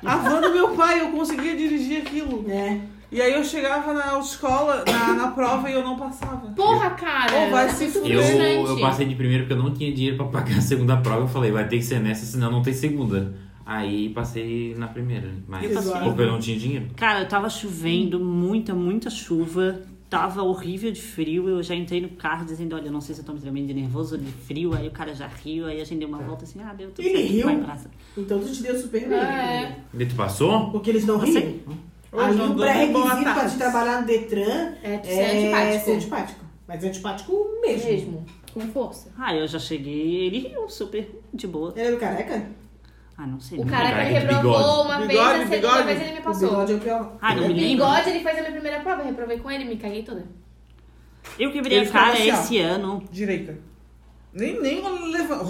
Speaker 2: A van do meu pai, eu conseguia dirigir aquilo.
Speaker 6: É.
Speaker 2: E aí eu chegava na autoescola, na, na prova, e eu não passava.
Speaker 1: Porra, cara.
Speaker 2: Ô, vai
Speaker 1: é
Speaker 2: se
Speaker 1: muito
Speaker 5: Eu,
Speaker 1: frustrante.
Speaker 5: eu passei de primeiro porque eu não tinha dinheiro pra pagar a segunda prova. Eu falei, vai ter que ser nessa, senão não tem segunda. Aí passei na primeira, mas
Speaker 6: Eu passei.
Speaker 5: porque eu não tinha dinheiro.
Speaker 3: Cara, tava chovendo, muita, muita chuva. Tava horrível de frio. Eu já entrei no carro dizendo: Olha, eu não sei se eu tô me tremendo de nervoso ou de frio. Aí o cara já riu. Aí a gente deu uma volta assim: Ah, deu tudo
Speaker 6: Tá. Ele
Speaker 3: certo.
Speaker 6: riu?
Speaker 3: Vai pra casa."
Speaker 6: Então tu te deu super bem. né?
Speaker 1: É.
Speaker 5: E tu passou?
Speaker 6: Porque eles não riem.
Speaker 2: Hoje
Speaker 6: Aí
Speaker 2: não
Speaker 6: o
Speaker 2: dou nem boa
Speaker 6: pré-requisito pra te
Speaker 2: tarde.
Speaker 6: trabalhar no Detran
Speaker 1: É, tu
Speaker 6: é,
Speaker 1: ser antipático.
Speaker 6: ser antipático. Mas é antipático mesmo.
Speaker 1: Mesmo.
Speaker 4: Com força.
Speaker 3: Ah, eu já cheguei. Ele riu super de boa.
Speaker 6: Ele era o É, careca?
Speaker 3: Ah, não sei.
Speaker 1: O
Speaker 3: né?
Speaker 5: cara
Speaker 1: cara que
Speaker 5: de bigode.
Speaker 1: reprovou uma vez, a
Speaker 2: Bigode,
Speaker 1: segunda
Speaker 2: bigode.
Speaker 1: vez ele me
Speaker 6: O
Speaker 1: passou.
Speaker 6: bigode é o pior.
Speaker 3: Ah, não me lembro.
Speaker 1: Bigode, ele fez a minha primeira prova, eu reprovei com ele, me caguei toda.
Speaker 3: Eu quebrei
Speaker 2: Ele
Speaker 3: a cara
Speaker 2: ficava assim,
Speaker 3: esse
Speaker 2: ó.
Speaker 3: ano.
Speaker 2: Direita. Nem, nem levanta.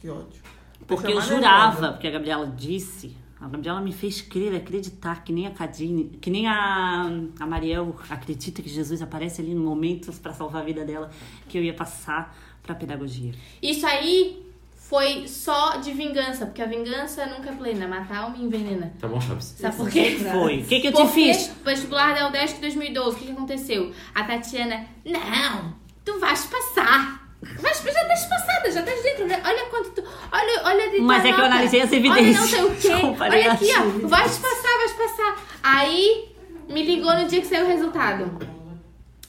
Speaker 2: que ódio.
Speaker 3: Porque
Speaker 2: Essa
Speaker 3: eu
Speaker 2: é uma
Speaker 3: jurava,
Speaker 2: nervosa.
Speaker 3: porque a Gabriela disse. A Gabriela me fez crer, acreditar, que nem a Cadine, que nem a, a Mariel acredita que Jesus aparece ali no momento pra salvar a vida dela, que eu ia passar pra pedagogia.
Speaker 1: Isso aí foi só de vingança, porque a vingança nunca é plena, matar alma envenena.
Speaker 5: Tá bom, Chaves.
Speaker 1: Sabe por quê?
Speaker 3: Foi. O que, que eu te
Speaker 1: Porque
Speaker 3: fiz?
Speaker 1: Vestibular da UDESC 2012, o que, que aconteceu? A Tatiana, não, tu vais passar. Mas já estás passada, já estás dentro, né? Olha quanto tu. Olha, olha de
Speaker 3: Mas
Speaker 1: tua
Speaker 3: é que eu
Speaker 1: nota.
Speaker 3: analisei as
Speaker 1: Olha não
Speaker 3: evidências.
Speaker 1: sei o quê.
Speaker 3: Comparei
Speaker 1: Olha
Speaker 3: as
Speaker 1: aqui, ó. Vais passar, vais passar. Aí me ligou no dia que saiu o resultado.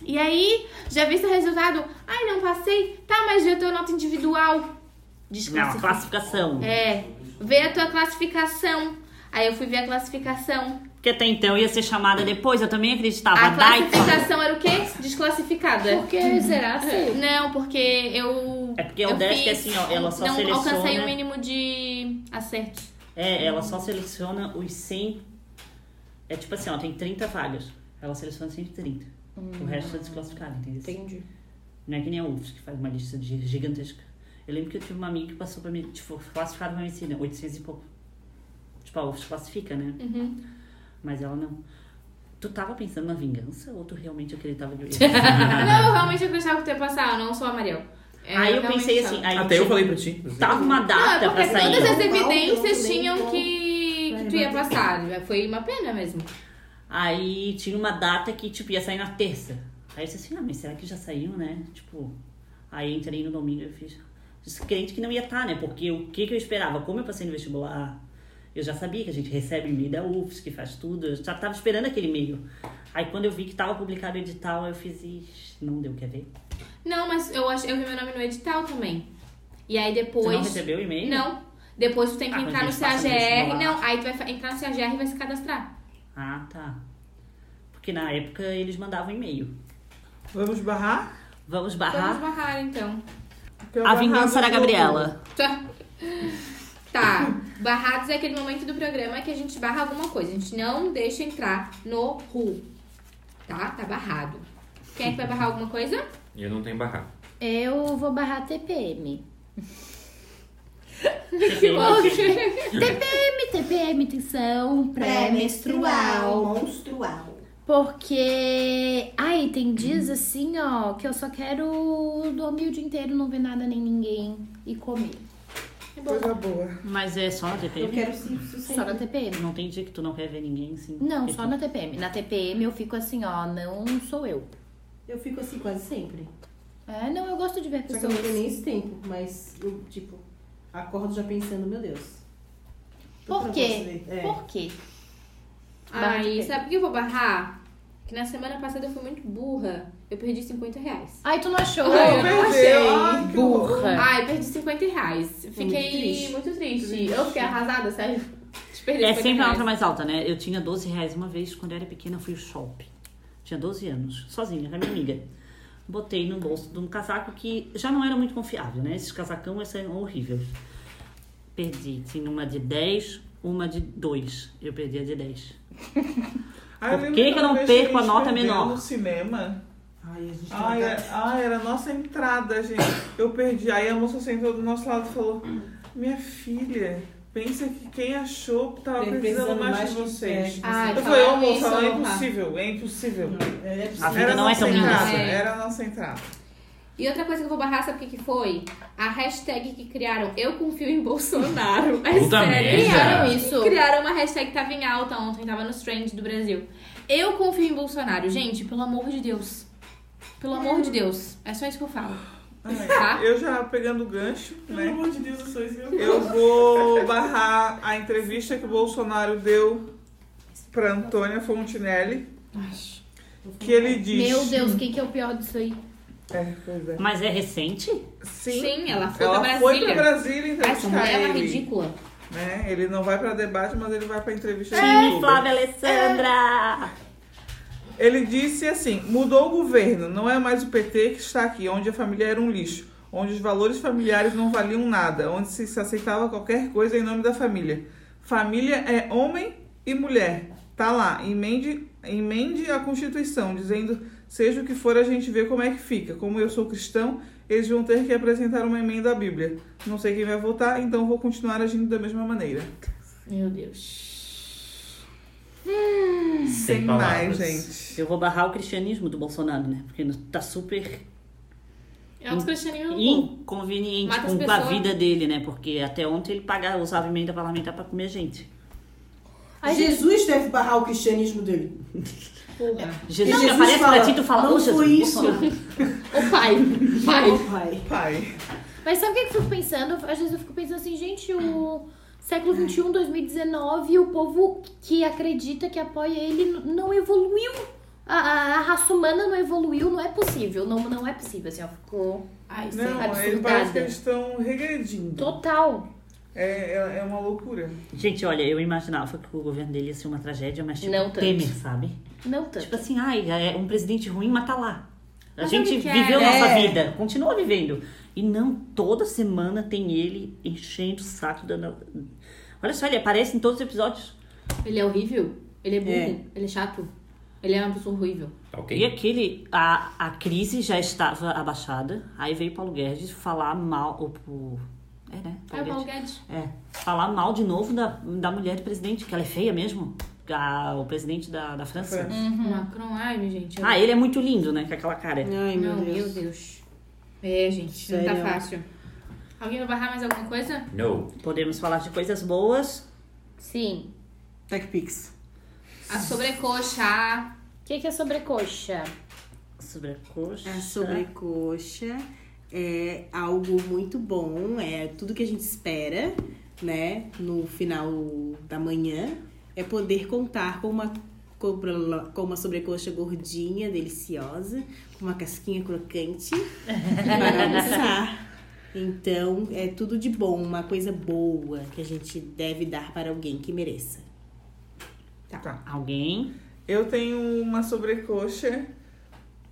Speaker 1: E aí, já vi o resultado. Ai, não passei. Tá, mas vê a tua nota individual.
Speaker 3: Não,
Speaker 1: Desclassificação.
Speaker 3: classificação.
Speaker 1: É. Vê a tua classificação. Aí eu fui ver a classificação.
Speaker 3: Porque até então eu ia ser chamada depois, eu também acreditava.
Speaker 1: A
Speaker 3: Dai,
Speaker 1: classificação era o quê? Desclassificada. É.
Speaker 4: Porque será assim?
Speaker 1: Não, porque eu.
Speaker 3: É porque o
Speaker 1: eu
Speaker 3: Desk é
Speaker 1: fiz-
Speaker 3: assim, ó, ela só
Speaker 1: Não
Speaker 3: seleciona-
Speaker 1: alcancei o mínimo de acertos.
Speaker 3: É, ela só seleciona os 100. É tipo assim, ó, tem 30 vagas. Ela seleciona 130. O resto
Speaker 1: Hum.
Speaker 3: é desclassificado, entendeu?
Speaker 4: Entendi.
Speaker 3: Não é que nem a UFS, que faz uma lista de- gigantesca. Eu lembro que eu tive uma amiga que passou pra mim, tipo, classificada pra medicina, 800 e pouco. Tipo, a UFS classifica, né?
Speaker 1: Uhum.
Speaker 3: Mas ela não. Tu tava pensando na vingança ou tu realmente acreditava que eu ia?
Speaker 1: não, eu realmente acreditava que tu ia passar, eu não sou a Mariel. É,
Speaker 3: aí eu
Speaker 1: realmente
Speaker 3: pensei
Speaker 1: só.
Speaker 3: assim, aí
Speaker 5: Até eu
Speaker 3: tinha-
Speaker 5: falei pra ti.
Speaker 3: tava uma
Speaker 1: Não, é
Speaker 3: data pra
Speaker 1: porque
Speaker 3: sair.
Speaker 1: todas as
Speaker 6: Não,
Speaker 1: evidências
Speaker 6: não,
Speaker 1: tinham
Speaker 6: não.
Speaker 1: que, que tu ia passar. Foi uma pena mesmo.
Speaker 3: Aí tinha uma data que, tipo, ia sair na terça. Aí eu disse assim, ah, mas será que já saiu, né? Tipo, aí entrei no domingo e fiz. disse, Crente que não ia estar, né? Porque o que, que eu esperava? Como eu passei no vestibular, eu já sabia que a gente recebe e-mail da UFS, que faz tudo. Eu já tava esperando aquele e-mail. Aí quando eu vi que tava publicado o edital, eu fiz, "Ixi, não deu, quer ver?
Speaker 1: Não, mas eu, acho, eu vi meu nome no edital também. E aí depois.
Speaker 3: Você não recebeu o e-mail?
Speaker 1: Não. Depois tu tem que
Speaker 3: Ah,
Speaker 1: entrar no
Speaker 3: mas eles passam
Speaker 1: CAGR.
Speaker 3: mesmo lá.
Speaker 1: Não, aí tu vai fa- entrar no CAGR e vai se cadastrar.
Speaker 3: Ah, tá. Porque na época eles mandavam e-mail.
Speaker 2: Vamos barrar?
Speaker 1: Vamos
Speaker 3: Vamos barrar
Speaker 1: barrar então.
Speaker 2: Porque eu
Speaker 3: a
Speaker 2: barrava
Speaker 3: vingança da
Speaker 2: tudo.
Speaker 3: Gabriela.
Speaker 1: Tá. Tá. Barrados é aquele momento do programa que a gente barra alguma coisa. A gente não deixa entrar no RU. Tá? Tá barrado. Quem é que vai barrar alguma coisa?
Speaker 5: Eu não tenho barraco.
Speaker 4: Eu vou barrar TPM. TPM, TPM, tensão pré-menstrual.
Speaker 7: Monstrual.
Speaker 4: Porque, ai, tem dias assim, ó, que eu só quero dormir o dia inteiro, não ver nada nem ninguém e comer.
Speaker 2: Coisa boa.
Speaker 3: Mas é só na
Speaker 8: Eu
Speaker 3: TPM.
Speaker 8: quero sim,
Speaker 4: Só na TPM.
Speaker 3: Não tem dia que tu não quer ver ninguém, sim.
Speaker 4: Não,
Speaker 3: Que
Speaker 4: só
Speaker 3: tu-
Speaker 4: na TPM. Na TPM eu fico assim, ó, não sou eu.
Speaker 8: Eu fico assim quase sempre.
Speaker 4: É, não, eu gosto de ver
Speaker 8: Só que eu não tenho
Speaker 4: pessoas.
Speaker 8: nem esse tempo, mas eu, tipo, acordo já pensando, meu Deus.
Speaker 4: Por
Speaker 8: Tudo que eu
Speaker 4: quê?
Speaker 8: posso ver. É.
Speaker 4: Por quê? Barra
Speaker 1: Ai,
Speaker 4: TPM.
Speaker 1: sabe por que eu vou barrar? Que na semana passada eu fui muito burra. Eu perdi 50 reais.
Speaker 4: Ai, tu não achou?
Speaker 2: Ai, perdeu.
Speaker 4: achei.
Speaker 2: Ai, que
Speaker 4: Burra.
Speaker 1: Ai, perdi 50 reais. Fiquei
Speaker 8: triste.
Speaker 1: muito triste. Eu fiquei arrasada, sério. De perder
Speaker 3: É
Speaker 1: 50
Speaker 3: sempre a
Speaker 1: reais.
Speaker 3: nota mais alta, né? Eu tinha 12 reais uma vez, quando eu era pequena, eu fui ao shopping. Tinha 12 anos, sozinha, com a minha amiga. Botei no bolso de um casaco que já não era muito confiável, né? Esses casacão são horríveis. Perdi, tinha uma de 10, uma de 2. Eu perdi a de 10.
Speaker 2: Ai,
Speaker 3: Por
Speaker 2: lembro
Speaker 3: que que eu
Speaker 2: aquela
Speaker 3: não
Speaker 2: vez
Speaker 3: perco
Speaker 2: gente
Speaker 3: a nota
Speaker 2: perdeu
Speaker 3: menor?
Speaker 2: No cinema.
Speaker 8: Ai, a gente tá
Speaker 2: Ai, é- ai, era a nossa entrada, gente. Eu perdi. Aí a moça sentou do nosso lado e falou: Minha filha, pensa que quem achou que tava
Speaker 8: Pensando
Speaker 2: precisando mais,
Speaker 8: mais
Speaker 2: de
Speaker 8: que- é,
Speaker 2: vocês.
Speaker 8: que
Speaker 1: Ai,
Speaker 2: eu falei, ô
Speaker 1: falaram
Speaker 2: moça,
Speaker 1: isso,
Speaker 2: não é
Speaker 1: Luca.
Speaker 2: impossível, é impossível.
Speaker 8: É,
Speaker 3: A vida
Speaker 2: era
Speaker 3: não é
Speaker 2: nossa
Speaker 3: tão linda
Speaker 2: entrada,
Speaker 1: assim.
Speaker 2: Era a nossa entrada.
Speaker 1: E outra coisa que eu vou barrar, sabe o que, que foi? A hashtag que criaram, eu confio em Bolsonaro. É
Speaker 5: Puta
Speaker 1: sério.
Speaker 5: merda.
Speaker 4: Criaram isso.
Speaker 1: Criaram uma hashtag que tava em alta ontem, tava nos trends do Brasil. Eu confio em Bolsonaro. Gente, pelo amor de Deus. Pelo amor de Deus. É só isso que eu falo. Tá?
Speaker 2: Eu já pegando o gancho,
Speaker 8: Pelo
Speaker 2: né?
Speaker 8: amor de Deus, eu sou isso.
Speaker 2: Eu vou barrar a entrevista que o Bolsonaro deu pra Antônia Fontinelli. Que ele diz.
Speaker 4: Meu Deus, quem que é o pior disso aí?
Speaker 2: É, pois é.
Speaker 3: Mas é recente?
Speaker 2: Sim.
Speaker 1: ela foi
Speaker 2: Ela
Speaker 1: pra
Speaker 2: foi pra
Speaker 1: Brasília. Essa
Speaker 2: Brasília entrevistar
Speaker 1: mulher é uma
Speaker 2: ele.
Speaker 1: ridícula.
Speaker 2: Né? Ele não vai pra debate, mas ele vai pra entrevista no
Speaker 3: Sim,
Speaker 2: YouTube.
Speaker 3: Flávia Alessandra!
Speaker 2: Ele disse assim: mudou o governo, não é mais o PT que está aqui, onde a família era um lixo, onde os valores familiares não valiam nada, onde se se aceitava qualquer coisa em nome da família. Família é homem e mulher. Tá lá, emende, emende a Constituição, dizendo: seja o que for, a gente vê como é que fica. Como eu sou cristão, eles vão ter que apresentar uma emenda à Bíblia. Não sei quem vai votar, então vou continuar agindo da mesma maneira.
Speaker 1: Meu Deus.
Speaker 2: Sem mais,
Speaker 5: palavras.
Speaker 2: gente.
Speaker 3: Eu vou barrar o cristianismo do Bolsonaro, né? Porque tá super
Speaker 1: É um cristianismo.
Speaker 3: inconveniente
Speaker 1: Mata as
Speaker 3: com a
Speaker 1: pessoas.
Speaker 3: vida dele, né? Porque até ontem ele pagava, usava emenda parlamentar pra comer gente.
Speaker 8: Jesus deve barrar o cristianismo dele.
Speaker 1: Porra.
Speaker 3: Jesus,
Speaker 8: Jesus
Speaker 3: que aparece
Speaker 8: fala,
Speaker 3: pra ti, tu fala,
Speaker 8: "Não
Speaker 3: "Ô, Jesus,
Speaker 8: foi isso."
Speaker 3: Bolsonaro."
Speaker 1: Ô pai, pai.
Speaker 8: Ô, pai.
Speaker 2: Pai.
Speaker 4: Mas sabe o que que eu fico pensando? Às vezes eu fico pensando assim, gente, o século um, XXI, 2019, o povo que acredita, que apoia ele, n- não evoluiu. A, a- a raça humana não evoluiu, não é possível. Não, não é possível, assim, ó. Ficou
Speaker 1: Ai, sim.
Speaker 2: Não, ele parece que
Speaker 4: absurdada.
Speaker 2: eles estão regredindo.
Speaker 4: total.
Speaker 2: É, é, é uma loucura.
Speaker 3: Gente, olha, eu imaginava que o governo dele ia ser uma tragédia, mas tipo,
Speaker 4: Não tanto.
Speaker 3: Temer, sabe?
Speaker 4: Não tanto.
Speaker 3: Tipo assim, ai, é um presidente ruim, mas tá lá. A
Speaker 1: Mas
Speaker 3: gente
Speaker 1: ele quer.
Speaker 3: viveu nossa
Speaker 8: É.
Speaker 3: vida, continua vivendo. E não, toda semana tem ele enchendo o saco dando. Olha só, ele aparece em todos os episódios.
Speaker 1: Ele é horrível. Ele é burro. Ele é chato. Ele é uma pessoa horrível.
Speaker 5: Tá
Speaker 3: E
Speaker 5: ok?
Speaker 3: aquele, a, a crise já estava abaixada, aí veio Paulo Guedes falar mal, o, o- é né,
Speaker 1: É o
Speaker 3: Paulo
Speaker 1: Paulo
Speaker 3: Guedes.
Speaker 1: Guedes.
Speaker 3: É, falar mal de novo da, da mulher do presidente, que ela é feia mesmo, a- o presidente da, da França.
Speaker 1: Macron, Uhum. ai, minha gente.
Speaker 3: Ah, ele é muito lindo, né, com aquela cara.
Speaker 6: Ai, meu
Speaker 1: Não,
Speaker 6: Deus.
Speaker 1: É, gente, não tá
Speaker 6: Sério.
Speaker 1: fácil. Alguém vai barrar mais alguma coisa?
Speaker 5: No.
Speaker 3: Podemos falar de coisas boas,
Speaker 4: Sim.
Speaker 8: TechPix.
Speaker 1: A sobrecoxa.
Speaker 4: O que, que é sobrecoxa?
Speaker 3: sobre a coxa.
Speaker 6: A sobrecoxa é algo muito bom, é tudo que a gente espera, né? No final da manhã, é poder contar com uma, cobra- com uma sobrecoxa gordinha, deliciosa, com uma casquinha crocante para almoçar. Então, é tudo de bom, uma coisa boa que a gente deve dar para alguém que mereça.
Speaker 3: Alguém?
Speaker 2: Tá. Eu tenho uma sobrecoxa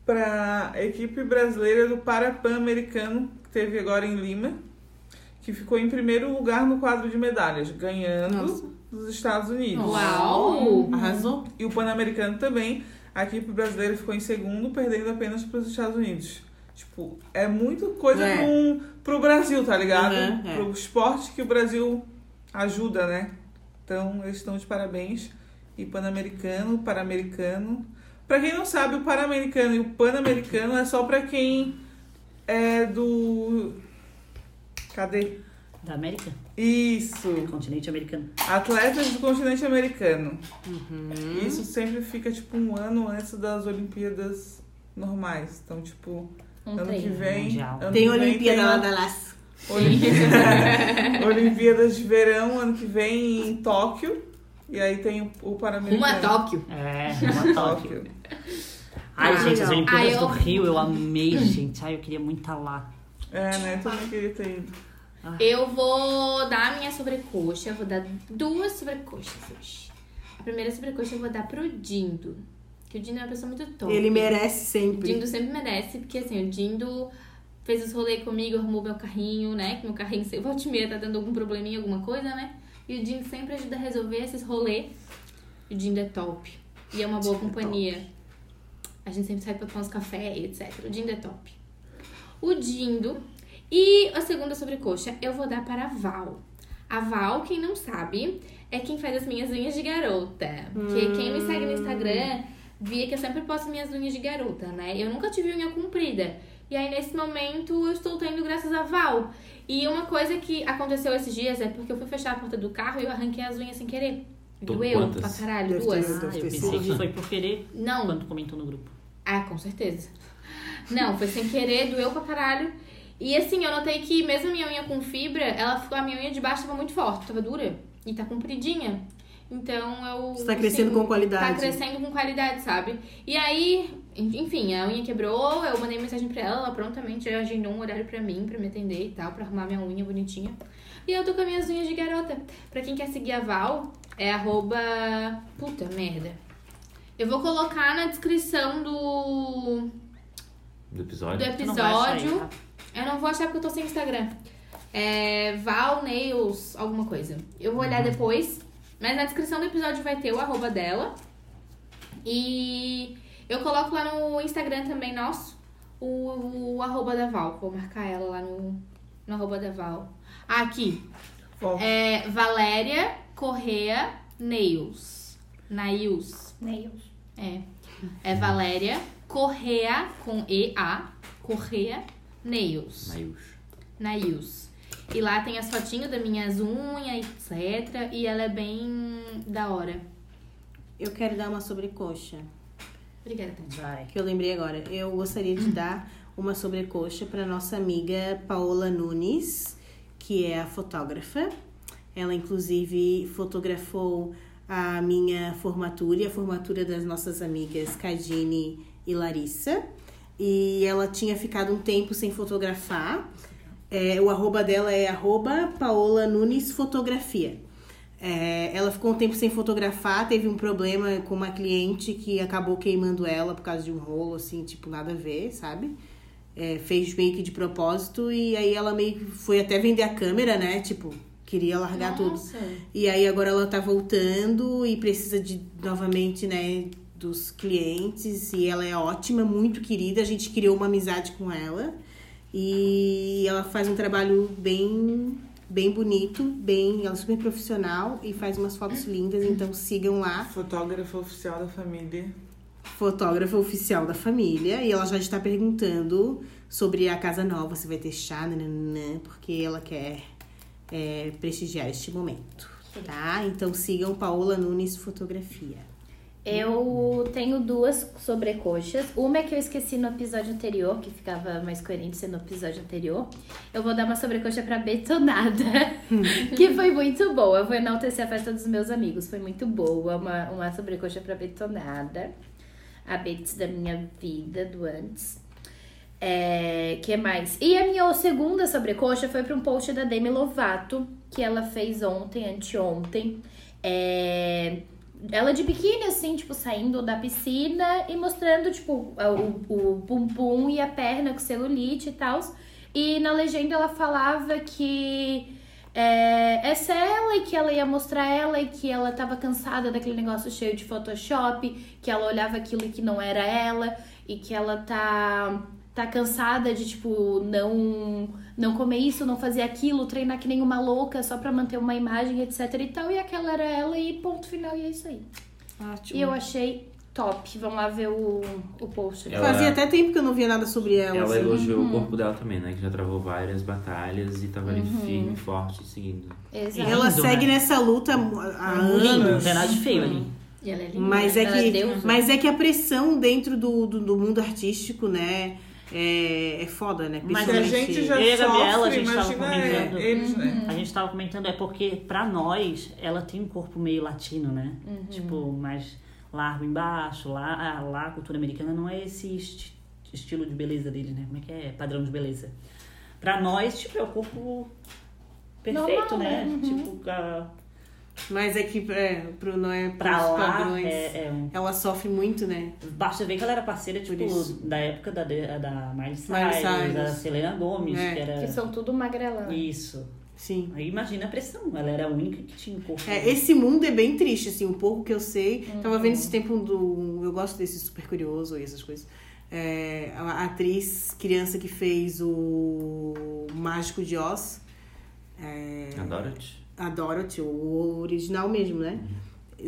Speaker 2: para a equipe brasileira do Parapan americano, que teve agora em Lima, que ficou em primeiro lugar no quadro de medalhas, ganhando dos Estados Unidos.
Speaker 1: Uau!
Speaker 6: Arrasou?
Speaker 2: E o Pan-Americano também. A equipe brasileira ficou em segundo, perdendo apenas para os Estados Unidos. Tipo, é muito coisa
Speaker 6: É.
Speaker 2: com, pro Brasil, tá ligado?
Speaker 6: Uhum, é.
Speaker 2: Pro esporte que o Brasil ajuda, né? Então, eles estão de parabéns. E Pan-Americano, Pan-Americano. Pra quem não sabe, o Pan-Americano e o Pan-Americano é só pra quem é do... Cadê?
Speaker 3: Da América?
Speaker 2: Isso!
Speaker 3: Continente americano.
Speaker 2: Atletas do continente americano.
Speaker 5: Uhum.
Speaker 2: Isso sempre fica tipo um ano antes das Olimpíadas normais. Então, tipo,
Speaker 9: Um
Speaker 4: Não
Speaker 2: ano que
Speaker 4: tem.
Speaker 9: né?
Speaker 2: vem.
Speaker 3: Mundial.
Speaker 2: Ano
Speaker 6: Tem
Speaker 2: que vem
Speaker 6: Olimpíada
Speaker 2: tem
Speaker 6: lá
Speaker 2: a-
Speaker 6: da Las.
Speaker 2: Olimpíadas, Olimpíadas de verão, ano que vem em Tóquio. E aí tem o, o
Speaker 1: Rumo a
Speaker 2: Pan-Americano.
Speaker 1: Tóquio.
Speaker 3: É, uma Tóquio. Ai,
Speaker 6: Ah,
Speaker 3: gente, as
Speaker 6: legal.
Speaker 3: Olimpíadas
Speaker 1: Ai, eu-
Speaker 3: do Rio, eu amei, gente. Ai, eu queria muito estar lá.
Speaker 2: É, né?
Speaker 5: Ah.
Speaker 2: Também queria ter ido.
Speaker 1: Eu vou dar a minha sobrecoxa. Eu vou dar duas sobrecoxas hoje. A primeira sobrecoxa eu vou dar pro Dindo. Que o Dindo é uma pessoa muito top.
Speaker 6: Ele merece
Speaker 1: O
Speaker 6: sempre.
Speaker 1: Dindo sempre merece, porque assim, o Dindo fez os rolês comigo, arrumou meu carrinho, né? Que meu carrinho, se volta e meia, tá dando algum probleminha, alguma coisa, né? E o Dindo sempre ajuda a resolver esses rolês. O Dindo é top. E é uma boa companhia. A gente sempre sai pra tomar uns café e etc. O Dindo é top. O Dindo. E a segunda sobrecoxa eu vou dar para a Val. A Val, quem não sabe, é quem faz as minhas unhas de garota. Porque quem me segue no Instagram via que eu sempre posto minhas unhas de garota, né? Eu nunca tive unha comprida. E aí, nesse momento, eu estou tendo graças a Val. E uma coisa que aconteceu esses dias é porque eu fui fechar a porta do carro e eu arranquei as unhas sem querer.
Speaker 5: Tô-
Speaker 1: Doeu
Speaker 5: quantas?
Speaker 1: pra caralho,
Speaker 2: Deve ter-
Speaker 1: duas.
Speaker 3: Ah, eu
Speaker 2: Deve ter
Speaker 3: pensei
Speaker 2: sido.
Speaker 3: que foi por querer
Speaker 1: Não,
Speaker 3: quando comentou no grupo.
Speaker 1: ah, com certeza. Não, foi sem querer, doeu pra caralho. E assim, eu notei que mesmo a minha unha com fibra, ela ficou, a minha unha de baixo tava muito forte, tava dura. E tá compridinha. Então eu.
Speaker 6: Você tá crescendo
Speaker 1: assim,
Speaker 6: com qualidade.
Speaker 1: Tá crescendo com qualidade, sabe? E aí, enfim, a unha quebrou, eu mandei mensagem pra ela, ela prontamente agendou um horário pra mim, pra me atender e tal, pra arrumar minha unha bonitinha. E eu tô com as minhas unhas de garota. Pra quem quer seguir a Val, é arroba. Puta merda. Eu vou colocar na descrição do,
Speaker 5: Do
Speaker 1: do
Speaker 5: episódio.
Speaker 3: Tu não vai achar
Speaker 1: episódio.
Speaker 3: isso, tá?
Speaker 1: Eu não vou achar porque eu tô sem Instagram. É Val Nails, alguma coisa. Eu vou
Speaker 3: Uhum.
Speaker 1: olhar depois. Mas na descrição do episódio vai ter o arroba dela. E eu coloco lá no Instagram também nosso o, o arroba da Val. Vou marcar ela lá no, no arroba da Val. Ah, aqui.
Speaker 2: Bom,
Speaker 1: É Valéria Correa Nails. Nails.
Speaker 10: Nails.
Speaker 1: É. É Valéria Correa com E-A. Correa Nails.
Speaker 5: Naius.
Speaker 1: Na Yus. E lá tem as fotinhas das minhas unhas, etc. E ela é bem da hora.
Speaker 6: Eu quero dar uma sobrecoxa,
Speaker 1: Obrigada, Tati.
Speaker 3: Vai.
Speaker 6: que eu lembrei agora. Eu gostaria de dar uma sobrecoxa para nossa amiga Paola Nunes, que é a fotógrafa. Ela, inclusive, fotografou a minha formatura e a formatura das nossas amigas Cadine e Larissa. E ela tinha ficado um tempo sem fotografar. É, o arroba dela é arroba Paola Nunes Fotografia. É, ela ficou um tempo sem fotografar, teve um problema com uma cliente que acabou queimando ela por causa de um rolo, assim, tipo, nada a ver, sabe? É, fez meio que de propósito e aí ela meio que foi até vender a câmera, né? Tipo, queria largar tudo.
Speaker 1: Nossa.
Speaker 6: E aí agora ela tá voltando e precisa de novamente, né, dos clientes. E ela é ótima, muito querida. A gente criou uma amizade com ela. E ela faz um trabalho bem bem bonito, bem, ela é super profissional e faz umas fotos lindas, então sigam
Speaker 5: É.
Speaker 6: lá.
Speaker 2: fotógrafa oficial da família.
Speaker 6: Fotógrafa oficial da família e ela já está perguntando sobre a casa nova, se vai ter chá, nananã, porque ela quer é, prestigiar este momento, tá? Então sigam Paola Nunes Fotografia.
Speaker 4: Eu tenho duas sobrecoxas. Uma é que eu esqueci no episódio anterior, que ficava mais coerente ser no episódio anterior. Eu vou dar uma sobrecoxa pra Betonada, que foi muito boa. Eu vou enaltecer a festa dos meus amigos, foi muito boa. Uma, uma sobrecoxa pra Betonada. A Betis da minha vida, do antes. É, que mais? E a minha segunda sobrecoxa foi pra um post da Demi Lovato, que ela fez ontem, anteontem. É, ela de biquíni, assim, tipo, saindo da piscina e mostrando, tipo, a- o, o bumbum e a perna com celulite e tal. E na legenda ela falava que é, essa é ela e que ela ia mostrar ela e que ela tava cansada daquele negócio cheio de Photoshop, que ela olhava aquilo e que não era ela e que ela tá, tá cansada de, tipo, não, não comer isso, não fazer aquilo, treinar que nem uma louca só pra manter uma imagem, etc e tal. E aquela era ela e ponto final, e é isso aí. E eu achei top. Vamos lá ver o, o post.
Speaker 5: Ela- é-
Speaker 6: Fazia até tempo que eu não via nada sobre ela.
Speaker 5: Ela é
Speaker 6: assim.
Speaker 5: elogiou o corpo dela também, né? Que já travou várias batalhas e tava ali firme, forte, seguindo.
Speaker 4: Exato.
Speaker 6: Ela
Speaker 3: Lindo,
Speaker 6: segue
Speaker 3: né?
Speaker 6: nessa luta há
Speaker 3: Lindo, não
Speaker 6: anos.
Speaker 3: tem nada de feio ali.
Speaker 1: E ela é linda.
Speaker 6: Mas é,
Speaker 4: Ela
Speaker 6: que,
Speaker 3: um-
Speaker 4: deu-
Speaker 6: mas é que a pressão dentro do, do, do mundo artístico, né? É, é foda, né?
Speaker 3: Mas
Speaker 2: Se a gente já
Speaker 3: Eu e a Gabriela, a
Speaker 2: sofre,
Speaker 3: gente tava
Speaker 2: imagina é,
Speaker 3: comentando.
Speaker 2: eles, né?
Speaker 3: A gente tava comentando, é porque pra nós, ela tem um corpo meio latino, né?
Speaker 4: Uhum.
Speaker 3: Tipo, mais largo embaixo, lá, ah, lá a cultura americana não é esse esti- estilo de beleza deles, né? Como é que é? Padrão de beleza. Pra nós, tipo, é o corpo perfeito,
Speaker 4: Normal,
Speaker 3: né?
Speaker 4: né?
Speaker 3: Tipo, a-
Speaker 6: Mas é que é, pro Noé,
Speaker 3: pra
Speaker 6: pros
Speaker 3: lá
Speaker 6: padrões,
Speaker 3: é, é um...
Speaker 6: ela sofre muito, né?
Speaker 3: Basta ver que ela era parceira,
Speaker 6: Por
Speaker 3: tipo,
Speaker 6: isso.
Speaker 3: da época da, de- da Miley
Speaker 6: Miley
Speaker 3: Cyrus,
Speaker 6: Cyrus.
Speaker 3: da Selena Gomez,
Speaker 6: É.
Speaker 3: que era...
Speaker 4: Que são tudo magrelão.
Speaker 3: Isso.
Speaker 6: Sim.
Speaker 3: Aí imagina a pressão. Ela era a única que tinha um corpo.
Speaker 6: É, esse mundo é bem triste, assim, um pouco que eu sei. Tava vendo esse tempo do. Eu gosto desse super curioso e essas coisas. É, a a atriz criança que fez o Mágico de Oz, É,
Speaker 5: Adora-te.
Speaker 6: a Dorothy, o original mesmo, né?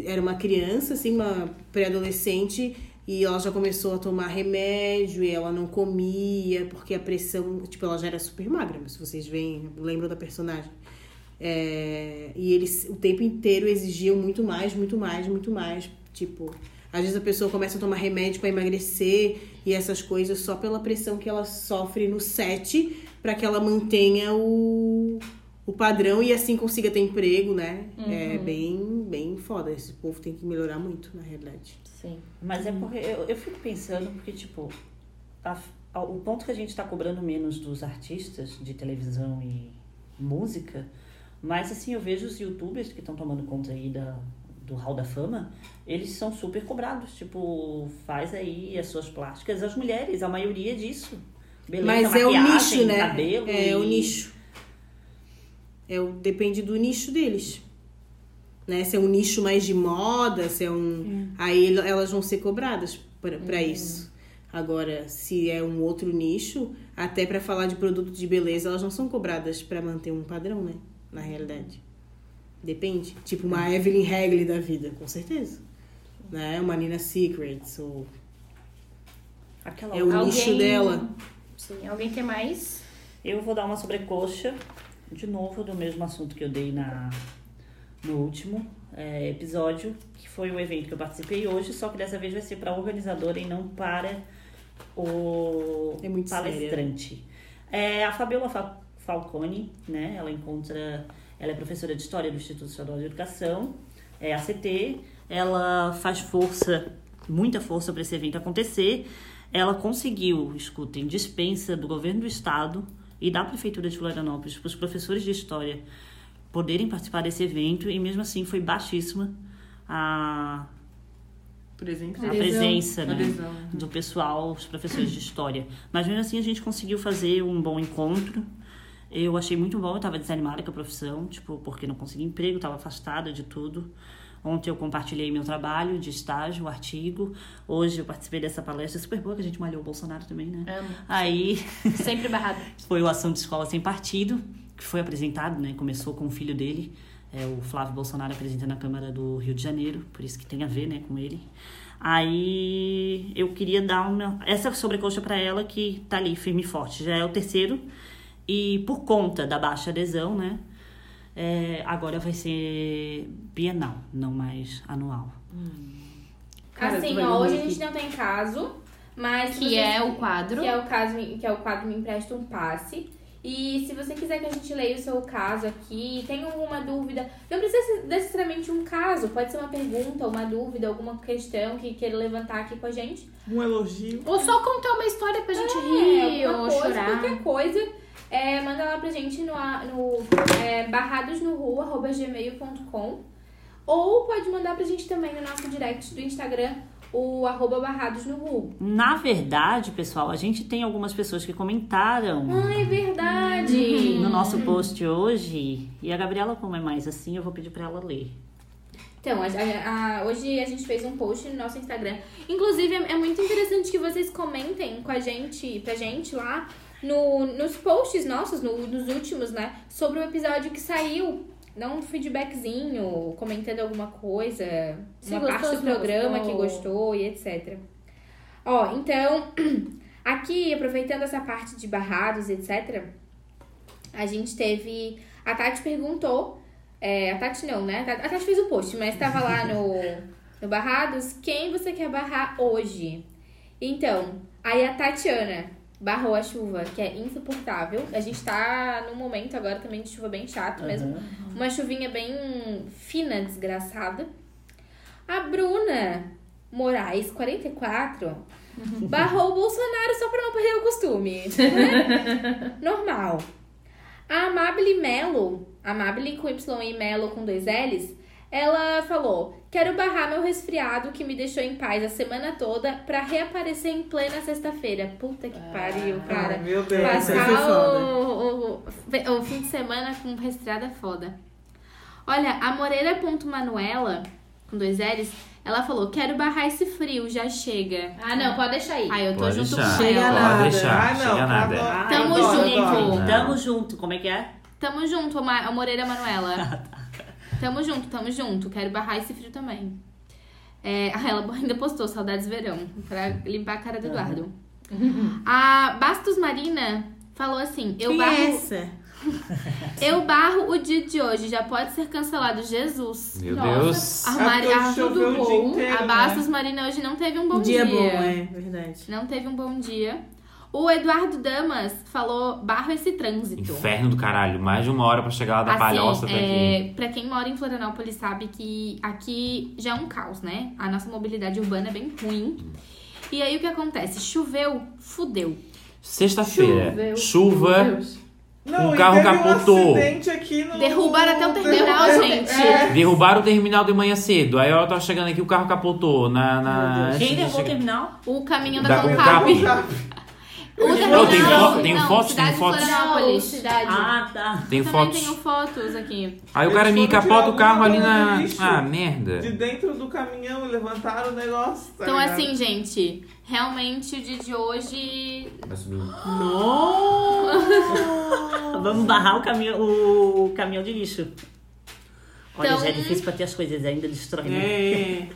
Speaker 6: Era uma criança, assim, uma pré-adolescente, E ela já começou a tomar remédio e ela não comia, porque a pressão, tipo, ela já era super magra, mas se vocês veem, lembram da personagem. É, e eles o tempo inteiro exigiam muito mais, muito mais, muito mais. Tipo, às vezes a pessoa começa a tomar remédio pra emagrecer e essas coisas só pela pressão que ela sofre no set pra que ela mantenha o, o padrão e assim consiga ter emprego, né? É bem, bem foda. Esse povo tem que melhorar muito, na realidade.
Speaker 4: Sim.
Speaker 3: Mas é porque eu, eu fico pensando, porque, tipo, a- a- o ponto que a gente tá cobrando menos dos artistas de televisão e música, mas assim, eu vejo os youtubers que estão tomando conta aí da, do Hall da Fama, eles são super cobrados. Tipo, faz aí as suas plásticas, as mulheres, a maioria disso. Beleza,
Speaker 6: Mas é o
Speaker 3: maquiagem,
Speaker 6: nicho, né?
Speaker 3: Cabelo
Speaker 6: é o
Speaker 3: e-
Speaker 6: nicho. É o, depende do nicho deles. Né? Se é um nicho mais de moda, se é um. Aí el- elas vão ser cobradas pra pra isso. Agora, se é um outro nicho, até pra falar de produto de beleza, elas não são cobradas pra manter um padrão, né? Na realidade. Depende. Tipo uma Evelyn Hagley da vida, com certeza. Né? Uma Nina Secrets. Ou...
Speaker 3: Aquela
Speaker 6: É o
Speaker 4: Alguém-
Speaker 6: nicho dela.
Speaker 4: Sim. Alguém quer mais?
Speaker 3: Eu vou dar uma sobrecoxa, de novo, do mesmo assunto que eu dei na, no último é, episódio, que foi o evento que eu participei hoje, só que dessa vez vai ser para a organizadora e não para o
Speaker 6: É muito séria.
Speaker 3: palestrante. É, a Fabiola Fa- Falcone, né? Ela encontra. Ela é professora de História do Instituto Estadual de Educação, é ACT. Ela faz força, muita força para esse evento acontecer. Ela conseguiu, escutem, dispensa do governo do estado e da prefeitura de Florianópolis para os professores de história poderem participar desse evento e mesmo assim foi baixíssima a
Speaker 2: Presente.
Speaker 3: a presença né,
Speaker 2: Adesão.
Speaker 3: do pessoal, os professores de história. Mas mesmo assim a gente conseguiu fazer um bom encontro. Eu achei muito bom, eu tava desanimada com a profissão, tipo, porque não consegui emprego, tava afastada de tudo. Ontem eu compartilhei meu trabalho de estágio, o artigo. Hoje eu participei dessa palestra super boa, que a gente malhou o Bolsonaro também, né?
Speaker 4: Amo.
Speaker 3: Aí
Speaker 4: Sempre barrado.
Speaker 3: foi o Ação de Escola Sem Partido, que foi apresentado, né? Começou com o filho dele, é, o Flávio Bolsonaro apresentando a Câmara do Rio de Janeiro, por isso que tem a ver, né, com ele. Aí eu queria dar uma, essa sobrecoxa para ela que tá ali firme e forte, já é o terceiro e por conta da baixa adesão, né? é, agora vai ser bienal, não mais anual.
Speaker 11: Cara, tu
Speaker 9: assim,
Speaker 11: vai
Speaker 9: ó, hoje
Speaker 11: dormir
Speaker 9: a gente
Speaker 4: tá
Speaker 9: não tem caso, mas. se
Speaker 4: Que
Speaker 9: vocês-
Speaker 4: é o quadro.
Speaker 9: Que é o caso, que é o quadro Me Empresta um Passe. E se você quiser que a gente leia o seu caso aqui, tem alguma dúvida, não precisa ser necessariamente um caso, pode ser uma pergunta, uma dúvida, alguma questão que queira levantar aqui com a gente.
Speaker 2: Um elogio.
Speaker 4: Ou só contar uma história pra gente rir
Speaker 9: É,
Speaker 4: ou
Speaker 9: alguma coisa,
Speaker 4: chorar.
Speaker 9: qualquer coisa, é, manda lá pra gente no, a- no é, barradosnorua.gmail.com ou pode mandar pra gente também no nosso direct do Instagram, o arroba barradosnorua.
Speaker 3: Na verdade, pessoal, a gente tem algumas pessoas que comentaram.
Speaker 9: Ah, é verdade!
Speaker 3: no nosso post hoje. E a Gabriela, como é mais assim, eu vou pedir pra ela ler.
Speaker 9: Então, a- a- a- hoje a gente fez um post no nosso Instagram. Inclusive, é, é muito interessante que vocês comentem com a gente, pra gente lá, no, nos posts nossos, no- nos últimos, né? Sobre o episódio que saiu. Dá um feedbackzinho, comentando alguma coisa,
Speaker 4: Se
Speaker 9: uma
Speaker 4: gostou,
Speaker 9: parte do
Speaker 4: se não
Speaker 9: programa que
Speaker 4: gostou.
Speaker 9: gostou e etc. Ó, então, aqui, aproveitando essa parte de barrados, etc., a gente teve. A Tati perguntou. é, a Tati não, né? A Tati fez o post, mas tava lá no, no Barrados. Quem você quer barrar hoje? Então, aí a Tatiana barrou a chuva, que é insuportável. A gente tá num momento agora também de chuva bem chato mesmo. Uma chuvinha bem fina, desgraçada. A Bruna Moraes, 44,
Speaker 6: Uhum.
Speaker 9: barrou o Bolsonaro só pra não perder o costume. né? Normal. A Amabile Melo, Amabile com Y e Melo com dois L's, ela falou: Quero barrar meu resfriado que me deixou em paz a semana toda pra reaparecer em plena sexta-feira. Puta que pariu,
Speaker 6: Ah.
Speaker 9: cara.
Speaker 2: Meu Deus.
Speaker 6: Essa foi
Speaker 9: Passar
Speaker 6: foda.
Speaker 9: o, o, o fim de semana com resfriado é foda. Olha, a Moreira.manuela, com dois L's, ela falou: Quero barrar esse frio, já chega.
Speaker 4: Ah, não, pode deixar aí.
Speaker 9: Ai, eu tô
Speaker 5: Pode
Speaker 9: junto
Speaker 5: deixar,
Speaker 9: com
Speaker 5: pode
Speaker 2: Chega
Speaker 9: ela.
Speaker 2: nada.
Speaker 5: deixar,
Speaker 2: Ah, não,
Speaker 5: chega nada.
Speaker 2: agora-
Speaker 9: Tamo
Speaker 2: agora,
Speaker 9: junto.
Speaker 2: agora.
Speaker 3: Tamo junto, como é que é?
Speaker 9: Tamo junto, Ma- a Moreira Manuela. Tamo junto, tamo junto. Quero barrar esse frio também.
Speaker 1: É, ah, ela ainda postou saudades verão, pra limpar a cara do Eduardo. A Bastos Marina falou assim: eu
Speaker 6: Quem é
Speaker 1: barro,
Speaker 6: essa?
Speaker 1: eu barro o dia de hoje, já pode ser cancelado. Jesus.
Speaker 5: Meu
Speaker 1: Nossa.
Speaker 5: Deus.
Speaker 1: Armário
Speaker 2: É porque
Speaker 1: arraso
Speaker 2: choveu
Speaker 1: do
Speaker 2: o dia
Speaker 1: bom.
Speaker 2: inteiro, né?
Speaker 1: a Bastos Marina hoje não teve um bom dia.
Speaker 6: bom, é verdade.
Speaker 1: Não teve um bom dia. O Eduardo Damas falou: barro esse trânsito. Assim,
Speaker 5: Inferno do caralho. Mais de uma hora pra chegar lá da palhoça até aqui.
Speaker 1: é, pra quem mora em Florianópolis sabe que aqui já é um caos, né? A nossa mobilidade urbana é bem ruim. E aí o que acontece? Choveu, fudeu.
Speaker 5: Sexta-feira. Chuva.
Speaker 2: Não,
Speaker 5: Um
Speaker 2: e
Speaker 5: carro
Speaker 2: teve
Speaker 5: capotou.
Speaker 2: Um acidente aqui no...
Speaker 1: Derrubaram até o terminal,
Speaker 2: Derrubaram-
Speaker 1: gente.
Speaker 2: É.
Speaker 5: Derrubaram o terminal de manhã cedo. Aí eu tava chegando aqui, o carro capotou. Na, na...
Speaker 3: Quem
Speaker 5: antes de
Speaker 3: derrubou o
Speaker 5: chegar-
Speaker 3: terminal?
Speaker 1: O caminhão
Speaker 5: Da
Speaker 1: da
Speaker 5: Concap.
Speaker 1: Concap. O
Speaker 5: Não, tem
Speaker 1: terminal-
Speaker 5: fo- tem
Speaker 1: não,
Speaker 5: fotos,
Speaker 1: cidade
Speaker 5: tem
Speaker 1: de
Speaker 5: fotos.
Speaker 1: Florianópolis.
Speaker 9: cidade.
Speaker 3: Ah, tá.
Speaker 1: Também
Speaker 5: Tem fotos.
Speaker 1: tenho fotos aqui.
Speaker 5: Aí o cara
Speaker 2: Eles
Speaker 5: me
Speaker 2: foram
Speaker 5: capota o
Speaker 2: tirar
Speaker 5: carro ali
Speaker 2: alguma coisa
Speaker 5: na.
Speaker 2: do lixo.
Speaker 5: Ah, merda.
Speaker 2: De dentro do caminhão e levantaram o negócio. tá
Speaker 1: Então,
Speaker 2: ligado?
Speaker 1: assim, gente, realmente o dia de hoje.
Speaker 3: Vamos barrar o caminhão, o caminhão de lixo. Olha,
Speaker 1: Então-
Speaker 3: já é difícil pra ter as coisas ainda destrói. né?
Speaker 6: É.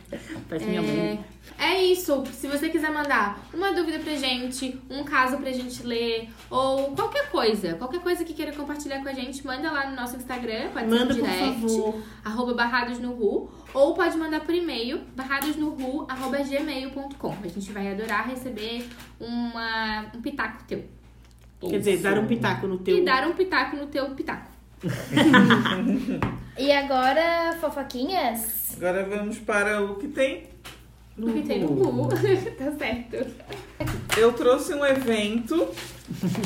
Speaker 3: Parece minha mãe.
Speaker 1: É isso. Se você quiser mandar uma dúvida pra gente, um caso pra gente ler, ou qualquer coisa, qualquer coisa que queira compartilhar com a gente, manda lá no nosso Instagram, pode
Speaker 6: Manda,
Speaker 1: ser
Speaker 6: por
Speaker 1: no Né? direct,
Speaker 6: favor.
Speaker 1: arroba barrados no ru, ou pode mandar por e-mail, barradosnoru, arroba gmail.com. A gente vai adorar receber uma, um pitaco teu.
Speaker 6: Quer dizer, dar um pitaco no teu.
Speaker 1: E dar um pitaco no teu pitaco.
Speaker 4: E agora, fofoquinhas?
Speaker 2: Agora vamos para o que tem.
Speaker 1: Porque tem no ru. tá certo.
Speaker 2: Eu trouxe um evento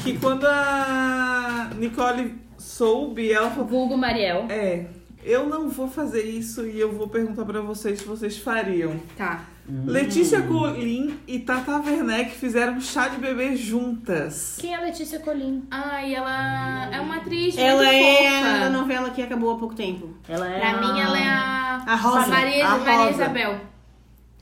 Speaker 2: que quando a Nicole soube, ela falou...
Speaker 9: Vulgo Mariel.
Speaker 2: É, eu não vou fazer isso e eu vou perguntar pra vocês se vocês fariam.
Speaker 1: Tá.
Speaker 2: Letícia Colin e Tata Werneck fizeram chá de bebê juntas.
Speaker 4: Quem é a Letícia Colim?
Speaker 1: Ai, ela é uma atriz
Speaker 6: Ela
Speaker 1: muito
Speaker 6: é
Speaker 1: fofa.
Speaker 6: a novela que acabou há pouco tempo.
Speaker 3: Ela é.
Speaker 1: Pra
Speaker 3: a-
Speaker 4: Ah.
Speaker 1: mim, ela é a,
Speaker 6: A Rosa.
Speaker 1: Maria,
Speaker 2: A
Speaker 1: Maria
Speaker 2: Rosa.
Speaker 1: Isabel.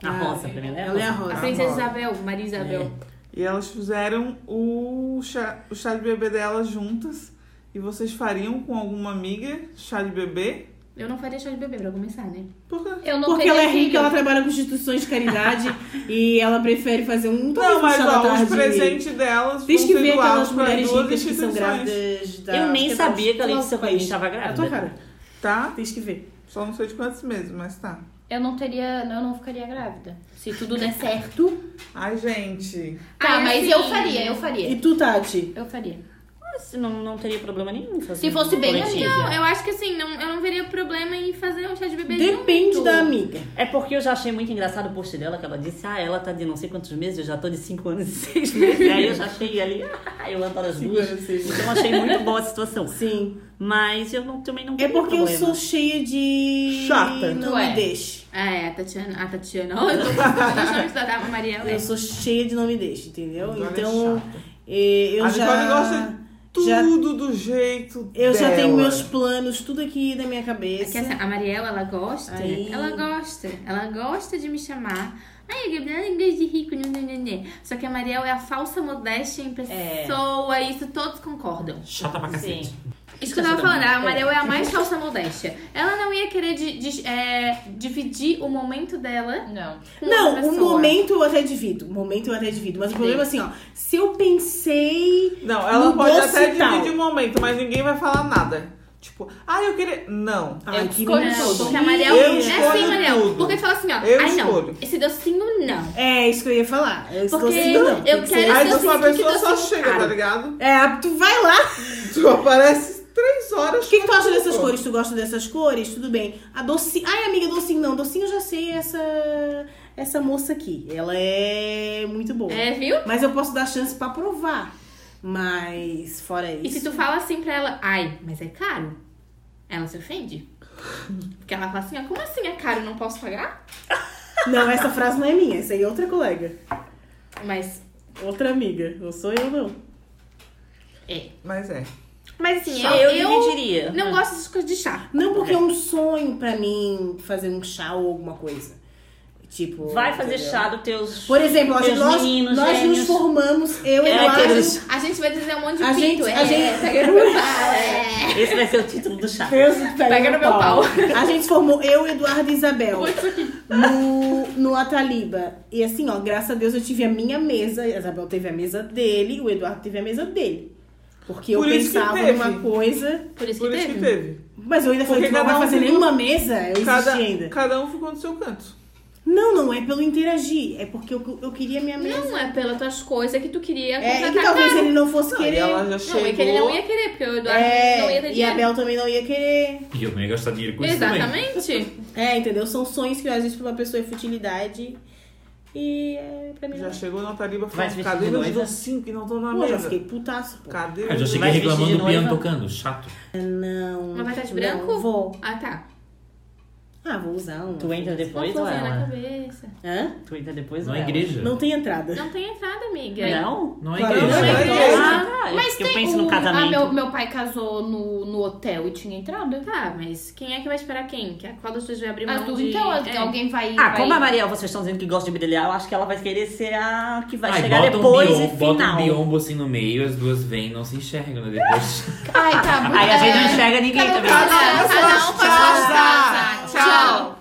Speaker 3: A roça, pra mim, né?
Speaker 6: Ela é a
Speaker 1: A
Speaker 6: Rosa.
Speaker 1: princesa
Speaker 2: Rosa.
Speaker 1: Isabel, Maria Isabel.
Speaker 2: E elas fizeram o chá, o chá de bebê delas juntas. E vocês fariam com alguma amiga chá de bebê?
Speaker 1: Eu não faria chá de bebê pra começar, né?
Speaker 2: Por quê?
Speaker 4: Eu não
Speaker 6: Porque
Speaker 4: teria
Speaker 6: ela é
Speaker 4: filho.
Speaker 6: rica, ela trabalha com instituições de caridade e ela prefere fazer um
Speaker 2: Não,
Speaker 6: talvez um
Speaker 2: mas
Speaker 6: chá da
Speaker 2: ó, os
Speaker 6: tarde.
Speaker 2: presentes delas
Speaker 6: Diz
Speaker 2: vão
Speaker 6: que
Speaker 2: ser
Speaker 6: vê aquelas
Speaker 2: doados para
Speaker 6: mulheres
Speaker 2: duas
Speaker 6: ricas que são
Speaker 2: instituições,
Speaker 6: grávidas da...
Speaker 3: Eu nem
Speaker 6: que
Speaker 3: sabia
Speaker 6: tá-
Speaker 3: que a Letícia
Speaker 6: Nossa,
Speaker 3: Coelho estava
Speaker 6: É a
Speaker 3: grávida.
Speaker 6: tua cara.
Speaker 2: Tá?
Speaker 6: Tens que ver.
Speaker 2: Só não sei de quantos meses, mas tá.
Speaker 4: Eu não teria, eu não ficaria grávida. Se tudo der certo.
Speaker 2: Ai, gente.
Speaker 4: Tá,
Speaker 1: Ai,
Speaker 4: mas
Speaker 1: assim-
Speaker 4: eu faria, eu faria.
Speaker 6: E tu, Tati?
Speaker 4: Eu faria.
Speaker 3: Mas Não, não teria problema nenhum. fazer
Speaker 4: Se fosse
Speaker 3: um
Speaker 4: bem
Speaker 3: coletivo.
Speaker 1: Não, eu acho que assim, não, eu não veria problema em fazer um chá de bebê
Speaker 6: Depende
Speaker 1: junto.
Speaker 6: da amiga.
Speaker 3: É porque eu já achei muito engraçado o post dela, que ela disse, ah, ela tá de não sei quantos meses, eu já tô de 5 anos e 6 meses. Aí eu já achei ali, ah, eu adoro as duas. Então eu achei muito boa a situação.
Speaker 6: Sim.
Speaker 3: Mas eu não- também não
Speaker 6: É
Speaker 3: tenho
Speaker 6: porque eu
Speaker 3: problema.
Speaker 6: sou cheia de...
Speaker 2: Chata.
Speaker 6: Não
Speaker 1: Tu
Speaker 6: me
Speaker 1: é.
Speaker 6: deixe.
Speaker 1: É, a Tatiana. A Tatiana. ó, Eu tô achando da da Maria
Speaker 6: Eu
Speaker 1: Isabel.
Speaker 6: sou cheia de não me deixe, entendeu?
Speaker 2: Nicole é
Speaker 6: então,
Speaker 2: chata.
Speaker 6: eh, eu
Speaker 2: a
Speaker 6: já...
Speaker 2: Nicole gosta de
Speaker 6: já-
Speaker 2: tudo do jeito
Speaker 6: Eu
Speaker 2: dela.
Speaker 6: já tenho meus planos, tudo aqui na minha
Speaker 1: É que
Speaker 6: cabeça.
Speaker 1: assim, a Mariela, ela gosta.
Speaker 6: Aí.
Speaker 1: Ela gosta. Ela gosta de me chamar. Ai, a Gabriela é inglês de rico. Né, né, né, né. Só que a Mariela é a falsa modéstia em
Speaker 4: É.
Speaker 1: pessoa. Isso todos concordam.
Speaker 5: Chata pra cacete.
Speaker 3: Sim.
Speaker 1: Isso que eu tava falando, a Mariel é a mais falsa modéstia. Ela não ia querer di- di- é, dividir o momento dela
Speaker 9: Não.
Speaker 1: com outra
Speaker 6: Não, o
Speaker 1: pessoa.
Speaker 6: momento eu até divido. O momento eu até divido. Mas o problema é assim, ó. Se eu pensei.
Speaker 2: Não, ela
Speaker 6: No
Speaker 2: pode
Speaker 6: doce
Speaker 2: até
Speaker 6: tal.
Speaker 2: dividir um momento, mas ninguém vai falar nada. Tipo, ah, eu queria. Não.
Speaker 6: Ai, é que
Speaker 9: escolho
Speaker 6: mentira.
Speaker 9: tudo.
Speaker 1: Porque a Mariel
Speaker 2: Eu
Speaker 1: é
Speaker 2: escolho
Speaker 1: assim, Mariel.
Speaker 2: tudo.
Speaker 1: Porque tu fala assim, ó.
Speaker 2: Eu
Speaker 1: Ai,
Speaker 2: escolho.
Speaker 1: não. Esse docinho não.
Speaker 6: É isso que eu ia falar. Eu estou
Speaker 1: Porque
Speaker 6: sendo não.
Speaker 1: eu
Speaker 6: tem
Speaker 1: quero-
Speaker 6: que ser-
Speaker 2: Aí
Speaker 1: eu
Speaker 2: tu uma
Speaker 1: sinto assim que
Speaker 2: pessoa
Speaker 1: eu
Speaker 2: só
Speaker 1: sou
Speaker 2: chega,
Speaker 1: cara.
Speaker 2: tá ligado?
Speaker 6: É, tu vai lá.
Speaker 2: Tu aparece três horas.
Speaker 6: O que, que tu acha
Speaker 2: falando,
Speaker 6: dessas
Speaker 2: pô.
Speaker 6: cores? Tu gosta dessas cores? Tudo bem. A docinho. Ai, amiga, docinho não. Docinho eu já sei essa. Essa moça aqui. Ela é muito boa.
Speaker 1: É, viu?
Speaker 6: Mas eu posso dar chance pra provar. Mas, fora isso.
Speaker 1: E se tu fala assim pra ela, ai, mas é caro, ela se ofende. Porque ela fala assim, ó, como assim é caro, não posso pagar?
Speaker 6: Não, essa frase não é minha. Essa aí é outra colega.
Speaker 1: Mas,
Speaker 6: Outra amiga. Não sou eu, não.
Speaker 1: é.
Speaker 2: Mas é.
Speaker 1: Mas assim, eu,
Speaker 3: Chá. Eu
Speaker 1: eu
Speaker 3: dividiria.
Speaker 1: não gosto
Speaker 3: Tá
Speaker 1: dessas coisas de chá.
Speaker 6: Não porque é um sonho pra mim fazer um chá ou alguma coisa. Tipo.
Speaker 3: Vai fazer
Speaker 6: entendeu?
Speaker 3: chá dos teus.
Speaker 6: Por exemplo,
Speaker 3: teus
Speaker 6: nós,
Speaker 3: meninos,
Speaker 6: nós nos
Speaker 3: gêmeos.
Speaker 6: formamos, eu e
Speaker 3: É,
Speaker 6: Eduardo.
Speaker 3: aqueles-
Speaker 1: A gente vai dizer um monte de
Speaker 6: A
Speaker 1: pinto.
Speaker 6: gente-
Speaker 1: é,
Speaker 6: a gente-
Speaker 1: Pega no meu pau. É.
Speaker 3: Esse vai ser o título do chá.
Speaker 6: Deus,
Speaker 1: Pega no meu pau.
Speaker 6: A gente formou eu, Eduardo e Isabel no, no Ataliba. E assim, ó, graças a Deus eu tive a minha mesa, a Isabel teve a mesa dele, o Eduardo teve a mesa dele. Porque
Speaker 2: Por
Speaker 6: eu
Speaker 2: isso que
Speaker 6: pensava
Speaker 2: teve.
Speaker 6: numa coisa,
Speaker 1: Por isso
Speaker 2: Por
Speaker 1: que
Speaker 2: isso que
Speaker 1: teve.
Speaker 2: teve.
Speaker 6: mas eu ainda falei
Speaker 2: Porque
Speaker 6: que não vai
Speaker 2: cada um
Speaker 6: fazer
Speaker 2: tem
Speaker 6: nenhuma mesa, eu existi
Speaker 2: Cada,
Speaker 6: ainda.
Speaker 2: cada um ficou no seu canto.
Speaker 6: Não, não é pelo interagir, é porque eu, eu queria minha mesa.
Speaker 1: Não, é pelas tuas coisas que tu queria
Speaker 6: é, e que
Speaker 1: contratar
Speaker 6: talvez
Speaker 1: carro.
Speaker 6: ele não fosse
Speaker 2: Não, e
Speaker 6: querer.
Speaker 2: ela já
Speaker 1: Não,
Speaker 2: chegou.
Speaker 1: é que ele não ia querer, porque o Eduardo não ia ter
Speaker 6: É, e a
Speaker 1: dinheiro.
Speaker 6: Bel também não ia querer.
Speaker 5: E eu não ia gastar dinheiro com isso também.
Speaker 1: Exatamente.
Speaker 6: É, entendeu? São sonhos que às vezes pra uma pessoa é futilidade. E é, pra mim
Speaker 2: Já
Speaker 6: não.
Speaker 2: chegou na Tariba
Speaker 3: Vai
Speaker 2: falando,
Speaker 3: se
Speaker 2: cadê
Speaker 3: vestir de
Speaker 2: meus
Speaker 3: noiva?
Speaker 2: docinhos que não estão na
Speaker 6: Pô, já
Speaker 2: mesa?
Speaker 6: fiquei putaço, pô.
Speaker 2: Cadê
Speaker 5: Ah, eu já
Speaker 2: meus
Speaker 5: cheguei
Speaker 3: Vai vestir
Speaker 5: reclamando
Speaker 3: de
Speaker 5: do piano
Speaker 3: noiva?
Speaker 5: tocando, chato.
Speaker 6: Não.
Speaker 1: Mas vai estar de
Speaker 6: Não,
Speaker 1: branco?
Speaker 6: vou.
Speaker 1: Ah, tá.
Speaker 6: Ah, vou usar um.
Speaker 3: Tu entra depois ou
Speaker 1: Uma florzinha na
Speaker 4: né?
Speaker 3: ela?
Speaker 1: cabeça.
Speaker 6: Hã?
Speaker 3: Tu entra depois
Speaker 5: Não
Speaker 3: ou
Speaker 5: é
Speaker 3: ela?
Speaker 5: igreja.
Speaker 6: Não tem entrada.
Speaker 1: Não tem entrada, amiga.
Speaker 3: Não?
Speaker 5: Não é
Speaker 2: Claro,
Speaker 5: igreja.
Speaker 2: não é igreja.
Speaker 3: Ah, tá.
Speaker 4: Mas
Speaker 3: eu
Speaker 4: tem
Speaker 3: penso
Speaker 4: o-
Speaker 3: no casamento.
Speaker 4: Ah, meu, meu pai casou no, no hotel e tinha entrada.
Speaker 1: Tá, mas quem é que vai esperar quem? Que- Qual das duas vai abrir mão
Speaker 4: Ah, tu,
Speaker 1: de...
Speaker 4: então
Speaker 1: é.
Speaker 4: alguém vai...
Speaker 3: Ah,
Speaker 4: vai-
Speaker 3: como a Mariel, vocês estão dizendo que gosta de brilhar, eu acho que ela vai querer ser a que vai
Speaker 5: Ai,
Speaker 3: chegar
Speaker 5: bota um
Speaker 3: depois
Speaker 5: biom-
Speaker 3: e
Speaker 5: Bota um
Speaker 3: final.
Speaker 5: biombo assim no meio, as duas vêm e não se enxergam, né? Depois.
Speaker 4: Ai, tá.
Speaker 3: Aí a gente não
Speaker 4: é.
Speaker 3: enxerga ninguém
Speaker 4: Cada um
Speaker 3: também.
Speaker 4: faz-
Speaker 2: Cada um
Speaker 4: cada um
Speaker 2: faz
Speaker 4: faz-
Speaker 2: sua casa.
Speaker 4: Tchau.